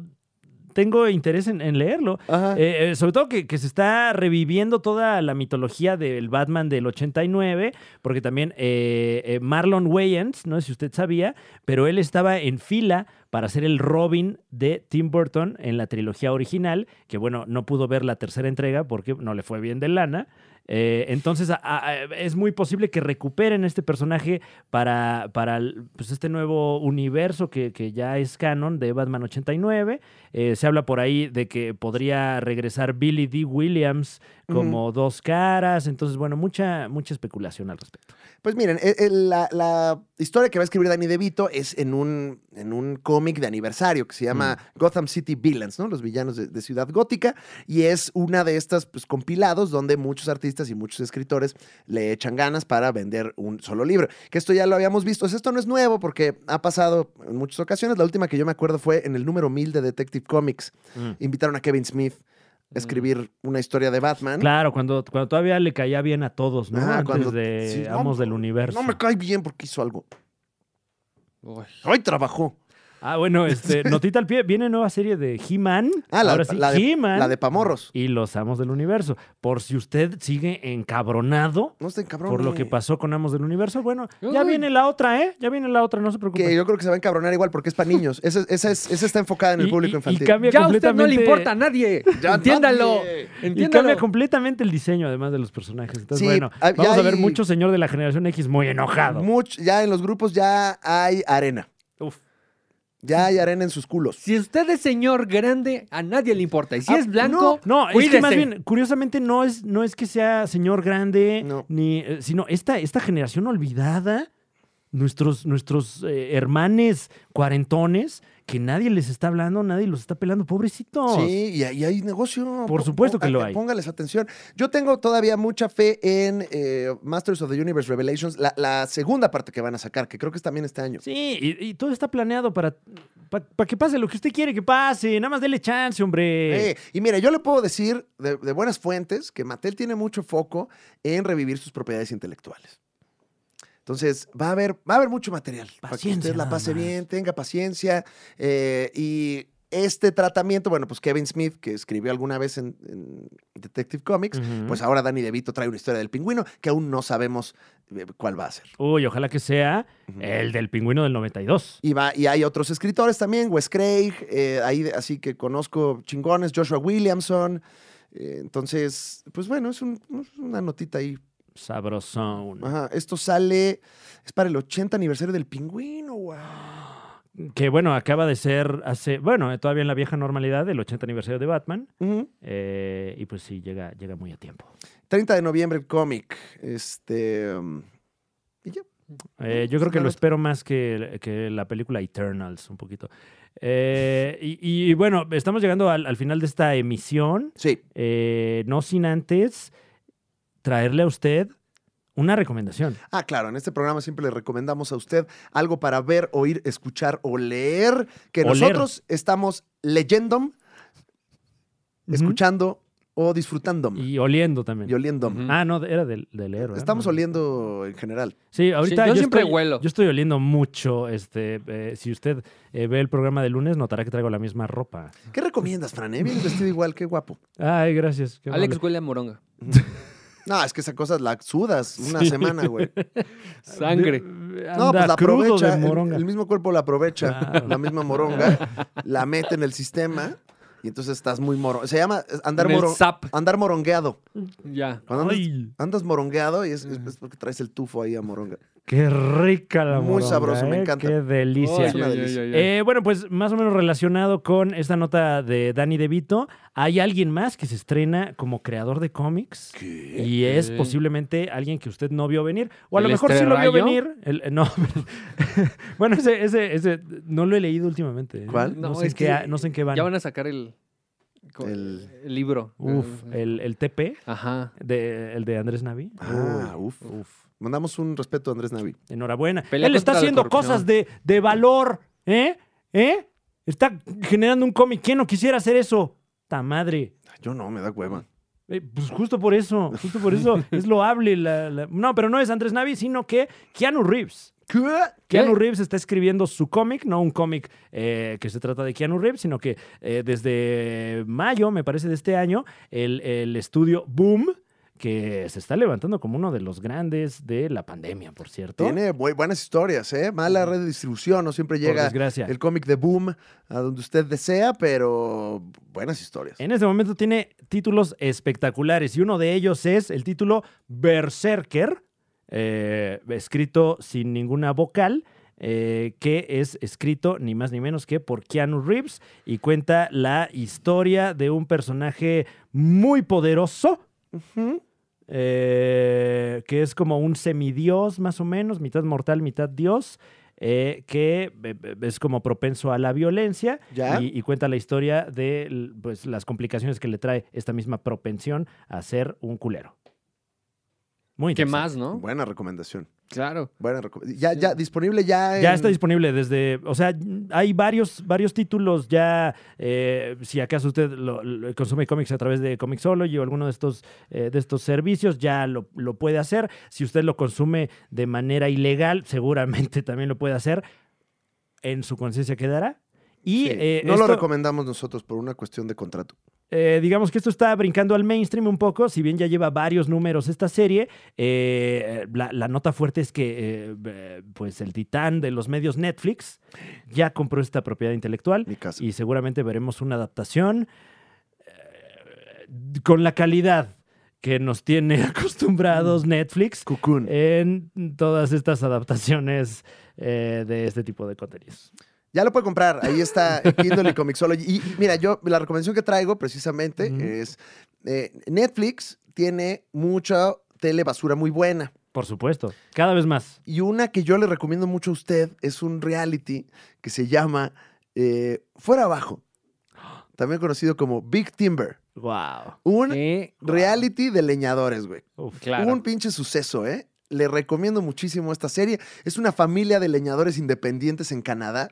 A: tengo interés en- en leerlo.
B: Ajá.
A: Eh, eh, sobre todo que, que se está reviviendo toda la mitología del Batman del 89, porque también eh, eh, Marlon Wayans, no sé si usted sabía, pero él estaba en fila para ser el Robin de Tim Burton en la trilogía original, que bueno, no pudo ver la tercera entrega porque no le fue bien de lana. Eh, entonces a- a- es muy posible que recuperen este personaje para, para el- pues, este nuevo universo que, que ya es canon de Batman 89. Eh, se habla por ahí de que podría regresar Billy D. Williams como dos caras. Entonces, bueno, mucha, mucha especulación al respecto.
B: Pues miren, eh, eh, la, la historia que va a escribir Danny DeVito es en un, en un cómic de aniversario que se llama
A: Mm.
B: Gotham City Villains, ¿no? Los villanos de, de Ciudad Gótica. Y es una de estas pues, compilados donde muchos artistas y muchos escritores le echan ganas para vender un solo libro. Que esto ya lo habíamos visto. Pues, esto no es nuevo porque ha pasado en muchas ocasiones. La última que yo me acuerdo fue en el número 1000 de Detective Comics. Invitaron a Kevin Smith a escribir una historia de Batman.
A: Claro, cuando, cuando todavía le caía bien a todos, ¿no?
B: Ah,
A: Antes
B: cuando-
A: de
B: sí, no,
A: Amos del Universo.
B: No me cae bien porque hizo algo.
C: Uy.
B: Hoy trabajó.
A: Ah, bueno, este, notita al pie. Viene nueva serie de He-Man.
B: Ah, la,
A: Ahora sí,
B: la de,
A: He-Man
B: la de Pamorros.
A: Y los Amos del Universo. Por si usted sigue encabronado
B: No estén cabrones.
A: por lo que pasó con Amos del Universo, bueno, ya
C: Uy.
A: viene la otra, ¿eh? Ya viene la otra, no se preocupe.
B: Que yo creo que se va a encabronar igual porque es para niños. Esa, esa, es- esa está enfocada en el
A: Y- y-
B: público
A: y
B: infantil.
A: cambia
C: Ya a usted no
A: completamente...
C: le importa a nadie.
B: Ya
C: Entiéndalo.
B: nadie.
A: Y
C: Entiéndalo.
A: cambia completamente el diseño, además de los personajes. Entonces,
B: Sí,
A: bueno,
B: ah, ya
A: vamos a ver
B: hay-
A: mucho señor de la generación X muy enojado.
B: Much- ya en los grupos ya hay arena.
A: Uf.
B: Ya hay arena en sus culos.
C: Si usted es señor grande, a nadie le importa. Y si
B: Ah,
C: es blanco,
A: No, es
C: cuídese.
A: que más bien, curiosamente, no es, no es que sea señor grande,
B: No.
A: ni, eh, sino esta, esta generación olvidada, nuestros, nuestros eh, hermanes cuarentones, que nadie les está hablando, nadie los está pelando, pobrecitos.
B: Sí, y ahí hay negocio.
A: Por
B: Po-
A: supuesto
B: po-
A: que lo
B: a-
A: hay.
B: Póngales atención. Yo tengo todavía mucha fe en eh, Masters of the Universe Revelations, la, la segunda parte que van a sacar, que creo que es también este año.
A: Sí, y, y todo está planeado para, para, que pase lo que usted quiere que pase. Nada más dele chance, hombre.
B: Eh, y mira, yo le puedo decir de, de buenas fuentes que Mattel tiene mucho foco en revivir sus propiedades intelectuales. Entonces, va a haber, va a haber mucho material para que
A: Paciencia,
B: usted la
A: nada
B: pase
A: más.
B: bien, tenga paciencia. eh, y este tratamiento, bueno, pues Kevin Smith, que escribió alguna vez en, en Detective Comics,
A: Ujú.
B: pues ahora Danny DeVito trae una historia del pingüino que aún no sabemos eh, cuál va a ser.
A: Uy, ojalá que sea
B: Ujú.
A: el del pingüino del 92.
B: Y, va, y hay otros escritores también, Wes Craig, eh, ahí, de- así que conozco chingones, Joshua Williamson. eh, entonces, pues bueno, es, un- es una notita ahí.
A: Sabrosón.
B: Ajá, esto sale, es para el 80 aniversario del pingüino, wow.
A: Que bueno, acaba de ser hace, bueno, eh, todavía en la vieja normalidad, el 80 aniversario de Batman.
B: Ujú.
A: eh, y pues sí, llega, llega muy a tiempo.
B: Em, 30 de noviembre el cómic. Este. um, y ya.
A: Eh, yo creo que lo espero más que, que la película Eternals, un poquito. Eh, y, y, bueno, estamos llegando al, al final de esta emisión.
B: Sí,
A: Eh, no sin antes traerle a usted una recomendación.
B: Ah, claro, en este programa siempre le recomendamos a usted algo para ver, oír, escuchar o leer, que
A: Oler.
B: nosotros estamos leyendo, escuchando o disfrutando
A: Ujú. Y oliendo
B: y
A: también.
B: oliendo.
C: Ujú.
A: Ah, no, era del, del héroe.
B: Estamos
A: ¿no?
B: oliendo en general.
A: Sí, ahorita
C: Sí,
A: yo,
C: yo siempre
A: estoy,
C: huelo.
A: Yo estoy oliendo mucho. Este, eh, si usted eh, ve el programa de lunes, notará que traigo la misma ropa.
B: ¿Qué recomiendas, Fran? eh? Vienes vestido igual, qué guapo.
A: Ay, gracias. qué
C: Alex
A: amable.
C: huele a moronga.
B: No, es que esa cosa la sudas una
A: Sí.
B: semana, güey.
C: Sangre.
B: No, pues la
A: Anda crudo de
B: aprovecha. el-
A: moronga.
B: El, mismo cuerpo la aprovecha.
A: Claro.
B: La misma moronga la mete en el sistema y entonces estás muy moro. Se llama eh, andar,
C: En el
B: moro-
C: zap.
B: andar morongueado.
C: Ya.
B: Cuando andas-
A: Ay,
B: Andas morongueado y es, es- es porque traes el tufo ahí a moronga.
A: qué rica la
B: Muy
A: moronga,
B: sabroso, me
A: ¿eh?
B: encanta.
A: Qué delicia.
B: Es una
C: Ay, ay,
B: delicia.
C: ay, ay, ay.
A: Eh, bueno, pues más o menos relacionado con esta nota de Danny DeVito, hay alguien más que se estrena como creador de cómics.
B: ¿Qué?
A: Y es
C: Ok.
A: posiblemente alguien que usted no vio venir. O a lo
C: ¿El
A: mejor sí lo vio
C: Estrelrayo?
A: venir. El- eh, no. bueno, ese, ese, ese no lo he leído últimamente. ¿eh?
B: ¿Cuál?
A: No,
C: No,
A: sé en
C: es que
A: qué, a- no sé en qué van.
C: Ya van a sacar el, co-
B: El-
C: el libro.
A: Uf,
C: Eh,
A: el, el TP,
C: Ajá.
A: de, el de Andrés Navi.
B: Ah,
A: Uy,
B: uf. Mandamos un respeto a Andrés Navi.
A: Enhorabuena.
C: Pelea
A: Él está
C: contra la
A: haciendo
C: corrupción.
A: cosas de, de valor, ¿eh? ¿Eh? Está generando un cómic. ¿Quién no quisiera hacer eso? ¡Ta madre!
B: Yo no, me da hueva.
A: Eh, pues justo por eso, justo por eso es loable. la- la- No, pero no es Andrés Navi, sino que Keanu Reeves. Keanu Reeves está escribiendo su cómic, no un cómic eh, que se trata de Keanu Reeves, sino que eh, desde mayo, me parece, de este año, el, el estudio Boom, que se está levantando como uno de los grandes de la pandemia, por cierto.
B: Tiene bu- buenas historias, ¿eh? Mala red de distribución, no siempre
A: por
B: llega
A: desgracia.
B: el cómic de Boom a donde usted desea, pero buenas historias.
A: En este momento tiene títulos espectaculares y uno de ellos es el título Berserker, eh, escrito sin ninguna vocal, eh, que es escrito ni más ni menos que por Keanu Reeves y cuenta la historia de un personaje muy poderoso. eh, que es como un semidios más o menos, mitad mortal, mitad dios, eh, que eh, eh, es como propenso a la violencia
B: ¿Ya?
A: y, y cuenta la historia de l- pues, las complicaciones que le trae esta misma propensión a ser un culero. Muy
C: ¿Qué
A: interesante.
C: más, no?
B: Buena recomendación.
C: Claro.
B: Buena recome- Ya, ya, disponible ya. eh,
A: Ya
B: en-
A: está disponible desde, o sea, hay varios, varios títulos ya, eh, si acaso usted lo- lo consume cómics a través de Comixology o alguno de estos, eh, de estos servicios, ya lo, lo puede hacer. Si usted lo consume de manera ilegal, seguramente también lo puede hacer. En su conciencia quedará. Y
B: Sí.
A: eh,
B: no lo
A: esto-
B: recomendamos nosotros por una cuestión de contrato.
A: Eh, digamos que esto está brincando al mainstream un poco, si bien ya lleva varios números esta serie, eh, la, la nota fuerte es que eh, eh, pues el titán de los medios Netflix ya compró esta propiedad intelectual
B: Mi casa.
A: y seguramente veremos una adaptación eh, con la calidad que nos tiene acostumbrados Netflix
B: Cocoon.
A: en todas estas adaptaciones eh, de este tipo de contenidos.
B: Ya lo puede comprar. Ahí está en Kindle y Comixology. Y, y mira, yo la recomendación que traigo precisamente
A: Ujú.
B: es eh, Netflix tiene mucha tele basura muy buena.
A: Por supuesto, cada vez más.
B: Y una que yo le recomiendo mucho a usted es un reality que se llama eh, Fuera Abajo, también conocido como Big Timber.
A: ¡Wow!
B: Un
C: Eh,
B: reality de leñadores, güey.
C: Claro.
B: Un pinche suceso, ¿eh? Le recomiendo muchísimo esta serie. Es una familia de leñadores independientes en Canadá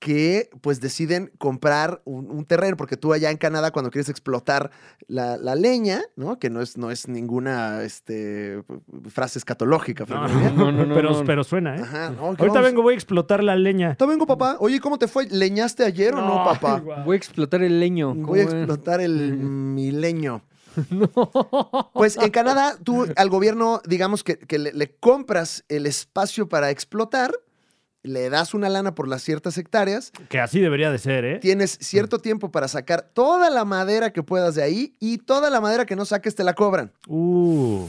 B: que pues deciden comprar un, un terreno, porque tú allá en Canadá cuando quieres explotar la, la leña, ¿no? Que no es, no es ninguna este, frase escatológica.
A: No,
B: Fran, ¿eh?
C: No, no, no,
A: pero,
C: no.
A: pero suena, ¿eh?
B: Ajá, no, que
A: Ahorita
B: vamos-
A: vengo, voy a explotar la leña.
B: Ahorita vengo, papá. Oye, ¿cómo te fue? ¿Leñaste ayer o no, papá?
C: Voy a explotar el leño. ¿Cómo
B: Voy a
C: ven?
B: explotar el milenio. Pues en Canadá, tú al gobierno, digamos que, que le, le compras el espacio para explotar, le das una lana por las ciertas hectáreas,
A: Que así debería de ser, ¿eh?
B: tienes cierto tiempo para sacar toda la madera que puedas de ahí y toda la madera que no saques te la cobran.
A: Uh,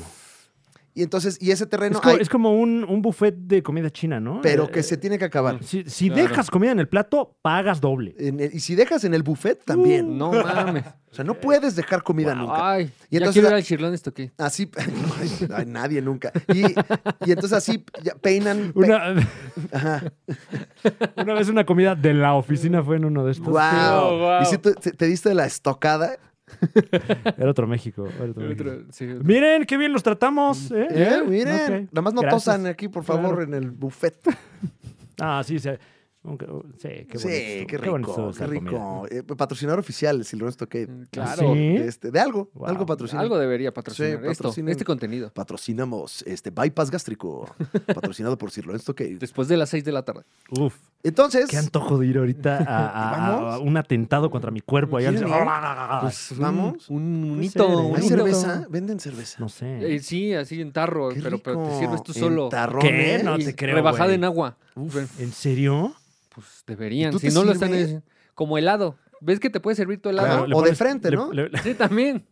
B: Y entonces, y ese terreno,
A: Es, co-
B: hay-
A: es como un, un buffet de comida china, ¿no?
B: pero
A: Eh,
B: que se tiene que acabar.
A: Si, si
E: Claro.
A: dejas comida en el plato, pagas doble.
B: En el- y si dejas en el buffet, también.
C: No mames.
A: Uh,
B: O sea, no puedes dejar comida nunca.
C: Ay,
B: Y
C: ya
B: entonces
C: quiero
B: la-
C: ir al chirlón de esto que.
B: Así, ay, ay, nadie nunca. Y, y entonces así ya peinan. pe-
A: Una,
B: Ajá.
A: una vez una comida de la oficina fue en uno de estos.
B: Wow.
E: wow.
B: ¿Y si te, te- te diste la estocada?
A: Era otro México. era otro México.
C: sí.
A: Miren, qué bien los tratamos. ¿eh?
B: Eh, miren,
A: Ok,
B: nada más no
A: gracias.
B: tosan aquí, por favor,
A: Claro.
B: en el buffet.
A: Ah, sí, sí. Aunque- Sí, qué, bonito
B: sí,
A: estuvo,
B: qué
A: bonito estuvo
B: rico, qué
A: esa comida.
B: rico. Eh, patrocinador oficial, Silver Stockade.
C: Mm,
A: ¿Ah,
C: Claro.
A: sí?
B: Este, de algo,
A: Wow.
B: algo patrocinado.
C: Algo debería patrocinar esto,
B: patrocinen.
C: este contenido.
B: Patrocinamos este bypass gástrico, patrocinado por Pues, Sir Lorenzo Cave.
C: Después de las 6 de la tarde.
A: Uf,
B: Entonces,
A: qué antojo de ir ahorita a, a- a-
B: ¿Vamos? ¿eh?
A: a un atentado contra mi cuerpo. allá.
B: ¿Quieren ir?
C: Pues,
B: un- vamos.
C: Un
A: unito, ser, ¿eh? un
B: ¿hay
A: bonito.
B: cerveza? ¿Venden cerveza?
A: no sé.
C: Eh, sí, así en tarro,
B: Qué
C: pero, pero te
B: rico.
C: sirves tú
B: En
C: solo.
B: tarrones.
A: ¿Qué? Eh, No
C: ¿eh? Y
A: te creo,
C: Rebajada
A: güey.
C: en agua.
A: ¿En serio?
C: Pues deberían.
B: ¿Y tú
C: Si
B: te
C: no lo están
B: sirves?
C: eh, como helado. ¿Ves que te puede servir tu
B: Claro,
C: helado?
A: Le
B: o de frente,
A: le-
B: ¿no?
A: le- le-
C: Sí, también.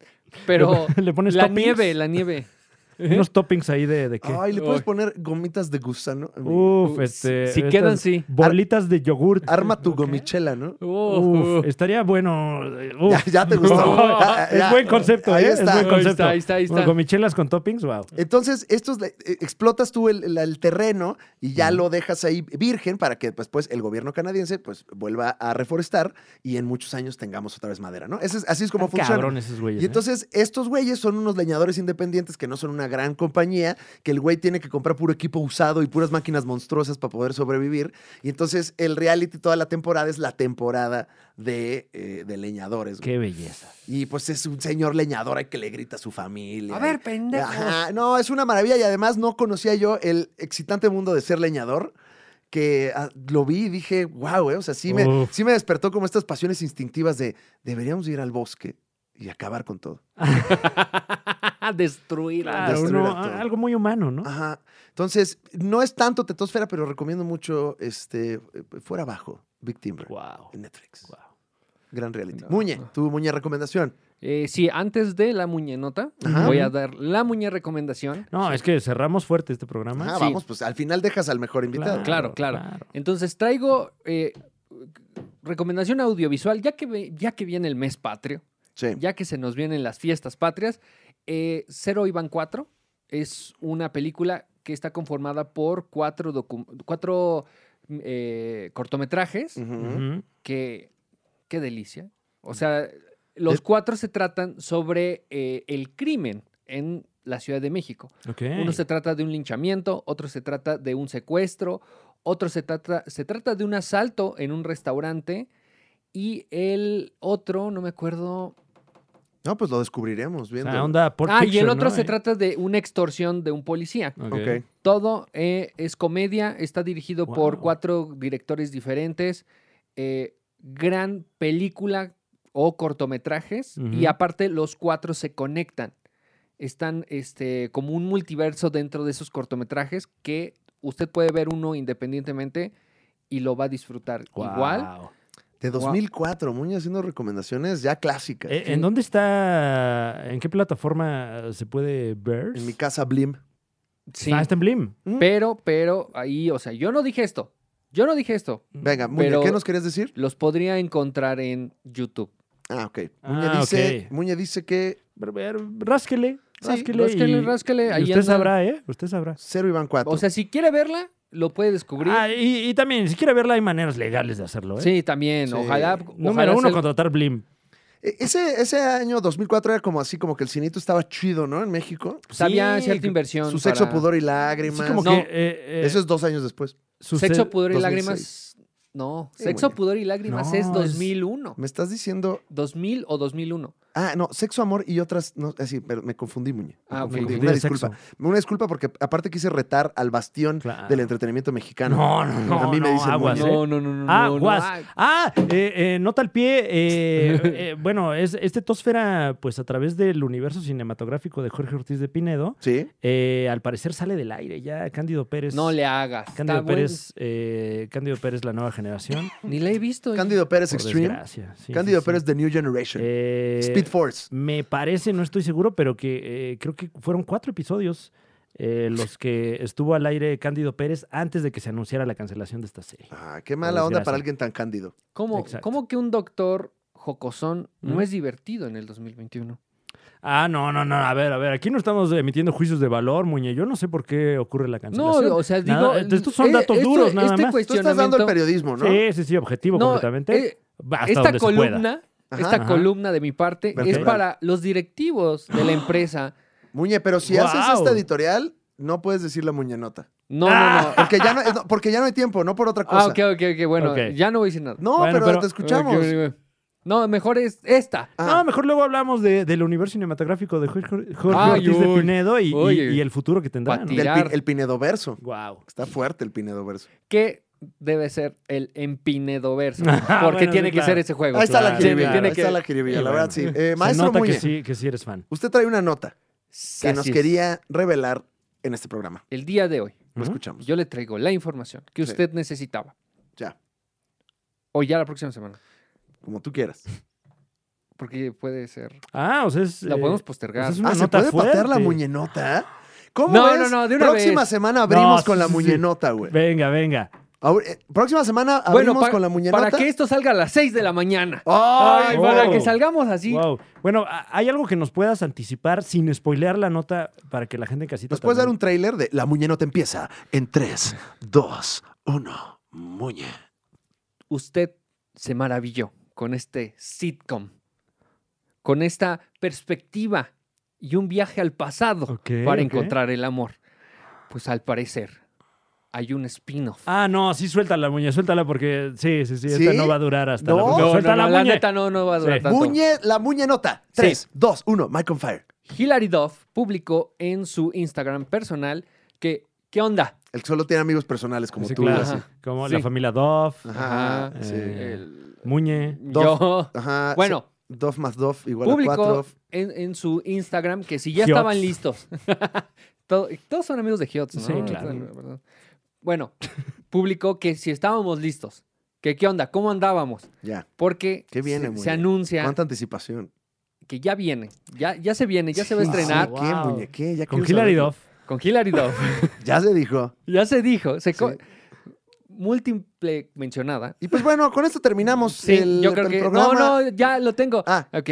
C: Pero
A: le pones
C: la
A: toppings, eh,
C: nieve, la nieve.
A: unos toppings ahí de, de qué.
B: Ay, le puedes
C: Ay.
B: poner gomitas de gusano.
A: Uf,
C: Uh,
A: este.
C: si- si
A: estas
C: quedan, sí.
A: Bolitas de yogurt.
B: Arma tu gomichela, ¿no?
A: Uf,
C: Oh,
A: estaría bueno. eh, uf.
B: Ya, ya te gustó.
A: No,
B: Ya,
A: es
B: ya.
A: buen concepto.
B: Ahí
A: ¿eh? Es
B: está.
A: buen concepto.
C: Ahí está, ahí está, ahí está.
A: Con michelas con toppings, wow.
B: Entonces, esto es la- eh, explotas tú el, el- el terreno y ya lo dejas ahí virgen para que después el gobierno canadiense pues vuelva a reforestar y en muchos años tengamos otra vez madera, ¿no? Ese es- así es como
A: Están
B: funciona.
A: cabrones esos güeyes. Ah, ¿eh?
B: Y entonces estos güeyes son unos leñadores independientes que no son una gran compañía, que el güey tiene que comprar puro equipo usado y puras máquinas monstruosas para poder sobrevivir. Y entonces el reality toda la temporada es la temporada de, eh, de leñadores. güey.
A: Qué belleza.
B: Y pues es un señor leñador al que le grita a su familia.
C: A ver,
B: Y-
C: pendejo.
B: Ajá, No, es una maravilla y además no conocía yo el excitante mundo de ser leñador que ah, lo vi y dije, wow, o sea, sí me,
A: Uf.
B: sí me despertó como estas pasiones instintivas de deberíamos ir al bosque y acabar con todo.
C: Destruirla.
A: Claro,
B: destruir
A: uno-
B: a todo.
A: algo muy humano, ¿no?
B: Ajá. Entonces, no es tanto tetosfera, pero recomiendo mucho este eh, fuera abajo, Big Timber
A: Wow.
B: en Netflix.
A: Wow.
B: Gran reality.
C: No.
B: Muñe, tu muñe recomendación.
C: Eh, sí, antes de la muñenota,
B: Ajá.
C: voy a dar la muñe recomendación.
A: No, es que cerramos fuerte este programa.
B: Ajá,
C: Sí.
B: vamos, pues al final dejas al mejor invitado.
C: Claro, claro. Entonces traigo eh, recomendación audiovisual, ya que, ve- ya que viene el mes patrio,
B: Sí.
C: ya que se nos vienen las fiestas patrias. eh, Cero Iván 4 es una película que está conformada por cuatro, docu- cuatro eh, cortometrajes
D: Mm.
B: Ujú.
A: Ujú.
C: que qué delicia. O sea, los
B: Es-
C: cuatro se tratan sobre eh, el crimen en la Ciudad de México.
A: Ok.
C: Uno se trata de un linchamiento, otro se trata de un secuestro, otro se trata, se trata de un asalto en un restaurante y el otro, no me acuerdo.
B: No, pues lo descubriremos
A: O
B: viendo.
A: sea, onda por
C: ah, y el otro
A: Eh.
C: se trata de una extorsión de un policía.
A: Ok.
B: Ok.
C: Todo eh, es comedia, está dirigido por
A: Wow.
C: cuatro directores diferentes, eh, gran película o cortometrajes, y
A: Ujú.
C: aparte los cuatro se conectan. Están este, como un multiverso dentro de esos cortometrajes que usted puede ver uno independientemente y lo va a disfrutar igual.
A: Wow.
B: De 2004, Muñe haciendo recomendaciones ya clásicas.
A: Eh, ¿En dónde está? ¿En qué plataforma se puede ver?
B: En mi casa, Blim.
C: Sí,
A: Ah, está en Blim.
C: pero, pero ahí, o sea, yo no dije esto. Yo no dije esto.
B: Venga, Muñe,
C: Pero-
B: ¿qué nos querías decir?
C: Los podría encontrar en YouTube.
B: Ah, ok. Muñe,
A: Ah,
B: dice,
A: ok.
B: Muñe dice que
A: Pero, pero, Rásquele.
B: Sí,
A: Rásquele.
C: Ráscale,
A: y-
C: ráscale.
A: y
C: ahí
A: usted
C: anda.
A: sabrá, ¿eh? Usted sabrá.
B: cero Iván 4.
C: O sea, si quiere verla, lo puede descubrir.
A: Ah, y, y también, si quiere verla, hay maneras legales de hacerlo, ¿eh?
C: Sí, también.
B: Sí.
C: Ojalá. ojalá
A: Número uno,
C: sea-
A: contratar Blim.
B: E, ese, ese año 2004 era como así, como que el cinito estaba chido, ¿no? En México.
C: o sea, había
A: Sí,
C: cierta inversión.
B: Su sexo,
C: para-
B: pudor y
A: Sí,
B: lágrimas.
A: como
C: No.
A: que... eh, eh,
B: Eso es dos años después.
A: sucede-
C: Sexo, pudor y
B: 2006.
C: lágrimas. No,
B: Sí,
C: sexo,
B: güey.
C: pudor y lágrimas
A: No,
C: es
A: es-
C: 2001.
B: Me estás diciendo.
C: 2000 o 2001.
B: Ah, no, sexo, amor y otras. No, así, pero me confundí, Muñe. Me
C: Ah, ok.
B: confundí.
A: confundí
B: Una
A: de sexo.
B: disculpa. Una disculpa porque aparte quise retar al bastión
A: Claro.
B: del entretenimiento mexicano.
A: No, no, no.
B: A mí me
A: no,
B: dicen
A: aguas,
B: Sí.
A: ¿eh?
C: No, no, no, no, no.
A: Ah,
C: no,
A: guas.
C: ay,
A: Ah, eh, eh, nota al pie. eh, eh, bueno, es, este Tosfera, pues a través del universo cinematográfico de Jorge Ortiz de Pinedo,
B: ¿Sí?
A: eh, al parecer sale del aire ya Cándido Pérez.
C: no le hagas.
A: Cándido
C: está bueno.
A: Pérez, eh, Cándido Pérez, la nueva generación.
C: Ni la he visto. ¿eh?
B: Cándido Pérez
A: por
B: Extreme.
A: desgracia, sí,
B: Cándido
A: sí, sí.
B: Pérez The New Generation.
A: Eh,
B: Speed Force.
A: Me parece, no estoy seguro, pero que eh, creo que fueron cuatro episodios. eh, los que estuvo al aire Cándido Pérez antes de que se anunciara la cancelación de esta serie.
B: Ah, qué
A: Por
B: mala onda
A: desgracia.
B: para alguien tan cándido.
C: ¿Cómo,
A: Exacto. ¿Mm?
C: cómo que un doctor jocosón no
A: Ujú.
C: es divertido en el 2021?
A: Ah, no, no, no, a ver, a ver, aquí no estamos emitiendo juicios de valor, Muñe. Yo no sé por qué ocurre la
C: No,
A: cancelación.
C: o sea, digo. eh, este
A: Nada, estos son datos duros, nada más. Tú
B: Tú estás dando el periodismo, ¿no?
A: Sí, sí, sí, objetivo
C: No,
A: completamente.
C: eh,
A: Va hasta
C: esta
A: donde se pueda.
C: columna,
B: Ajá.
C: esta
A: Ajá.
C: columna de mi parte es
B: Vertebral.
C: para los directivos de la empresa.
B: Muñe, pero si haces
A: Guau.
B: esta editorial, no puedes decir la muñenota.
C: No,
A: Ah,
C: no, no.
B: Porque ya no, es- no, porque ya no hay tiempo, no por otra cosa.
C: Ah, ok, ok, ok. Bueno,
A: Ok.
C: ya no voy a decir nada.
B: No,
A: Bueno,
B: pero,
A: pero-
B: te escuchamos.
C: Ok, ok, ok. No, mejor es esta.
B: Ah,
A: No, mejor luego hablamos de- del universo cinematográfico de Jorge, Jorge
C: Ay,
A: Ortiz de
C: uy,
A: Pinedo y, y-
C: oye.
A: y el futuro que tendrá. ¿no?
C: Pati.
B: del pi-
C: tirar.
B: el Pinedoverso.
A: Guau.
B: Está fuerte el Pinedoverso.
C: ¿Qué debe ser el empinedoverso?
A: Ah,
C: Porque
A: bueno,
C: tiene
A: sí,
C: que ser
A: claro.
C: ese juego.
B: Ahí está la
A: claro,
B: jiribilla,
A: sí,
B: ahí
A: tiene
B: está
C: que-
B: la jiribilla,
A: Sí,
B: la
A: bueno.
B: verdad sí. Eh,
A: Se
B: maestro
A: nota
B: Muñe,
A: que sí, que sí eres fan.
B: usted trae una nota que
C: Así
B: nos
C: es.
B: quería revelar en este programa.
C: El día de hoy,
B: Lo
A: Ujú.
B: escuchamos.
C: yo le traigo la información que
B: Sí.
C: usted necesitaba.
B: Ya,
C: O ya la próxima semana.
B: como tú quieras.
C: Porque puede ser.
A: Ah, o sea, es,
C: La
A: eh,
C: podemos
A: o sea,
C: postergar.
A: es una
B: Ah, ¿se
A: nota
B: puede patear la
A: fuerte.
B: muñenota? ¿Cómo
C: No,
B: ves?
C: no, no, de una
B: Próxima
C: vez.
B: semana abrimos
A: No,
B: con
A: sí,
B: la
A: sí, sí.
B: muñenota, güey.
A: Venga, venga.
B: Ahora, eh, Próxima semana abrimos
C: Bueno, pa-
B: con la muñenota. Oh,
C: para que esto salga a las 6 de la mañana.
A: Ah,
B: ¡Ay,
C: Ay, para
A: wow.
C: que salgamos así.
A: Wow. Bueno, a- ¿hay algo que nos puedas anticipar sin spoilear la nota para que la gente en casita
B: ¿Nos puedes dar
A: también-
B: un tráiler de La Muñenota empieza en 3, 2, 1, Muñe?
C: Usted se maravilló con este sitcom, con esta perspectiva y un viaje al pasado
A: Ok,
C: para
A: ok.
C: encontrar el amor. Pues al parecer hay un spin-off.
A: Ah, no, sí, suéltala, Muñe, suéltala porque sí, sí, sí, esta
B: ¿Sí?
A: no va a durar hasta
B: No.
A: la próxima. suéltala,
C: la
A: Muñe.
C: neta no, no va a durar
A: Sí.
C: tanto.
B: Muñe, La Muñenota. 3, 2, 1, Mike on Fire.
C: Hilary Duff publicó en su Instagram personal que, ¿qué onda?
B: El que solo tiene amigos personales como
A: Sí,
B: tú.
A: claro,
B: así.
C: Ajá.
A: Como
C: Sí.
A: la familia Dove,
B: Ajá,
C: Ajá,
B: sí.
A: eh,
C: Ah, El-
A: Muñe.
B: Duff.
C: yo-
B: Ajá,
C: bueno,
B: sí. Dof más Dof igual a
C: publicó
B: 4.
C: en, en su Instagram que si ya
A: Hiots.
C: estaban listos. Todo- todos son amigos de Hiots, ¿no?
A: Sí, claro.
C: La verdad. Bueno, publicó que si estábamos listos, que qué onda, cómo andábamos,
B: Ya,
C: porque
B: ¿Qué viene,
C: se,
B: muy
C: se
B: bien?
C: anuncia
B: cuánta anticipación.
C: que ya viene, ya, ya se viene, ya se va a
B: Sí,
C: estrenar
B: ¿Qué,
A: wow.
B: Muñe? ¿Qué? Ya
A: Con
B: quiero
A: Hilary
B: saberlo.
A: Duff.
C: con Hilary Duff.
B: Ya se dijo.
C: ya se dijo, se co-
B: Sí.
C: múltiple mencionada.
B: Y pues bueno, con esto terminamos
C: Sí,
B: el,
C: yo creo
B: el
C: que...
B: programa.
C: No, no, ya lo tengo.
B: Ah,
C: Ok.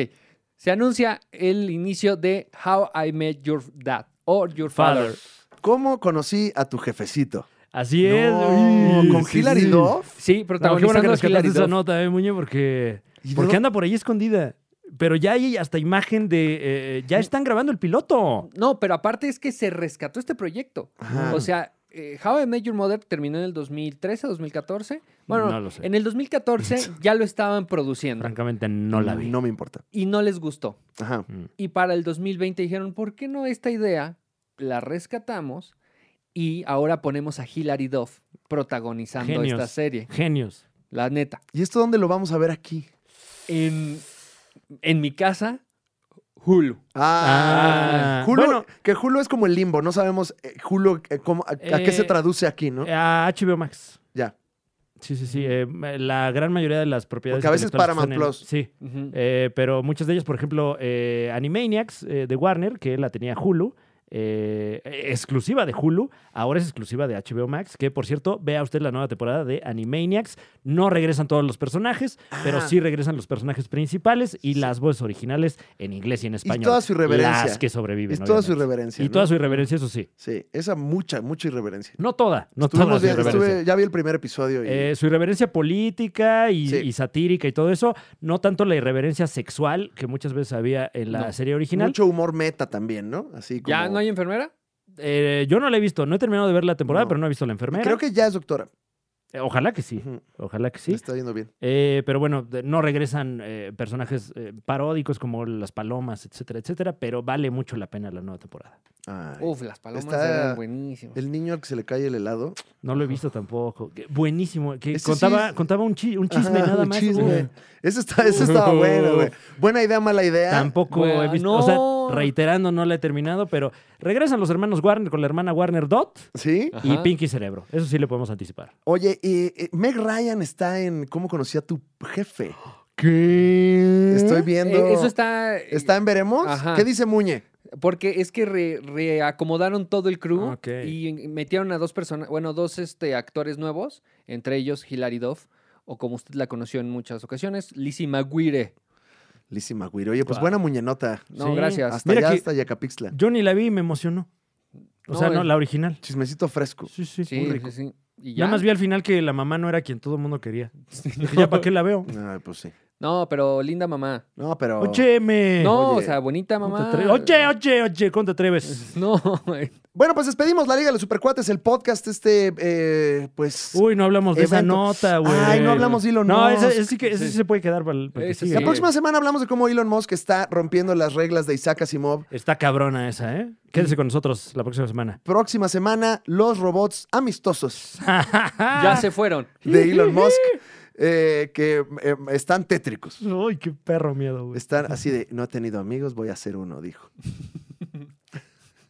C: Se anuncia el inicio de How I Met Your Dad o Your Father.
A: Father.
B: ¿cómo conocí a tu jefecito?
A: Así es.
B: No,
A: uy,
B: con
A: sí,
B: Hilary
A: sí.
B: Duff.
C: Sí,
A: No, qué bueno que
C: protagonizando
A: nos
C: a Hilary
A: quitaste esa
C: Duff.
A: nota, eh, Muñe, porque,
B: ¿Y de
A: porque
B: dónde-
A: anda por ahí escondida. Pero ya hay hasta imagen de... eh, ya están grabando el piloto.
C: No, pero aparte es que se rescató este proyecto.
B: Ajá.
C: O sea, eh, How I Met Your Mother terminó en el 2013, 2014. Bueno,
A: No lo sé.
C: en el 2014 ya lo estaban produciendo
A: Francamente, no la vi.
B: No me importa.
C: y no les gustó.
B: Ajá.
A: Mm.
C: Y para el 2020 dijeron, ¿por qué no esta idea la rescatamos y ahora ponemos a Hilary Duff protagonizando
A: Genios.
C: esta serie?
A: Genios.
C: La neta.
B: ¿Y esto dónde lo vamos a ver aquí?
C: En, en mi casa, Hulu.
A: Ah.
B: Hulu-
A: Bueno.
B: que Hulu es como el limbo, no sabemos eh, Hulu eh, cómo- a, a qué se
A: Eh,
B: traduce aquí, ¿no?
A: A HBO Max.
B: ya.
A: Sí, sí, sí. eh, la gran mayoría de las propiedades...
B: Porque a veces
A: intelectuales
B: Paramount
A: están en-
B: Plus.
A: Sí.
C: Ujú.
A: Eh, pero muchas de ellas, por ejemplo, eh, Animaniacs eh, de Warner, que la tenía Hulu, eh, eh, exclusiva de Hulu, ahora es exclusiva de HBO Max, que por cierto, vea usted la nueva temporada de Animaniacs. No regresan todos los personajes, pero
B: Ah.
A: sí regresan los personajes principales y las voces originales en inglés y en español.
B: toda su irreverencia.
A: Las que sobreviven.
B: Es toda su
A: obviamente.
B: irreverencia.
A: Y
B: ¿no?
A: toda su irreverencia, eso sí.
B: Sí, esa mucha, mucha irreverencia.
A: No toda, no toda
B: Estuvimos
A: su
B: bien- estuve-
A: irreverencia.
B: ya vi el primer episodio y
A: Eh, su irreverencia política y,
B: Sí.
A: y satírica y todo eso, no tanto la irreverencia sexual que muchas veces había en la
C: No.
A: serie original.
B: mucho humor meta también, ¿no? Así como...
C: ¿Ya no hay enfermera?
A: Eh, yo no la he visto, no he terminado de ver la temporada,
B: No.
A: pero no he visto la enfermera.
B: Creo que ya es doctora.
A: Eh, ojalá que sí,
B: Ujú, Este
A: ojalá que
B: le
A: sí.
B: Está yendo bien.
A: Eh, pero bueno, de- no regresan eh, personajes eh, paródicos como las palomas, etcétera, etcétera, pero vale mucho la pena la nueva temporada.
B: Ay.
C: Uf, las palomas
B: Está-
C: eran
A: Oh.
C: buenísimas.
B: El niño al que se le cae el helado.
A: No lo he visto tampoco. Qué buenísimo, que
B: Ese sí
A: contaba,
B: es-
A: contaba un, chi- un chisme
B: Ajá,
A: nada
B: un
A: más.
B: chisme.
A: Uf,
B: Eso, está, eso estaba
A: Uf.
B: bueno, güey. Buena idea, mala idea.
A: Tampoco
C: Bueno,
A: he visto. O
C: no.
A: sea, reiterando, no la he terminado, pero regresan los hermanos Warner con la hermana Warner Dot
B: ¿Sí?
A: y
C: Ajá.
A: Pinky Cerebro. Eso sí le podemos anticipar.
B: Oye, y, eh, Meg Ryan está en ¿Cómo conocí a tu jefe?
A: ¿Qué?
B: Estoy viendo.
C: Eh, Eso está. eh,
B: ¿Está en Veremos?
C: Ajá.
B: ¿Qué dice Muñe?
C: Porque es que re- reacomodaron todo el crew
A: Ah, Ok.
C: y metieron a dos personas, bueno, dos este, actores nuevos, entre ellos Hilary Duff, o como usted la conoció en muchas ocasiones, Lizzie Maguire.
B: Lizzie McGuire. Oye, pues
A: Guau.
B: buena muñenota.
C: No,
A: Sí,
C: gracias.
B: Hasta
A: Mira
B: allá,
A: que-
B: hasta Yacapixtla.
A: Yo ni la vi y me emocionó. O
C: No,
A: sea, no,
C: el-
A: la original.
B: Chismecito fresco.
A: Sí, sí,
C: Sí,
A: muy rico.
C: sí, sí. Y ya.
A: Nada más vi al final que la mamá no era quien todo el mundo quería. Dije, ¿ya para qué la veo?
B: Ay, pues sí.
C: No, pero linda mamá.
B: No, pero.
A: Oye, me.
C: No,
B: oye,
C: o sea, bonita
A: ¿Cómo te
C: mamá.
A: atreves? Oye, oye, oye, ¿cómo te atreves?
C: No, güey.
B: Bueno, pues despedimos la Liga de los Supercuates, el podcast este, eh, pues...
A: Uy, no hablamos de esa
B: Evento.
A: nota, güey.
B: Ay, no hablamos de Elon
A: No,
B: Musk.
A: ese, ese sí que, ese sí
C: Sí.
A: se puede quedar para el. para el que
C: Ese
A: sigue.
B: La
C: sí.
B: próxima semana hablamos de cómo Elon Musk está rompiendo las reglas de Isaac Asimov.
A: Está cabrona esa, ¿eh? Quédese con nosotros la próxima semana.
B: Próxima semana, los robots amistosos
A: Ah.
C: ya se fueron.
B: de Elon Musk, eh, que eh, están tétricos.
A: Uy, qué perro miedo, güey.
B: Están así de, no he tenido amigos, voy a hacer uno, dijo.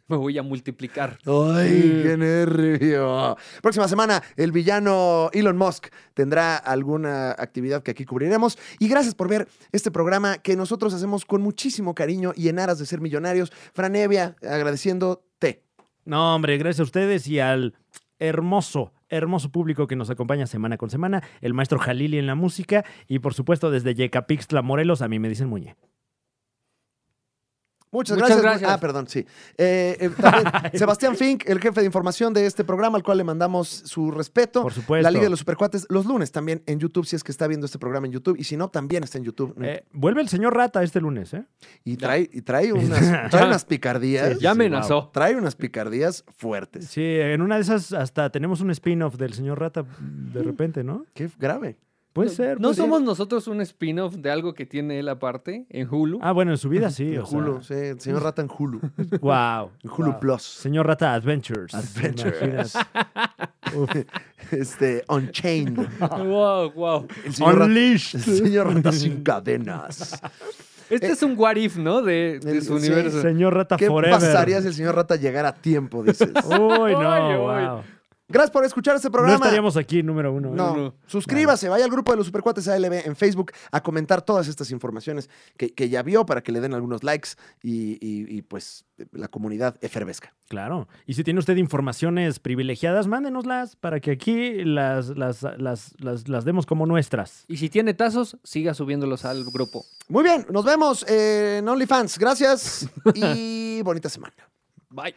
C: Me voy a multiplicar.
B: ¡Ay, qué nervio! Próxima semana, el villano Elon Musk tendrá alguna actividad que aquí cubriremos. Y gracias por ver este programa que nosotros hacemos con muchísimo cariño y en aras de ser millonarios. Fran Evia, agradeciéndote.
A: No, hombre, gracias a ustedes y al hermoso, hermoso público que nos acompaña semana con semana, el maestro Jalili en la música y por supuesto desde Yecapixtla, Morelos, a mí me dicen Muñe.
B: Muchas,
C: Muchas
B: gracias.
C: gracias.
B: Ah, perdón, sí. Eh, eh, también Sebastián Fink, el jefe de información de este programa, al cual le mandamos su respeto.
A: Por supuesto.
B: La Liga de los Supercuates, los lunes también en YouTube, si es que está viendo este programa en YouTube. Y si no, también está en YouTube. ¿no?
A: Eh, vuelve el señor Rata este lunes, ¿eh?
B: y trae, y trae unas, trae unas picardías.
A: Sí,
C: Ya
A: sí,
C: amenazó.
B: Trae unas picardías fuertes.
A: Sí, en una de esas hasta tenemos un spin-off del señor Rata
B: Mm.
A: de repente, ¿no?
B: Qué grave.
A: Puede ser.
C: ¿No
A: puede ser.
C: somos nosotros un spin-off de algo que tiene él aparte en Hulu?
A: Ah, bueno, en su vida sí.
B: En
A: o sea.
B: Hulu, sí, el señor Rata en Hulu.
A: Wow.
B: En Hulu
A: wow.
B: Plus.
A: Señor Rata Adventures.
B: Adventures.
A: Imaginas. Uf.
B: Este, Unchained.
C: Wow, wow.
B: El señor, Rata, el
A: Unleashed.
B: señor Rata sin cadenas.
C: Este es un what if, ¿no? De, de
B: Eh, el-
C: su
B: sí,
C: universo.
A: Señor Rata
B: ¿Qué
A: Forever.
B: pasaría si el señor Rata llegara a tiempo, dices?
A: Uy, no,
C: Ay, ay.
A: wow.
B: Gracias por escuchar este
A: No
B: programa.
A: estaríamos aquí, número uno. ¿eh?
B: No,
C: No, no.
B: suscríbase, vaya al grupo de los Supercuates ALB en Facebook a comentar todas estas informaciones que, que ya vio para que le den algunos likes y, y- y, pues la comunidad efervesca.
A: Claro. Y si tiene usted informaciones privilegiadas, mándenoslas para que aquí las, las, las, las, las demos como nuestras.
C: Y si tiene tazos, siga subiéndolos al grupo.
B: Muy bien, nos vemos eh, en OnlyFans. Gracias y bonita semana.
C: Bye.